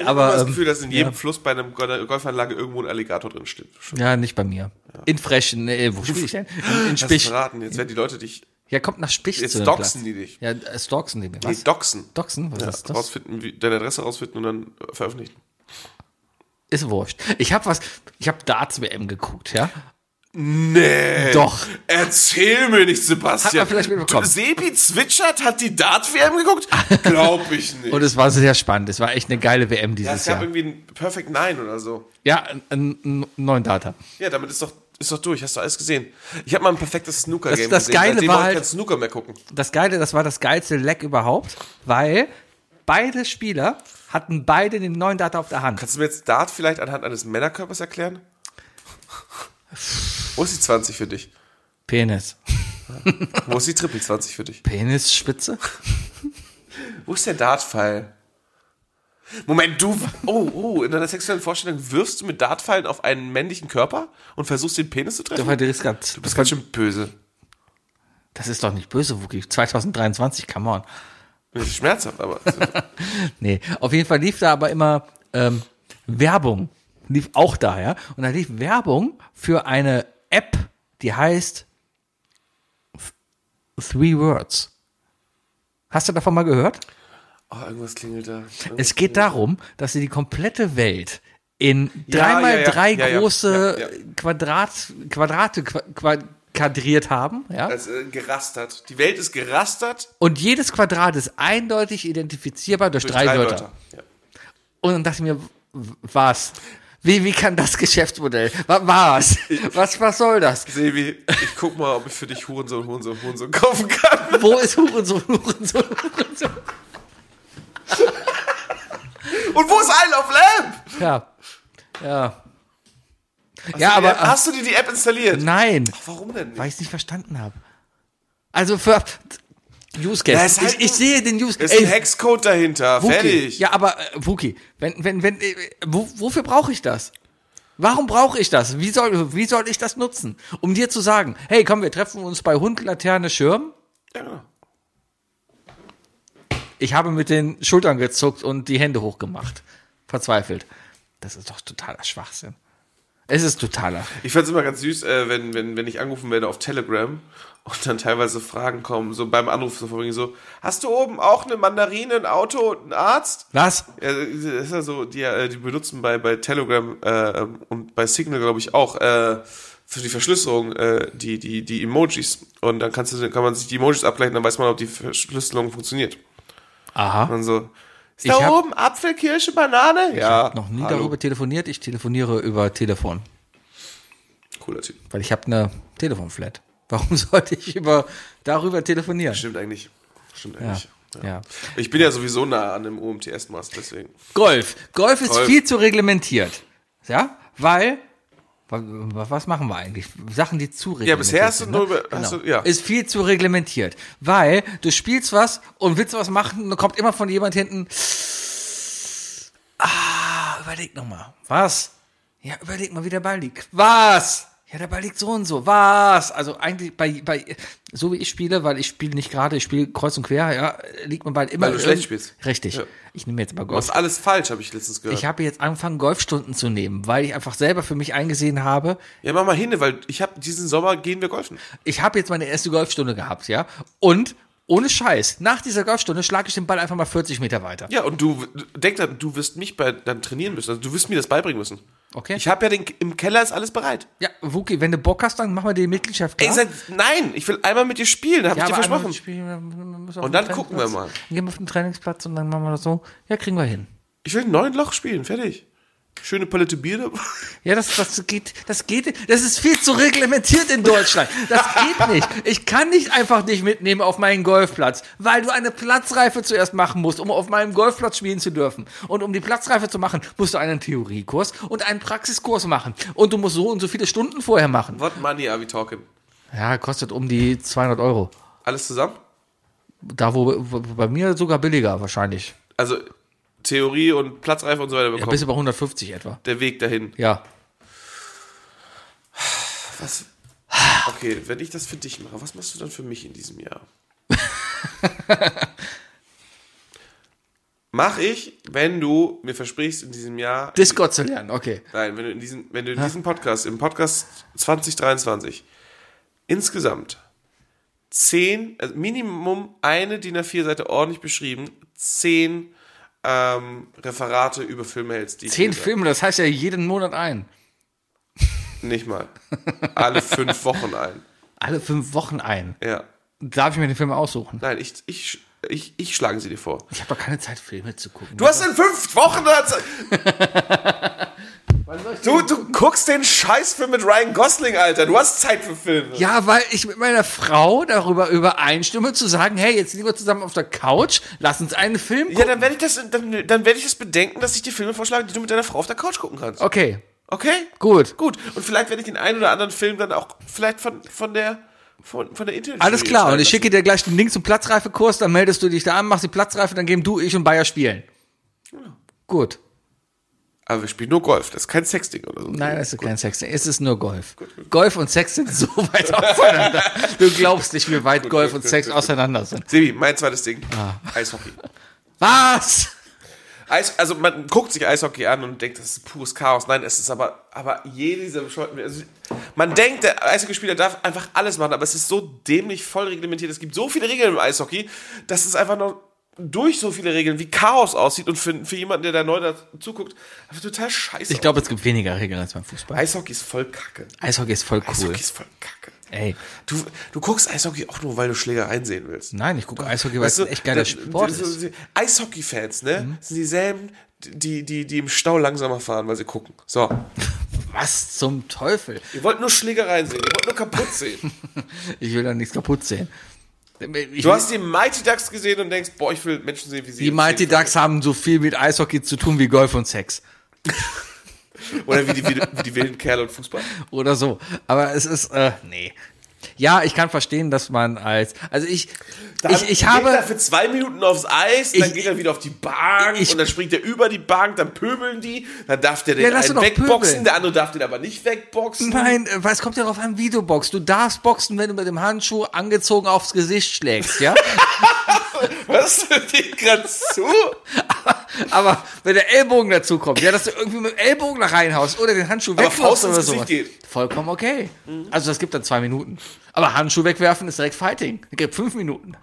Ich habe
aber.
das
Ähm,
Gefühl, dass in jedem Fluss bei einem Gol- Golfanlage irgendwo ein Alligator drin steht. Hast
ja, nicht bei mir. In Frechen. Nee, wo spiel ich [laughs] denn? In, in
du es
Spich.
verraten? Jetzt werden die Leute dich.
Ja, kommt nach Spich
Jetzt
zu dem
doxen
Platz.
die dich.
Ja, äh, stalksen die mir.
Nee,
Was?
doxen.
Doxen? Was
Ja,
ist das?
rausfinden, wie, deine Adresse rausfinden und dann äh, veröffentlichen.
Ist wurscht. Ich habe was. Ich habe Darts WM geguckt, ja?
Nee.
Doch.
Erzähl mir nicht, Sebastian.
Hat man vielleicht mitbekommen.
Du- Sebi Zwitschert hat die Dart-WM geguckt? Glaub ich nicht.
[laughs] Und es war sehr spannend. Es war echt eine geile WM
ja,
dieses
es gab
Jahr.
irgendwie ein Perfect Nine oder so.
Ja, einen- einen neuen Data.
Ja, damit ist doch, ist doch durch. Hast du alles gesehen? Ich habe mal ein perfektes Snooker-Game
Das- das
gesehen.
Geile
Seitdem
war
brauche ich
halt-
kein Snooker mehr gucken.
das Geile, das war das geilste Leck überhaupt, weil beide Spieler hatten beide den neuen Data auf der Hand.
Kannst du mir jetzt Dart vielleicht anhand eines Männerkörpers erklären? Wo ist die 20 für dich?
Penis.
Wo ist die Triple 20 für dich?
Penisspitze?
Wo ist der Dartpfeil? Moment, du. Oh, oh, in deiner sexuellen Vorstellung wirfst du mit Dartpfeilen auf einen männlichen Körper und versuchst den Penis zu
Du
treffen?
verdrehst grad-
Du bist ganz schön böse.
Das ist doch nicht böse, Wookie. 2023, come on.
Das ist schmerzhaft,
[laughs]
aber.
Nee, auf jeden Fall lief da aber immer ähm, Werbung. Lief auch da, ja. Und da lief Werbung für eine App, die heißt Th- Three Words. Hast du davon mal gehört?
Oh, irgendwas klingelt da.
Es geht darum, dass sie die komplette Welt in dreimal
ja, ja,
drei
ja, ja,
große
ja, ja.
Quadrat, Quadrate qua- qua- kadriert haben. Ja?
Also, äh, gerastert. Die Welt ist gerastert
Und jedes Quadrat ist eindeutig identifizierbar durch,
durch
drei, Wörter.
Ja.
Und dann dachte ich mir, w- was? Wie, wie kann das Geschäftsmodell? Wa- Was? Was, was soll das?
Sebi, ich guck mal, ob ich für dich Hurensohn, Hurensohn, Hurensohn kaufen kann.
Wo ist Hurensohn, Hurensohn, Hurensohn?
Und wo ist Isle of Lamp?
Ja. Ja. Ja, aber
Hast du dir die App installiert?
nein.
Warum denn nicht?
weil ich es nicht verstanden habe. Also für äh, Use Case.
Ja, es ist halt
ich, ich
ein-
sehe den Use
Ist
Ey,
ein Hexcode dahinter.
Wookie.
Fertig.
Ja, aber äh, Wookie, wenn wenn wenn äh, wo, wofür brauche ich das? Warum brauche ich das? Wie soll wie soll ich das nutzen? Um dir zu sagen, hey, komm, wir treffen uns bei Hund Laterne Schirm. Ich habe mit den Schultern gezuckt und die Hände hochgemacht. Verzweifelt. Das ist doch totaler Schwachsinn. Es ist totaler.
Ich fand's immer ganz süß, äh, wenn, wenn, wenn ich angerufen werde auf Telegram und dann teilweise Fragen kommen, so beim Anruf so vorwiegend so, hast du oben auch eine Mandarine, ein Auto, einen Arzt?
Was?
Ja, das ist ja so, die, äh, die benutzen bei, bei Telegram äh, und bei Signal, glaube ich, auch äh, für die Verschlüsselung äh, die, die, die Emojis. Und dann kannst du, kann man sich die Emojis abgleichen, dann weiß man, ob die Verschlüsselung funktioniert.
Aha.
Und so, ist
Ich
da
hab-
oben Apfel, Kirsche, Banane? Ja.
Noch nie
Hallo.
darüber telefoniert. Ich telefoniere über Telefon.
Cooler Typ.
Weil ich habe eine Telefonflat. [laughs] Warum sollte ich über darüber telefonieren?
Stimmt eigentlich. Stimmt eigentlich.
Ja.
Ich bin ja sowieso nah an dem UMTS-Mast, deswegen.
Golf. Golf ist
Golf.
viel zu reglementiert. Ja, weil wa- wa- was machen wir eigentlich? Sachen, die zu reglementiert
Ja, bisher hast du
sind,
nur
ne?
über- hast
genau.
du- ja.
Ist viel zu reglementiert, weil du spielst was und willst was machen, dann kommt immer von jemand hinten. Ah, überleg noch mal. Was? Ja, überleg mal, wie der Ball liegt. Was? Ja, der Ball liegt so und so. Was? Also eigentlich bei, bei so wie ich spiele, weil ich spiele nicht gerade, ich spiele kreuz und quer, ja, liegt mein Ball immer.
Weil du schlecht
irgend-
spielst.
Richtig.
Ja.
Ich nehme jetzt mal
Du
Golf.
machst alles falsch, habe ich letztens gehört.
Ich habe jetzt angefangen, Golfstunden zu nehmen, weil ich einfach selber für mich eingesehen habe,
ja, mach mal hin, weil ich habe diesen Sommer gehen wir golfen.
ich habe jetzt meine erste Golfstunde gehabt, ja. Und ohne Scheiß, nach dieser Golfstunde schlage ich den Ball einfach mal 40 Meter weiter.
Ja, und du denk dran, du wirst mich bei, dann trainieren müssen. Also du wirst mir das beibringen müssen.
Okay.
Ich habe ja den im Keller ist alles bereit.
Ja, Wuki, wenn du Bock hast, dann machen wir die Mitgliedschaft
Ey,
klar.
sag, nein, ich will einmal mit dir spielen, habe
ja,
ich dir
aber einmal
versprochen.
Spiel, man- man muss auf
Und
den
dann gucken wir
Trainingsplatz. Dann gehen wir auf den Trainingsplatz und dann machen wir das so. Ja, kriegen wir hin.
Ich will neun Loch spielen, fertig. Schöne Palette Bier [laughs] dabei.
Ja, das, das geht, das geht, das ist viel zu reglementiert in Deutschland. Das geht nicht. Ich kann dich einfach nicht mitnehmen auf meinen Golfplatz, weil du eine Platzreife zuerst machen musst, um auf meinem Golfplatz spielen zu dürfen. Und um die Platzreife zu machen, musst du einen Theoriekurs und einen Praxiskurs machen. Und du musst so und so viele Stunden vorher machen.
What money are we talking?
Ja, kostet um die 200 Euro.
Alles zusammen?
Da, wo, wo bei mir sogar billiger wahrscheinlich.
Also Theorie und Platzreife und so weiter
Ja,
bekommen.
bis über 150 etwa.
der Weg dahin.
Ja.
Was? Okay, wenn ich das für dich mache, was machst du dann für mich in diesem
[laughs]
Jahr? Mach ich, wenn du mir versprichst, in diesem Jahr.
Discord zu lernen, okay.
Nein, wenn du in diesem, wenn du in diesem Podcast, im Podcast 2023, insgesamt zehn, also Minimum eine DIN A4-Seite ordentlich beschrieben, zehn ähm, Referate über Filme hältst. die ich
Zehn
dir sag.
Filme, das heißt ja jeden Monat ein.
Nicht
[laughs]
mal. Alle fünf Wochen ein.
Alle fünf Wochen ein.
Ja.
Darf ich mir den Film aussuchen?
Nein, ich, ich, ich, ich schlage sie dir vor.
Ich habe doch keine Zeit, Filme zu gucken.
Du hast in fünf Wochen.
[laughs]
Du, du guckst den Scheißfilm mit Ryan Gosling, Alter. Du hast Zeit für Filme.
ja, weil ich mit meiner Frau darüber übereinstimme, zu sagen, hey, jetzt liegen wir zusammen auf der Couch, lass uns einen Film gucken.
Ja, dann werde ich das, dann, dann werde ich das bedenken, dass ich dir Filme vorschlage, die du mit deiner Frau auf der Couch gucken kannst.
Okay,
Okay?
gut.
Gut. Und vielleicht werde ich den einen oder anderen Film dann auch vielleicht von, von der, von, von der Internet.
Alles klar, und ich schicke dir gleich den Link zum Platzreifekurs, dann meldest du dich da an, machst die Platzreife, dann geben du, ich und Bayer spielen.
Genau.
Gut.
Aber wir spielen nur Golf. Das ist kein Sexting oder so.
Nein, es ist kein Sex. Es ist nur Golf. Golf und Sex sind so [laughs] weit auseinander. Du glaubst nicht, wie weit Golf und Sex auseinander sind.
Sebi, mein zweites Ding.
Ah.
Eishockey.
Was?
Eis, also man guckt sich Eishockey an und denkt, das ist pures Chaos. Nein, es ist aber, aber jede dieser bescheuerten. Also man denkt, der Eishockeyspieler darf einfach alles machen, aber es ist so dämlich voll reglementiert. Es gibt so viele Regeln im Eishockey, dass es einfach noch durch so viele Regeln wie Chaos aussieht und für, für jemanden, der da neu dazu guckt, einfach total scheiße.
Ich glaube, es gibt weniger Regeln als beim Fußball.
Eishockey ist voll kacke.
Eishockey ist voll cool.
Eishockey ist voll kacke.
Ey.
Du, du guckst Eishockey auch nur, weil du Schlägereien sehen willst.
Nein, ich gucke Eishockey, weil
Weißt
es
du,
ein echt geiler
da-
Sport
so-
ist. Mhm.
so- Eishockey-Fans, ne? Sind dieselben, die, die, die im Stau langsamer fahren, weil sie gucken. So.
Was zum Teufel?
Ihr wollt nur Schlägereien sehen, ihr wollt nur kaputt
[laughs]
sehen.
Ich will da nichts kaputt sehen. Ich
Du hast die Mighty Ducks gesehen und denkst, boah, ich will Menschen sehen, wie sie
die Mighty
entstehen.
Ducks haben so viel mit Eishockey zu tun wie Golf und Sex.
Oder wie die, wie, die- wie die wilden Kerle und Fußball.
Oder so. Aber es ist, äh, nee. Ja, ich kann verstehen, dass man als, also ich,
Da
ich, ich
Geht er
habe,
für zwei Minuten aufs Eis, dann
Ich-
geht er wieder auf die Bank
ich-
und dann springt er über die Bank, dann pöbeln die, dann darf der den
Ja, lass
einen
doch doch
wegboxen,
pöbeln.
der andere darf den aber nicht wegboxen.
nein, äh, weil es kommt ja darauf an, wie du boxst. Du darfst boxen, wenn du mit dem Handschuh angezogen aufs Gesicht schlägst, ja?
Was hört ihr gerade zu?
Aber wenn der Ellbogen dazu kommt, ja, dass du irgendwie mit dem Ellbogen da reinhaust oder den Handschuh
Faust ins
wegwirfst oder
Gesicht
sowas.
geht. Mhm.
Vollkommen okay. Also das gibt dann zwei Minuten. Aber Handschuh wegwerfen ist direkt Fighting. Das gibt
[laughs]
fünf Minuten.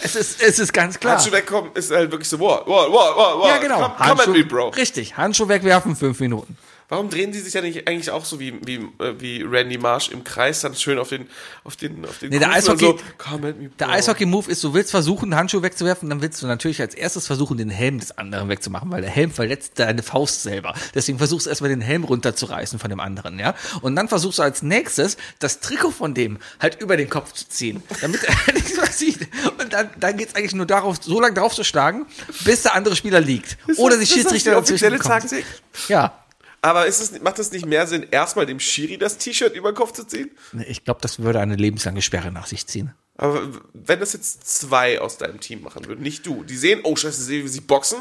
es, ist, es ist ganz klar.
Handschuh wegkommen ist halt wirklich so, wow, wow, wow, wow, wow.
ja, genau.
Come, come at me, bro.
Richtig, Handschuh wegwerfen, fünf Minuten.
Warum drehen die sich ja nicht eigentlich auch so wie, wie, äh, wie Randy Marsh im Kreis dann schön auf den, auf den, auf den
Nee, der
Kufen und
Eishockey-
so, come at me, bro.
Der Eishockey-Move ist, du willst versuchen, einen Handschuh wegzuwerfen, dann willst du natürlich als erstes versuchen, den Helm des anderen wegzumachen, weil der Helm verletzt deine Faust selber. Deswegen versuchst du erstmal den Helm runterzureißen von dem anderen, ja? Und dann versuchst du als nächstes, das Trikot von dem halt über den Kopf zu ziehen, damit er [laughs] nichts mehr sieht. Und dann, dann geht's eigentlich nur darauf, so lange draufzuschlagen, bis der andere Spieler liegt. Oder die
das ist
Schiedsrichter
die
dazwischen
offizielle
kommt.
Taktik?
Ja.
Aber ist es, macht es nicht mehr Sinn, erstmal dem Schiri das T-Shirt über den Kopf zu ziehen?
Ich glaube, das würde eine lebenslange Sperre nach sich ziehen.
Aber wenn das jetzt zwei aus deinem Team machen würden, nicht du, die sehen, oh scheiße, sehe, wie sie boxen,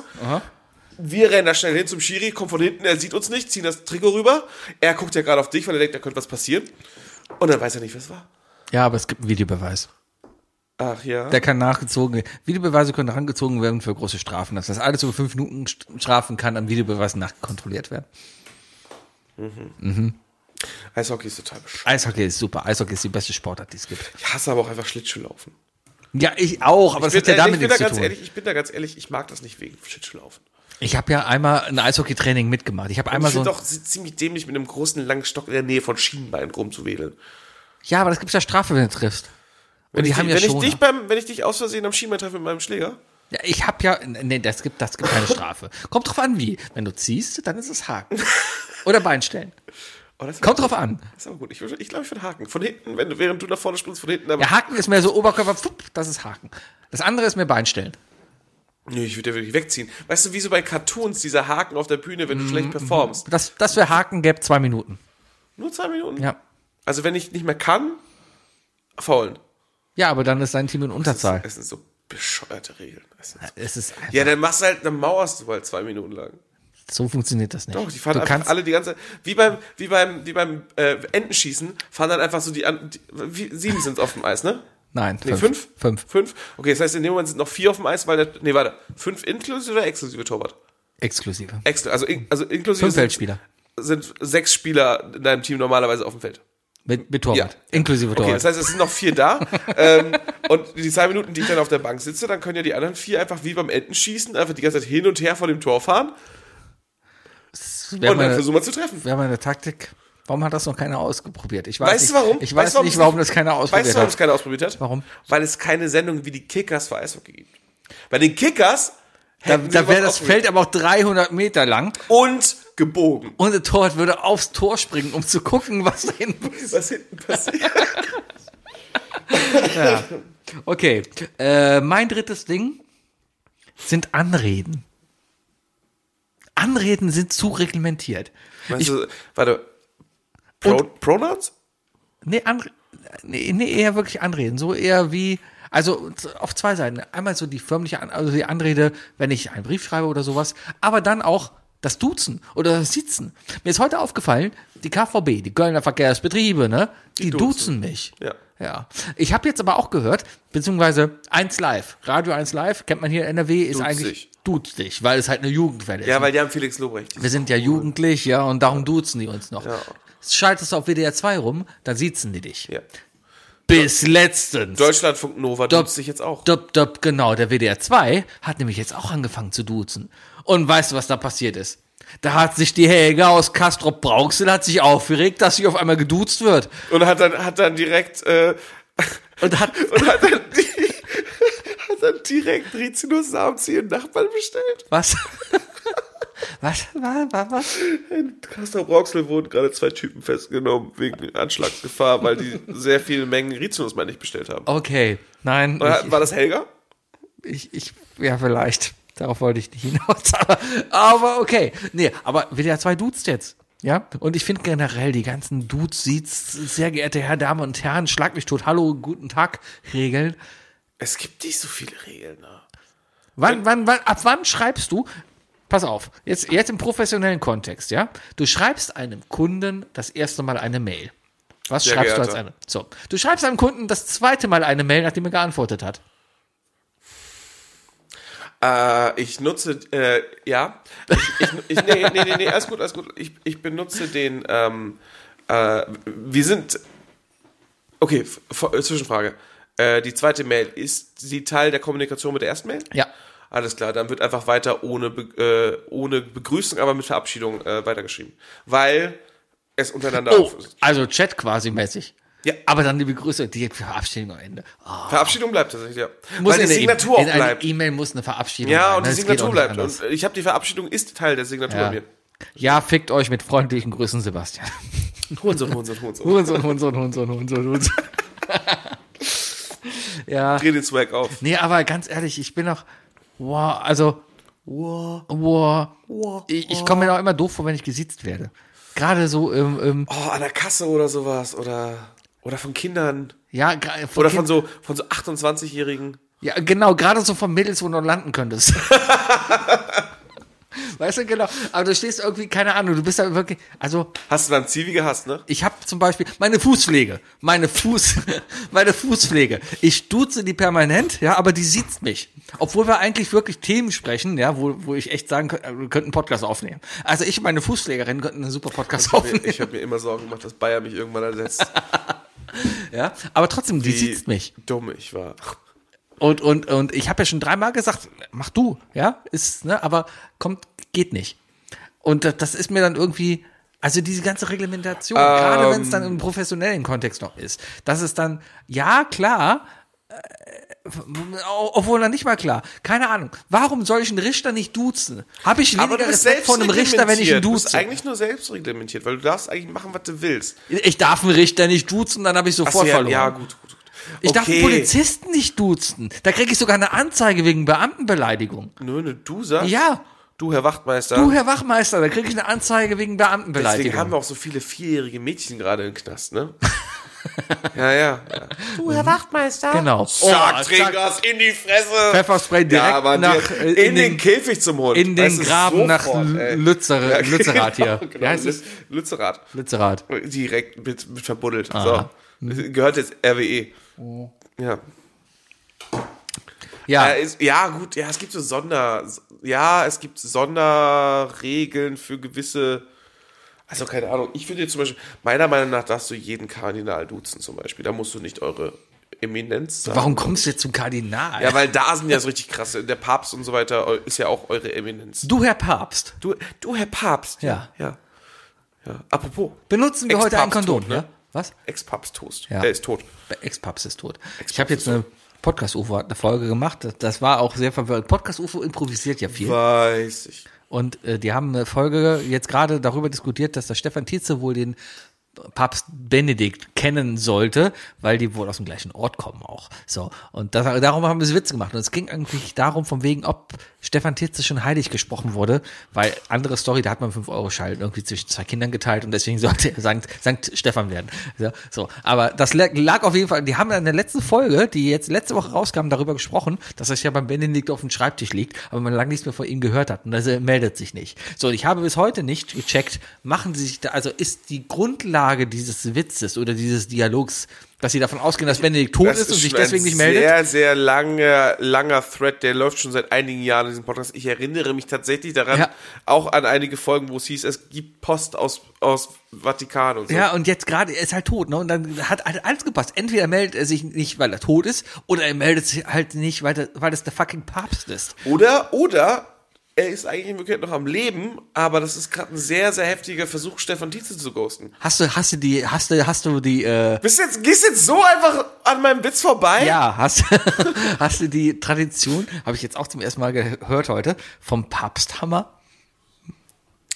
Wir rennen da schnell hin zum Schiri, kommen von hinten, er sieht uns nicht, ziehen das Trikot rüber. Er guckt ja gerade auf dich, weil er denkt, da könnte was passieren. Und dann weiß er nicht, was war.
Ja, aber es gibt einen Videobeweis.
Ach ja.
Der kann nachgezogen werden. Videobeweise können herangezogen werden für große Strafen. Das heißt, alles über fünf Minuten St- Strafen kann an Videobeweisen nachkontrolliert werden.
Eishockey ist total bescheuert.
Eishockey ist super. Eishockey ist die beste Sportart, die es gibt.
Ich hasse aber auch einfach Schlittschuhlaufen.
Ja, ich auch, aber das
Ich
hat ja
bin,
damit
ich bin da
nichts zu
ganz
tun.
ehrlich, ich bin da ganz ehrlich, ich mag das nicht wegen Schlittschuhlaufen.
Ich habe ja einmal ein Eishockeytraining mitgemacht. Ich habe einmal
Ich
so.
finde
Ein,
doch sie- ziemlich dämlich, mit einem großen langen Stock in der Nähe von Schienenbeinen rumzuwedeln.
ja, aber das gibt's ja Strafe, wenn du triffst. Und
Wenn,
die
ich,
haben
dich-
ja
wenn
schon. ne?
ich dich beim, wenn ich dich aus Versehen am Schienbein treffe mit meinem Schläger,
ja, ich habe ja. Nee, das gibt, das gibt keine Strafe. Kommt drauf an, wie. Wenn du ziehst, dann ist
[laughs]
es Haken. Oder Beinstellen.
oh, das
Kommt drauf an.
Das ist aber gut. Ich, würd- ich glaube, ich würde haken. Von hinten, wenn, du- während du nach vorne springst, von hinten. Aber
Ja, Haken ist mehr so Oberkörper, pfupp, das ist Haken. Das andere ist mehr Beinstellen.
Nee, ich würde ja wirklich wegziehen. Weißt du, wie so bei Cartoons, dieser Haken auf der Bühne, wenn du
Mhm,
schlecht performst.
Das, das wäre Haken gäbe zwei Minuten.
Nur zwei Minuten?
Ja.
Also, wenn ich nicht mehr kann, faulen.
Ja, aber dann ist sein Team in Unterzahl.
Es sind so bescheuerte Regeln. Es sind so
Es ist einfach,
ja, dann machst du halt, dann mauerst du halt zwei Minuten lang.
so funktioniert das nicht.
Doch, die fahren
du
einfach
kannst,
alle die ganze wie beim wie beim wie beim äh, Entenschießen fahren dann einfach so die, an- die wie, sieben sind auf dem Eis, ne?
Nein,
Nee, fünf.
fünf. Fünf.
Fünf. Okay, das heißt in dem Moment sind noch vier auf dem Eis, weil der nee, warte, fünf inklusive oder exklusive Torwart?
Exklusive.
Exklusive, also in, also inklusive
Fünf
sind-
Feldspieler.
sind sechs Spieler in deinem Team normalerweise auf dem Feld.
Mit, mit Torwart.
Ja.
Inklusive
Okay,
Torwart.
das heißt, es sind noch vier
[laughs]
da. ähm, und die zwei Minuten, die ich dann auf der Bank sitze, dann können ja die anderen vier einfach wie beim Entenschießen einfach die ganze Zeit hin und her vor dem Tor fahren
Das wäre
und dann
meine,
versuchen wir zu treffen.
wär meine Taktik. Warum hat das noch keiner ausprobiert? Ich weiß
Weißt
nicht,
du warum?
Ich
Weißt
weiß
du, warum
nicht,
es
warum
nicht-
das keiner
Weißt
ausprobiert
du, warum es
hat.
keiner ausprobiert hat?
Warum?
Weil es keine Sendung wie die Kickers für Eishockey gibt. Bei den Kickers
Da,
hätten sie
da wäre
was
das
ausprobiert.
Feld aber auch 300 Meter lang
und gebogen.
und der Torwart würde aufs Tor springen, um zu gucken, was [laughs] da hinten ist.
Was hinten passiert?
Okay, äh, mein drittes Ding sind Anreden. Anreden sind zu reglementiert.
[laughs] Meinst du, warte. Pro, Pronouns?
Nee, Anre nee, nee, eher wirklich Anreden. So eher wie, also z- auf zwei Seiten. Einmal so die förmliche An also die Anrede, wenn ich einen Brief schreibe oder sowas, aber dann auch das Duzen oder das Sitzen. Mir ist heute aufgefallen, die KVB, die Kölner Verkehrsbetriebe, ne? Die, duzen. mich.
Ja.
Ja. Ich habe jetzt aber auch gehört, beziehungsweise 1 Live, Radio 1 Live, kennt man hier in NRW, ist
Duz
eigentlich
dich.
duzt dich, weil es halt eine Jugendwelle ist.
Ja, weil die haben Felix Lobrecht.
Wir sind ja jugendlich, ja, und darum duzen die uns noch.
Ja.
Schaltest du auf WDR 2 rum, dann siezen die dich.
Ja.
Bis letztens.
Deutschlandfunk Nova duzt sich jetzt auch.
Dop, dop, genau, der WDR 2 hat nämlich jetzt auch angefangen zu duzen. Und weißt du, was da passiert ist? Da hat sich die Helga aus Castrop Brauxel hat sich aufgeregt, dass sie auf einmal geduzt wird.
Und hat dann, hat dann direkt, äh,
Und hat,
[laughs] und hat dann, die, hat dann direkt Rizinussamen zu ihren Nachbarn bestellt.
was? [laughs] was? Was? Was? Was?
In Castrop-Rauxel wurden gerade zwei Typen festgenommen wegen Anschlagsgefahr, weil [laughs] die sehr viele Mengen Rizinus mal nicht bestellt haben.
Okay, nein.
War, war das Helga?
Ich, ich, ja, vielleicht. Darauf wollte ich nicht hinaus. [laughs] Aber, aber okay. Nee, aber WDR 2 duzt jetzt. Ja, und ich finde generell die ganzen Dudes sieht's, sehr geehrte Herr, Damen und Herren, schlag mich tot, hallo, guten Tag, Regeln.
Es gibt nicht so viele Regeln. Ne?
Wann, wann, wann, ab wann schreibst du? Pass auf, jetzt, jetzt im professionellen Kontext, ja? Du schreibst einem Kunden das erste Mal eine Mail. Was
Sehr
schreibst du als
geehrter.
eine? So. Du schreibst einem Kunden das zweite Mal eine Mail, nachdem er geantwortet hat.
Äh, ich nutze, äh, ja. Ich, ich, ich, nee, nee, nee, nee, alles gut, alles gut. Ich, ich benutze den, ähm, äh, wir sind, okay, f- f- äh, Zwischenfrage. Äh, die zweite Mail, ist sie Teil der Kommunikation mit der ersten Mail?
Ja.
Alles klar, dann wird einfach weiter ohne, Be äh, ohne Begrüßung, aber mit Verabschiedung äh, weitergeschrieben. Weil es untereinander
Oh,
auf ist.
also Chat quasi mäßig.
Ja.
Aber dann die Begrüßung, die Verabschiedung am Ende. Oh,
Verabschiedung bleibt tatsächlich, ja.
muss
Weil die
in der
Signatur
e
auch
in einer
bleibt.
E-Mail muss eine Verabschiedung
Ja,
sein,
und die
ne? Es geht auch
Signatur
nicht
bleibt.
anders.
Und äh, ich habe die Verabschiedung ist Teil der Signatur bei
ja.
mir.
ja, fickt euch mit freundlichen Grüßen, Sebastian.
[laughs] Hurensohn, Hurensohn, Hurensohn.
Hurensohn, Hurensohn, Hurensohn, Hurensohn, Hurensohn. [laughs] ja.
Dreh den Swag auf.
Nee, aber ganz ehrlich, ich bin noch. Wow, also. Wow. Wow. Ich, ich komme mir auch immer doof vor, wenn ich gesiezt werde. Gerade so im. im
Oh, an der Kasse oder sowas. Oder, oder von Kindern.
ja, gra- von
Oder
Kind-
von so, von so 28-Jährigen.
[laughs] Ja, genau, gerade so von Mädels, wo du noch landen könntest. Weißt du, genau. Aber du stehst irgendwie, keine Ahnung, du bist da wirklich, also
Hast du dann Zivi gehasst, ne?
ich habe zum Beispiel meine Fußpflege, meine Fuß, [laughs] meine Fußpflege. Ich duze die permanent, ja, aber die sieht mich, obwohl wir eigentlich wirklich Themen sprechen, ja, wo, wo ich echt sagen könnte, äh, wir könnten einen Podcast aufnehmen. Also ich und meine Fußpflegerin könnten einen super Podcast aufnehmen,
Ich habe mir immer Sorgen gemacht, dass Bayer mich irgendwann ersetzt.
ja. Aber trotzdem, die
Wie
sieht mich.
Dumm ich war.
Und und und ich habe ja schon dreimal gesagt, mach du, ja, ist ne, aber kommt geht nicht. Und das, das ist mir dann irgendwie also diese ganze Reglementation, gerade wenn es dann
Ähm.
im professionellen Kontext noch ist, das ist dann ja klar, äh, Au- obwohl dann nicht mal klar. Keine Ahnung. Warum soll ich einen Richter nicht duzen? Habe ich
Aber du
weniger
bist
Respekt
selbst
vor einem Richter, wenn ich ihn
reglementiert. Du bist
duze?
eigentlich nur selbst reglementiert, weil du darfst eigentlich machen, was du willst.
Ich darf einen Richter nicht duzen, dann habe ich
Achso,
sofort
ja,
verloren.
ja, gut, gut, gut.
ich darf einen Polizisten nicht duzen. Da kriege ich sogar eine Anzeige wegen Beamtenbeleidigung.
Nur eine Du sagst?
Ja.
Du, Herr Wachtmeister.
Du, Uh, Herr Wachmeister, da kriege ich eine Anzeige wegen
Deswegen haben
Beamtenbeleidigung.
wir auch so viele vierjährige Mädchen gerade im Knast, ne? [laughs] ja, ja. Du, Herr Wachtmeister.
Genau.
Zack, Trägers in die Fresse.
Pfefferspray direkt
ja, aber
nach,
dir-
äh,
in, den Käfig zum Hund.
in den
Das ist
Graben nach
sofort, ey.
Lützere,
Ja, [laughs]
Lützerath
genau,
hier.
Genau,
Wie heißt es?
Lüt- Lützerath.
Lützerath.
Direkt mit, mit verbuddelt.
Aha. Hm.
So. Gehört jetzt RWE. Ja.
Ja,
Äh, ist, ja, gut, ja, es gibt so Sonder, ja, es gibt Sonderregeln für gewisse, also keine Ahnung, ich finde zum Beispiel, meiner Meinung nach darfst du jeden Kardinal duzen zum Beispiel, da musst du nicht eure Eminenz sagen.
warum kommst du jetzt zum Kardinal?
Ja, weil da sind ja so richtig krasse, der Papst und so weiter eu- ist ja auch eure Eminenz.
du, Herr Papst,
Du, du Herr Papst.
Ja.
Ja. ja. Apropos,
benutzen wir heute ein
Ex-Papst
Kondom,
tot,
ne?
ne?
Was?
Ex-Papst Toast.
Ja.
Er ist tot.
Ex-Papst ist tot. ich habe jetzt eine Podcast-UFO, eine Folge gemacht, das, das war auch sehr verwirrend. Podcast-UFO improvisiert ja viel.
Weiß ich.
Und äh, die haben eine Folge jetzt gerade darüber diskutiert, dass der Stefan Tietze wohl den Papst Benedikt kennen sollte, weil die wohl aus dem gleichen Ort kommen auch. So. Und das, darum haben wir es Witz gemacht. Und es ging eigentlich darum, von wegen, ob Stefan Tietze schon heilig gesprochen wurde, weil andere Story, da hat man 5 Euro Schein irgendwie zwischen zwei Kindern geteilt und deswegen sollte er Sankt, Sankt Stefan werden. So, so. Aber das lag- lag auf jeden Fall, die haben in der letzten Folge, die jetzt letzte Woche rauskam, darüber gesprochen, dass das ja beim Benedikt auf dem Schreibtisch liegt, aber man lange nichts mehr von ihm gehört hat und also er meldet sich nicht. So, und ich habe bis heute nicht gecheckt, machen sie sich da, also ist die Grundlage dieses Witzes oder dieses Dialogs, dass sie davon ausgehen, dass Benedikt tot ist, und sich
schon
deswegen nicht
ein
meldet?
Sehr, sehr langer, langer Thread, der läuft schon seit einigen Jahren in diesem Podcast. Ich erinnere mich tatsächlich daran,
Ja.
auch an einige Folgen, wo es hieß, es gibt Post aus, aus Vatikan und so.
Ja, und jetzt gerade, er ist halt tot, ne? Und dann hat halt alles gepasst. Entweder meldet er sich nicht, weil er tot ist, oder er meldet sich halt nicht, weil, der, weil das der fucking Papst ist.
Oder, oder er ist eigentlich in Wirklichkeit noch am Leben, aber das ist gerade ein sehr, sehr heftiger Versuch, Stefan Tietze zu ghosten.
Hast du, hast du die, hast du, hast du die, äh,
Bist du jetzt, gehst jetzt so einfach an meinem Witz vorbei?
ja, hast, [laughs] hast du die Tradition, habe ich jetzt auch zum ersten Mal gehört heute, vom Papsthammer?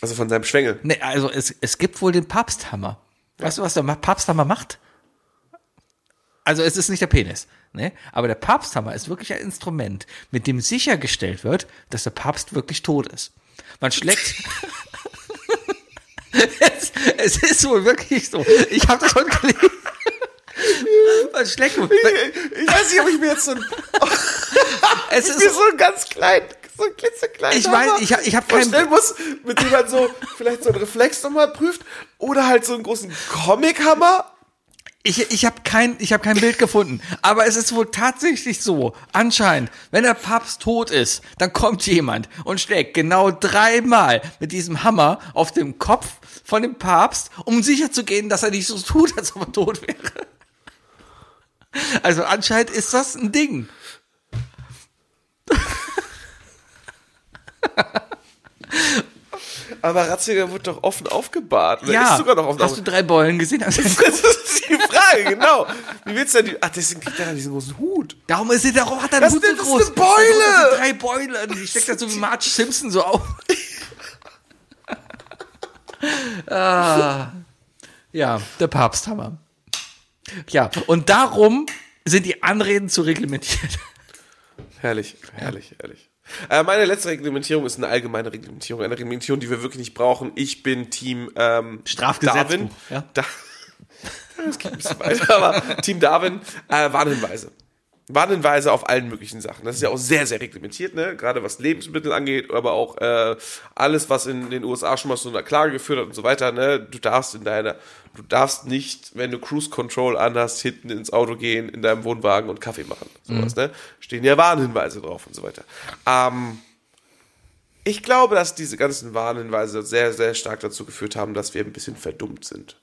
Also von seinem Schwengel.
Nee, also es, es gibt wohl den Papsthammer. Weißt du, was der Ma- Papsthammer macht? Also es ist nicht der Penis, ne? Aber der Papsthammer ist wirklich ein Instrument, mit dem sichergestellt wird, dass der Papst wirklich tot ist. Man schlägt. es, es ist wohl wirklich so. Ich habe das schon gelesen. Man schlägt. wohl-
Ich weiß nicht, ob ich mir jetzt so ein,
[laughs]
[laughs]
Es
mir
ist,
so ein ganz klein, so ein klitzekleiner.
Ich weiß, ich hab- ich hab keinen-
Vorstellen muss, mit dem man so vielleicht so einen Reflex nochmal prüft oder halt so einen großen Comic-Hammer.
ich ich habe kein, ich hab kein Bild gefunden. Aber es ist wohl tatsächlich so, anscheinend, wenn der Papst tot ist, dann kommt jemand und schlägt genau dreimal mit diesem Hammer auf dem Kopf von dem Papst, um sicherzugehen, dass er nicht so tut, als ob er tot wäre. Also anscheinend ist das ein Ding.
Aber Ratzinger wird doch offen aufgebahrt. oder
ja,
Ist sogar noch offen
hast du
aufgebahrt.
drei Beulen gesehen?
[laughs] Das ist die Frage, genau. Wie willst du denn die. Ach, deswegen kriegt er dann diesen großen Hut.
Darum ist sie, darum hat er
Das
Hut so
sind- das
groß.
sind Beule!
Das sind Drei Beule. Die steckt da so wie Marge Simpson so auf. [laughs] ah, Ah. ja, der Papsthammer. Ja, und darum sind die Anreden zu reglementiert.
Herrlich, herrlich, herrlich. Äh, meine letzte Reglementierung ist eine allgemeine Reglementierung, eine Reglementierung, die wir wirklich nicht brauchen. Ich bin Team ähm,
Strafgesetzbuch,
Darwin.
ja.
[laughs] Da das geht ein bisschen weiter, aber Team Darwin, äh, Warnhinweise. Warnhinweise auf allen möglichen Sachen. Das ist ja auch sehr, sehr reglementiert, ne? gerade was Lebensmittel angeht, aber auch äh, alles, was in den USA schon mal zu einer Klage geführt hat und so weiter. Ne? Du darfst in deiner, du darfst nicht, wenn du Cruise Control anhast, hinten ins Auto gehen, in deinem Wohnwagen und Kaffee machen. Sowas, ne? Stehen ja Warnhinweise drauf und so weiter. Ähm, ich glaube, dass diese ganzen Warnhinweise sehr, sehr stark dazu geführt haben, dass wir ein bisschen verdummt sind.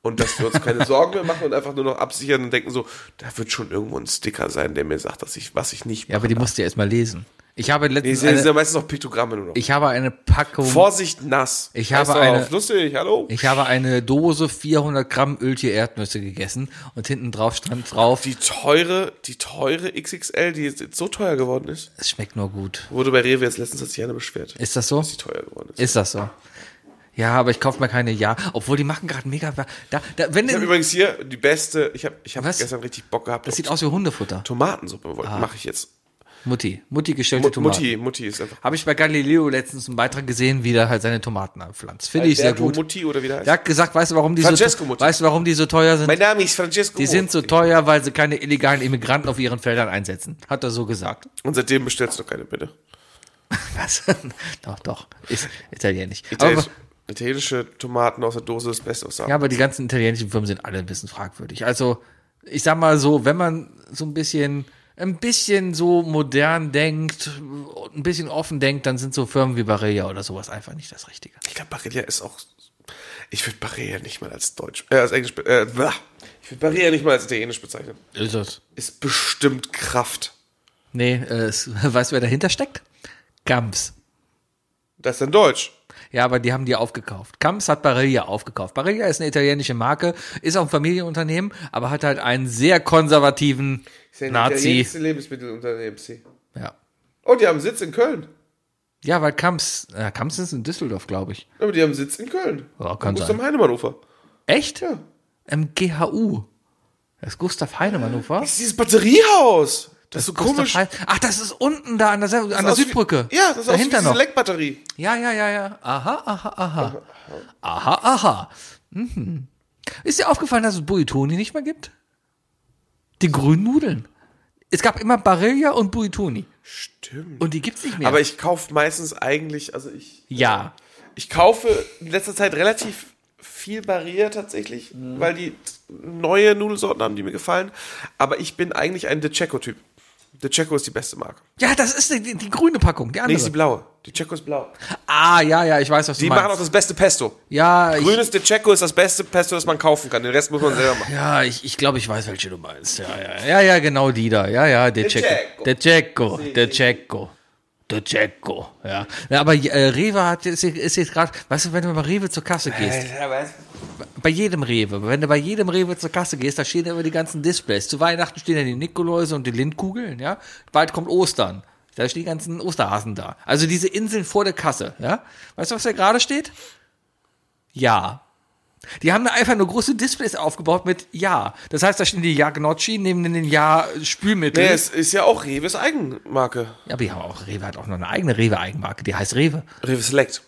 Und dass wir uns keine Sorgen mehr machen und einfach nur noch absichern und denken so, da wird schon irgendwo ein Sticker sein, der mir sagt, dass ich, was ich nicht
Ja, aber die musst du ja erstmal lesen. Ich habe
Nee,
letztens
sind, sind ja
eine,
meistens noch Piktogramme nur noch.
ich habe eine Packung,
Vorsicht, nass.
Ich
Scheiß
habe
drauf.
eine-
Lustig, hallo.
ich habe eine Dose 400 Gramm Öltier Erdnüsse gegessen und hinten drauf stand drauf,
die teure, die teure XXL, die jetzt so teuer geworden ist,
es schmeckt nur gut.
wurde bei Rewe jetzt letztens hat sich einer beschwert, dass
Ist das so?
die teuer geworden ist.
Ist das so? Ja, aber ich kaufe mir keine Ja, obwohl die machen gerade mega da, da wenn
Ich habe
denn,
übrigens hier die beste, ich habe ich hab
Was?
gestern richtig Bock gehabt.
das
auf
sieht aus wie Hundefutter.
Tomatensuppe mache ich jetzt.
Mutti, Mutti gestellte
Mu-
Tomaten.
Mutti, Mutti ist einfach.
Habe ich bei Galileo letztens einen Beitrag gesehen, wie der halt seine Tomaten anpflanzt. Finde ich sehr
Alberto
gut.
Mutti oder wie der heißt.
Der hat gesagt, weißt du, warum die,
Francesco
so,
Mutti.
weißt du, warum die so teuer sind?
Mein Name ist Francesco.
Die sind so teuer, weil sie keine illegalen Immigranten auf ihren Feldern einsetzen. Hat er so gesagt. [laughs]
Und seitdem bestellst du keine, bitte.
Was? doch, doch. Ist italienisch.
Italienisch,
Aber,
italienische Tomaten aus der Dose ist das Beste aus der
ja, aber die ganzen italienischen Firmen sind alle ein bisschen fragwürdig. Also, ich sag mal so, wenn man so ein bisschen, ein bisschen so modern denkt, und ein bisschen offen denkt, dann sind so Firmen wie Barilla oder sowas einfach nicht das Richtige.
Ich glaube, Barilla ist auch. Ich würde Barilla nicht mal als Deutsch. Äh, als Englisch. be- Äh, blah. ich würde Barilla nicht mal als Italienisch bezeichnen.
Ist es.
Ist bestimmt Kraft.
Nee, äh, es, [laughs] weißt du, wer dahinter steckt? Gams.
Das ist dann Deutsch.
Ja, aber die haben die aufgekauft. Kamps hat Barilla aufgekauft. Barilla ist eine italienische Marke, ist auch ein Familienunternehmen, aber hat halt einen sehr konservativen Nazi.
Lebensmittelunternehmen.
Ja.
Oh, die haben Sitz in Köln.
ja, weil Kamps, äh, Kamps ist in Düsseldorf, glaube ich.
Aber die haben Sitz in Köln.
Ja, kann
Gustav
sein.
Heinemannufer.
Echt?
Ja.
Im GHU. Das ist Gustav Heinemann Ufer.
Das ist dieses Batteriehaus. Das, ist so komisch.
Gustav Hein- Ach, das ist unten da an der, an der
aus wie-
Südbrücke.
Ja, das ist aus wie
dahinter
diese
noch.
Leckbatterie.
Ja, ja, ja, ja. Aha, aha, aha. Aha, aha. Mhm. Ist dir aufgefallen, dass es Buitoni nicht mehr gibt? Die grünen Nudeln. Es gab immer Barilla und Buitoni.
Stimmt.
Und die gibt's nicht mehr.
Aber ich kaufe meistens eigentlich, also ich,
ja.
ich kaufe in letzter Zeit relativ viel Barriere tatsächlich,
Mhm.
weil die neue Nudelsorten haben, die mir gefallen. Aber ich bin eigentlich ein De Checo-Typ. De Checo ist die beste Marke.
Ja, das ist die, die, die grüne Packung, die
Nee,
andere.
ist die blaue. De Checo ist blau.
ah, ja, ja, ich weiß, was
Die
du
machen auch
meinst.
das beste Pesto.
ja, ich,
Grünes De Checo ist das beste Pesto, das man kaufen kann. Den Rest muss man selber machen.
ja, ich, ich glaube, ich weiß, welche du meinst. Ja, ja, ja, ja genau die da. Ja, ja, der Checo.
Checo.
Der Checo, der Checo. Der Checo, ja. ja. Aber äh, Rewe hat, ist, ist jetzt gerade, weißt du, wenn du bei Rewe zur Kasse gehst, bei jedem Rewe, wenn du bei jedem Rewe zur Kasse gehst, da stehen ja immer die ganzen Displays. Zu Weihnachten stehen ja die Nikoläuse und die Lindkugeln, ja. Bald kommt Ostern. Da stehen die ganzen Osterhasen da. Also diese Inseln vor der Kasse, ja. Weißt du, was da gerade steht? Ja. Die haben da einfach nur große Displays aufgebaut mit Ja. Das heißt, da stehen die Ja-Gnocchi neben den Ja-Spülmittel.
Nee, es ist ja auch Rewe's Eigenmarke.
Ja, aber die haben auch, Rewe hat auch noch eine eigene Rewe-Eigenmarke, die heißt Rewe.
Rewe Select.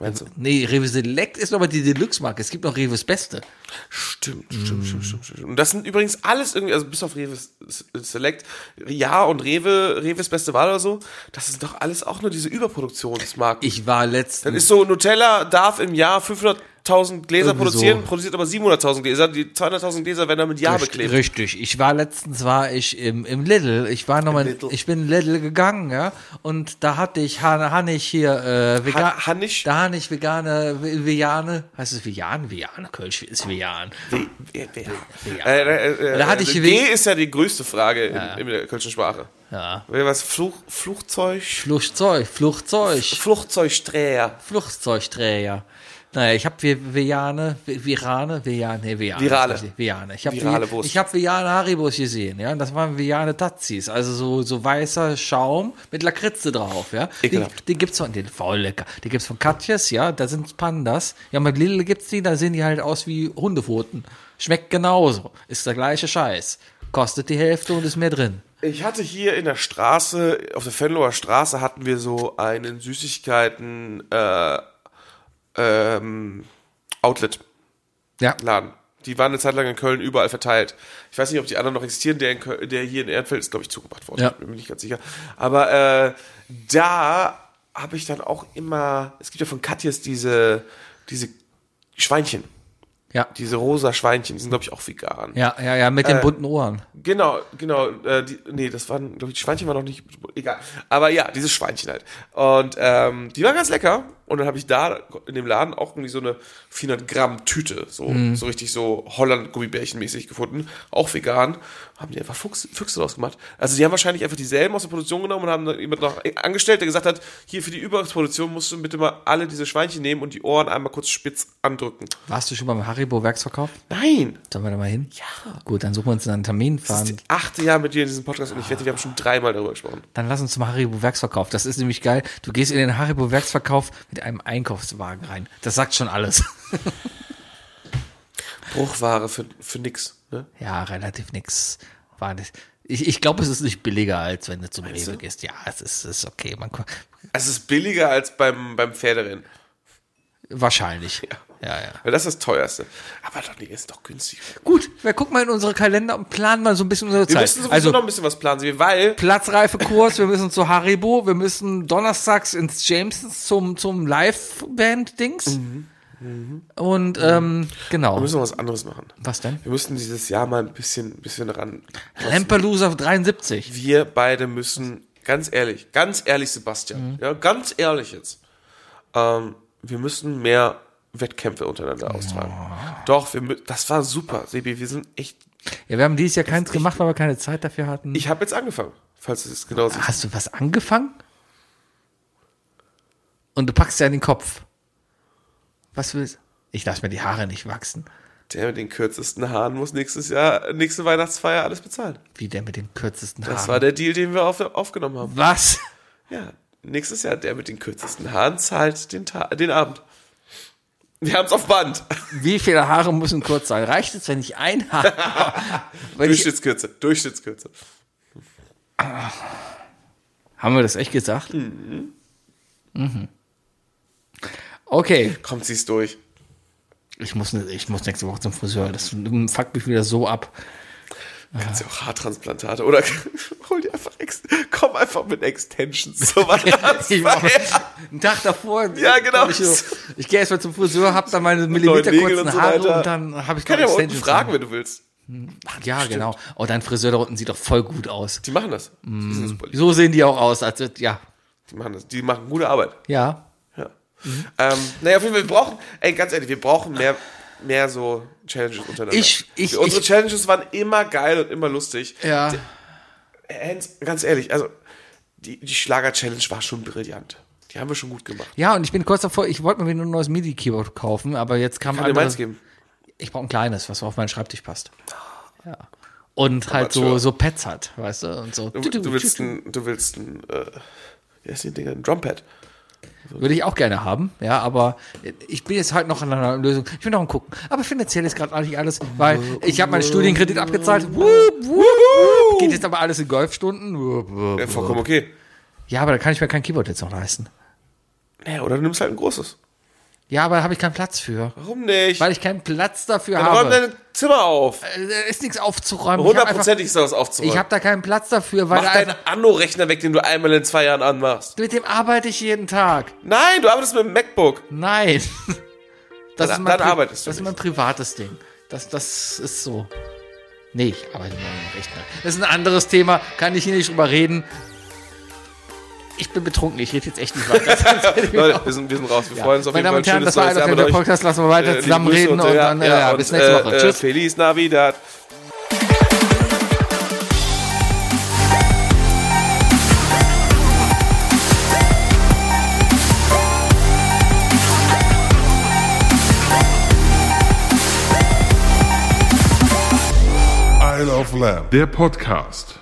Meinst du?
Nee, Rewe Select ist aber die Deluxe-Marke. Es gibt noch Rewe's Beste.
Stimmt,
Mhm.
stimmt, stimmt, stimmt, stimmt. Und das sind übrigens alles irgendwie, also bis auf Rewe S- Select, ja und Rewe, Rewe's beste Wahl oder so, das sind doch alles auch nur diese Überproduktionsmarken.
Ich war letztens.
Dann ist so, Nutella darf im Jahr 500.000 Gläser
Irgendwie so.
produzieren, produziert aber 700.000 Gläser, die 200.000 Gläser werden dann mit Ja
Richtig,
beklebt.
Richtig. Ich war letztens war ich im, im Lidl. Ich war nochmal.
Lidl.
Ich bin in Lidl gegangen, ja. Und da hatte ich Han Hannig hier äh, vegan.
Ha- Hannig?
Da Hannig vegane vegane. Heißt es vegan? Vegan? Kölsch ist vegan.
Äh, äh,
Ja.
äh, äh,
Da hatte ich
G
wegen-
ist ja die größte Frage in, in der kölschen Sprache.
Ja.
Was? Fluch, Flugzeug?
Fluchtzeug, Fluchtzeug,
Flugzeugsträger.
Fluchtzeugträger. Naja, ich habe vegane, vi- virane, vegane, nee, vegane.
Virale.
das war die- Vegane. Ich habe
Virale Wurst.
Ich habe vegane Haribos gesehen, ja. Und das waren vegane Tazis. Also so, so weißer Schaum mit Lakritze drauf, ja. Die,
Ekelhaft.
die gibt's von den voll lecker. Die gibt's von Katjes, ja, da sind Pandas. Ja, mit Lidl gibt's die, da sehen die halt aus wie Hundepfoten. Schmeckt genauso. Ist der gleiche Scheiß. Kostet die Hälfte und ist mehr drin.
Ich hatte hier in der Straße, auf der Fenloer Straße hatten wir so einen Süßigkeiten äh, ähm, Outlet
Ja.
Laden. Die waren eine Zeit lang in Köln überall verteilt. Ich weiß nicht, ob die anderen noch existieren. Der, in Köln, der hier in Ehrenfeld ist, glaube ich, zugemacht worden.
Ja.
Bin mir nicht ganz sicher. Aber äh, da habe ich dann auch immer. Es gibt ja von Katjes diese, diese Schweinchen.
Ja.
Diese rosa Schweinchen. Die sind, glaube ich, auch vegan.
Ja, ja, ja, mit
Äh,
den bunten Ohren.
Genau, genau. Äh, die, nee, das waren, glaube ich, die Schweinchen waren noch nicht. Egal. Aber ja, dieses Schweinchen halt. Und ähm, die waren ganz lecker. Und dann habe ich da in dem Laden auch irgendwie so eine 400 Gramm Tüte, so, so richtig so Holland-Gummibärchen-mäßig gefunden. Auch vegan. Haben die einfach Fuchs, Füchse draus gemacht. Also die haben wahrscheinlich einfach dieselben aus der Produktion genommen und haben dann jemand noch angestellt, der gesagt hat, hier für die Überproduktion musst du bitte mal alle diese Schweinchen nehmen und die Ohren einmal kurz spitz andrücken.
Warst du schon beim Haribo-Werksverkauf?
Nein!
Sollen wir da mal hin? Ja. Gut, dann suchen wir uns einen Termin.
Das
Fahren.
ist das achte Jahr mit dir in diesem Podcast und ich wette, wir haben schon dreimal darüber gesprochen.
Dann lass uns zum Haribo-Werksverkauf. Das ist nämlich geil. Du gehst in den Haribo-Werksverkauf mit einem Einkaufswagen rein. Das sagt schon alles.
Bruchware für, für nix. Ne?
Ja, Ah, relativ nix. War nicht. Ich, ich glaube, es ist nicht billiger, als wenn du zum Rewe gehst. Ja, es ist, es ist okay. Man, ko-
Es ist billiger als beim, beim Pferderennen.
wahrscheinlich. ja, ja.
Weil das ist das teuerste. Aber doch, nee, ist doch günstig.
Gut, wir gucken mal in unsere Kalender und planen mal so ein bisschen unsere
Wir
Zeit.
müssen sowieso
Also
noch ein bisschen was planen, Sebi, weil
Platzreifekurs, wir müssen zu Haribo, wir müssen donnerstags ins Jamesons zum, zum Live-Band-Dings. Mhm. Und ähm,
Mhm. wir
genau.
müssen noch was anderes machen.
Was denn?
Wir müssen dieses Jahr mal ein bisschen, bisschen ran.
Lampalooza 73.
Wir beide müssen, ganz ehrlich, ganz ehrlich, Sebastian,
Mhm.
ja, ganz ehrlich jetzt, ähm, wir müssen mehr Wettkämpfe untereinander austragen. Doch, wir, mü- das war super, Sebi, wir sind echt,
Ja, wir haben dieses Jahr keins gemacht, weil wir keine Zeit dafür hatten.
ich habe jetzt angefangen, falls du es genau siehst.
Hast du was angefangen? Und du packst dir an den Kopf. Was willst Ich lasse mir die Haare nicht wachsen.
Der mit den kürzesten Haaren muss nächstes Jahr, nächste Weihnachtsfeier alles bezahlen.
Wie der mit den kürzesten Haaren.
Das war der Deal, den wir auf, aufgenommen haben.
was?
Ja, nächstes Jahr der mit den kürzesten Haaren zahlt den, Ta den Abend. Wir haben's auf Band.
Wie viele Haare müssen kurz sein? Reicht es, wenn ich ein Haar [laughs] wenn ich,
Durchschnittskürze, Durchschnittskürze.
Haben wir das echt gesagt? Mhm. Okay.
Kommt sie's durch.
Ich muss, ne- ich muss nächste Woche zum Friseur. Das fuckt mich wieder so ab.
Kannst ja auch Haartransplantate oder [laughs] hol dir einfach ex komm einfach mit Extensions
[laughs]
zur
Ich mach- [laughs]
Weihnachtsfeier.
Einen Tag davor.
Ja, genau.
Ich, so, ich gehe erstmal zum Friseur, hab dann meine Millimeter
Nägel
kurzen
und so
Haare
weiter.
und dann habe ich
Kann ja
noch
mal unten
Extensions
fragen,
dran.
wenn du willst.
Ja, genau. Oh, dein Friseur da unten sieht doch voll gut aus.
Die machen das.
Mm.
Die, sind super. lieb.
So sehen die auch aus. Also, ja.
die machen das. Die machen gute Arbeit.
Ja.
Ja. Ähm, naja, auf jeden Fall, wir brauchen, ey, ganz ehrlich, wir brauchen mehr, mehr so Challenges untereinander.
Ich- ich-
Unsere
ich-
Challenges waren immer geil und immer lustig.
Ja.
Hans, ganz ehrlich, also, die, die Schlager-Challenge war schon brillant. Die haben wir schon gut gemacht.
Ja, und ich bin kurz davor, ich wollte mir wieder ein neues MIDI-Keyboard kaufen, aber jetzt kam
Kann dir
andere-
meins geben.
Ich brauche ein kleines, was auf meinen Schreibtisch passt. Ja.
Ah.
Und halt so,
Amateur.
so Pads hat, weißt du? Und so.
Du, du willst ein, du willst ein, äh, wie heißt die Dinger, ein Drumpad.
Würde ich auch gerne haben, ja, aber ich bin jetzt halt noch an einer Lösung. Ich will noch mal gucken. Aber finanziell ist gerade eigentlich alles, weil ich habe meinen Studienkredit abgezahlt. Wup, wup, wup. Geht jetzt aber alles in Golfstunden. Wup,
Ja,
wup.
vollkommen okay.
Ja, aber da kann ich mir kein Keyboard jetzt noch leisten.
Naja, oder du nimmst halt ein großes.
Ja, aber da habe ich keinen Platz für.
Warum nicht?
Weil ich keinen Platz dafür
Dann räum
habe.
dein Zimmer auf.
Äh, Da ist nichts aufzuräumen. Ich habe einfach-
Hundertprozentig ist das aufzuräumen.
Ich habe da keinen Platz dafür, weil da
Mach deinen
einfach,
Anno-Rechner weg, den du einmal in zwei Jahren anmachst.
mit dem arbeite ich jeden Tag.
Nein, du arbeitest mit dem MacBook.
Nein. Das
Dann-
ist mein,
dann
Pri-
arbeitest du
das ist mein privates Ding. Das, das ist so. Nee, ich arbeite nur im Rechner. Das ist ein anderes Thema, kann ich hier nicht drüber reden. Ich bin betrunken, ich rede jetzt echt nicht weiter.
Leute, wir sind, wir sind raus. Wir freuen uns auf
Meine Damen
jeden Fall.
und Herren, das war
neues
einer
Jahr
der
mit euch.
Podcast. Lassen wir
Äh,
weiter
liebe
zusammen
Grüße
reden und, dann
ja,
äh,
und,
bis nächste Woche.
Äh,
Tschüss.
Feliz Navidad.
Isle of Lamb, der Podcast.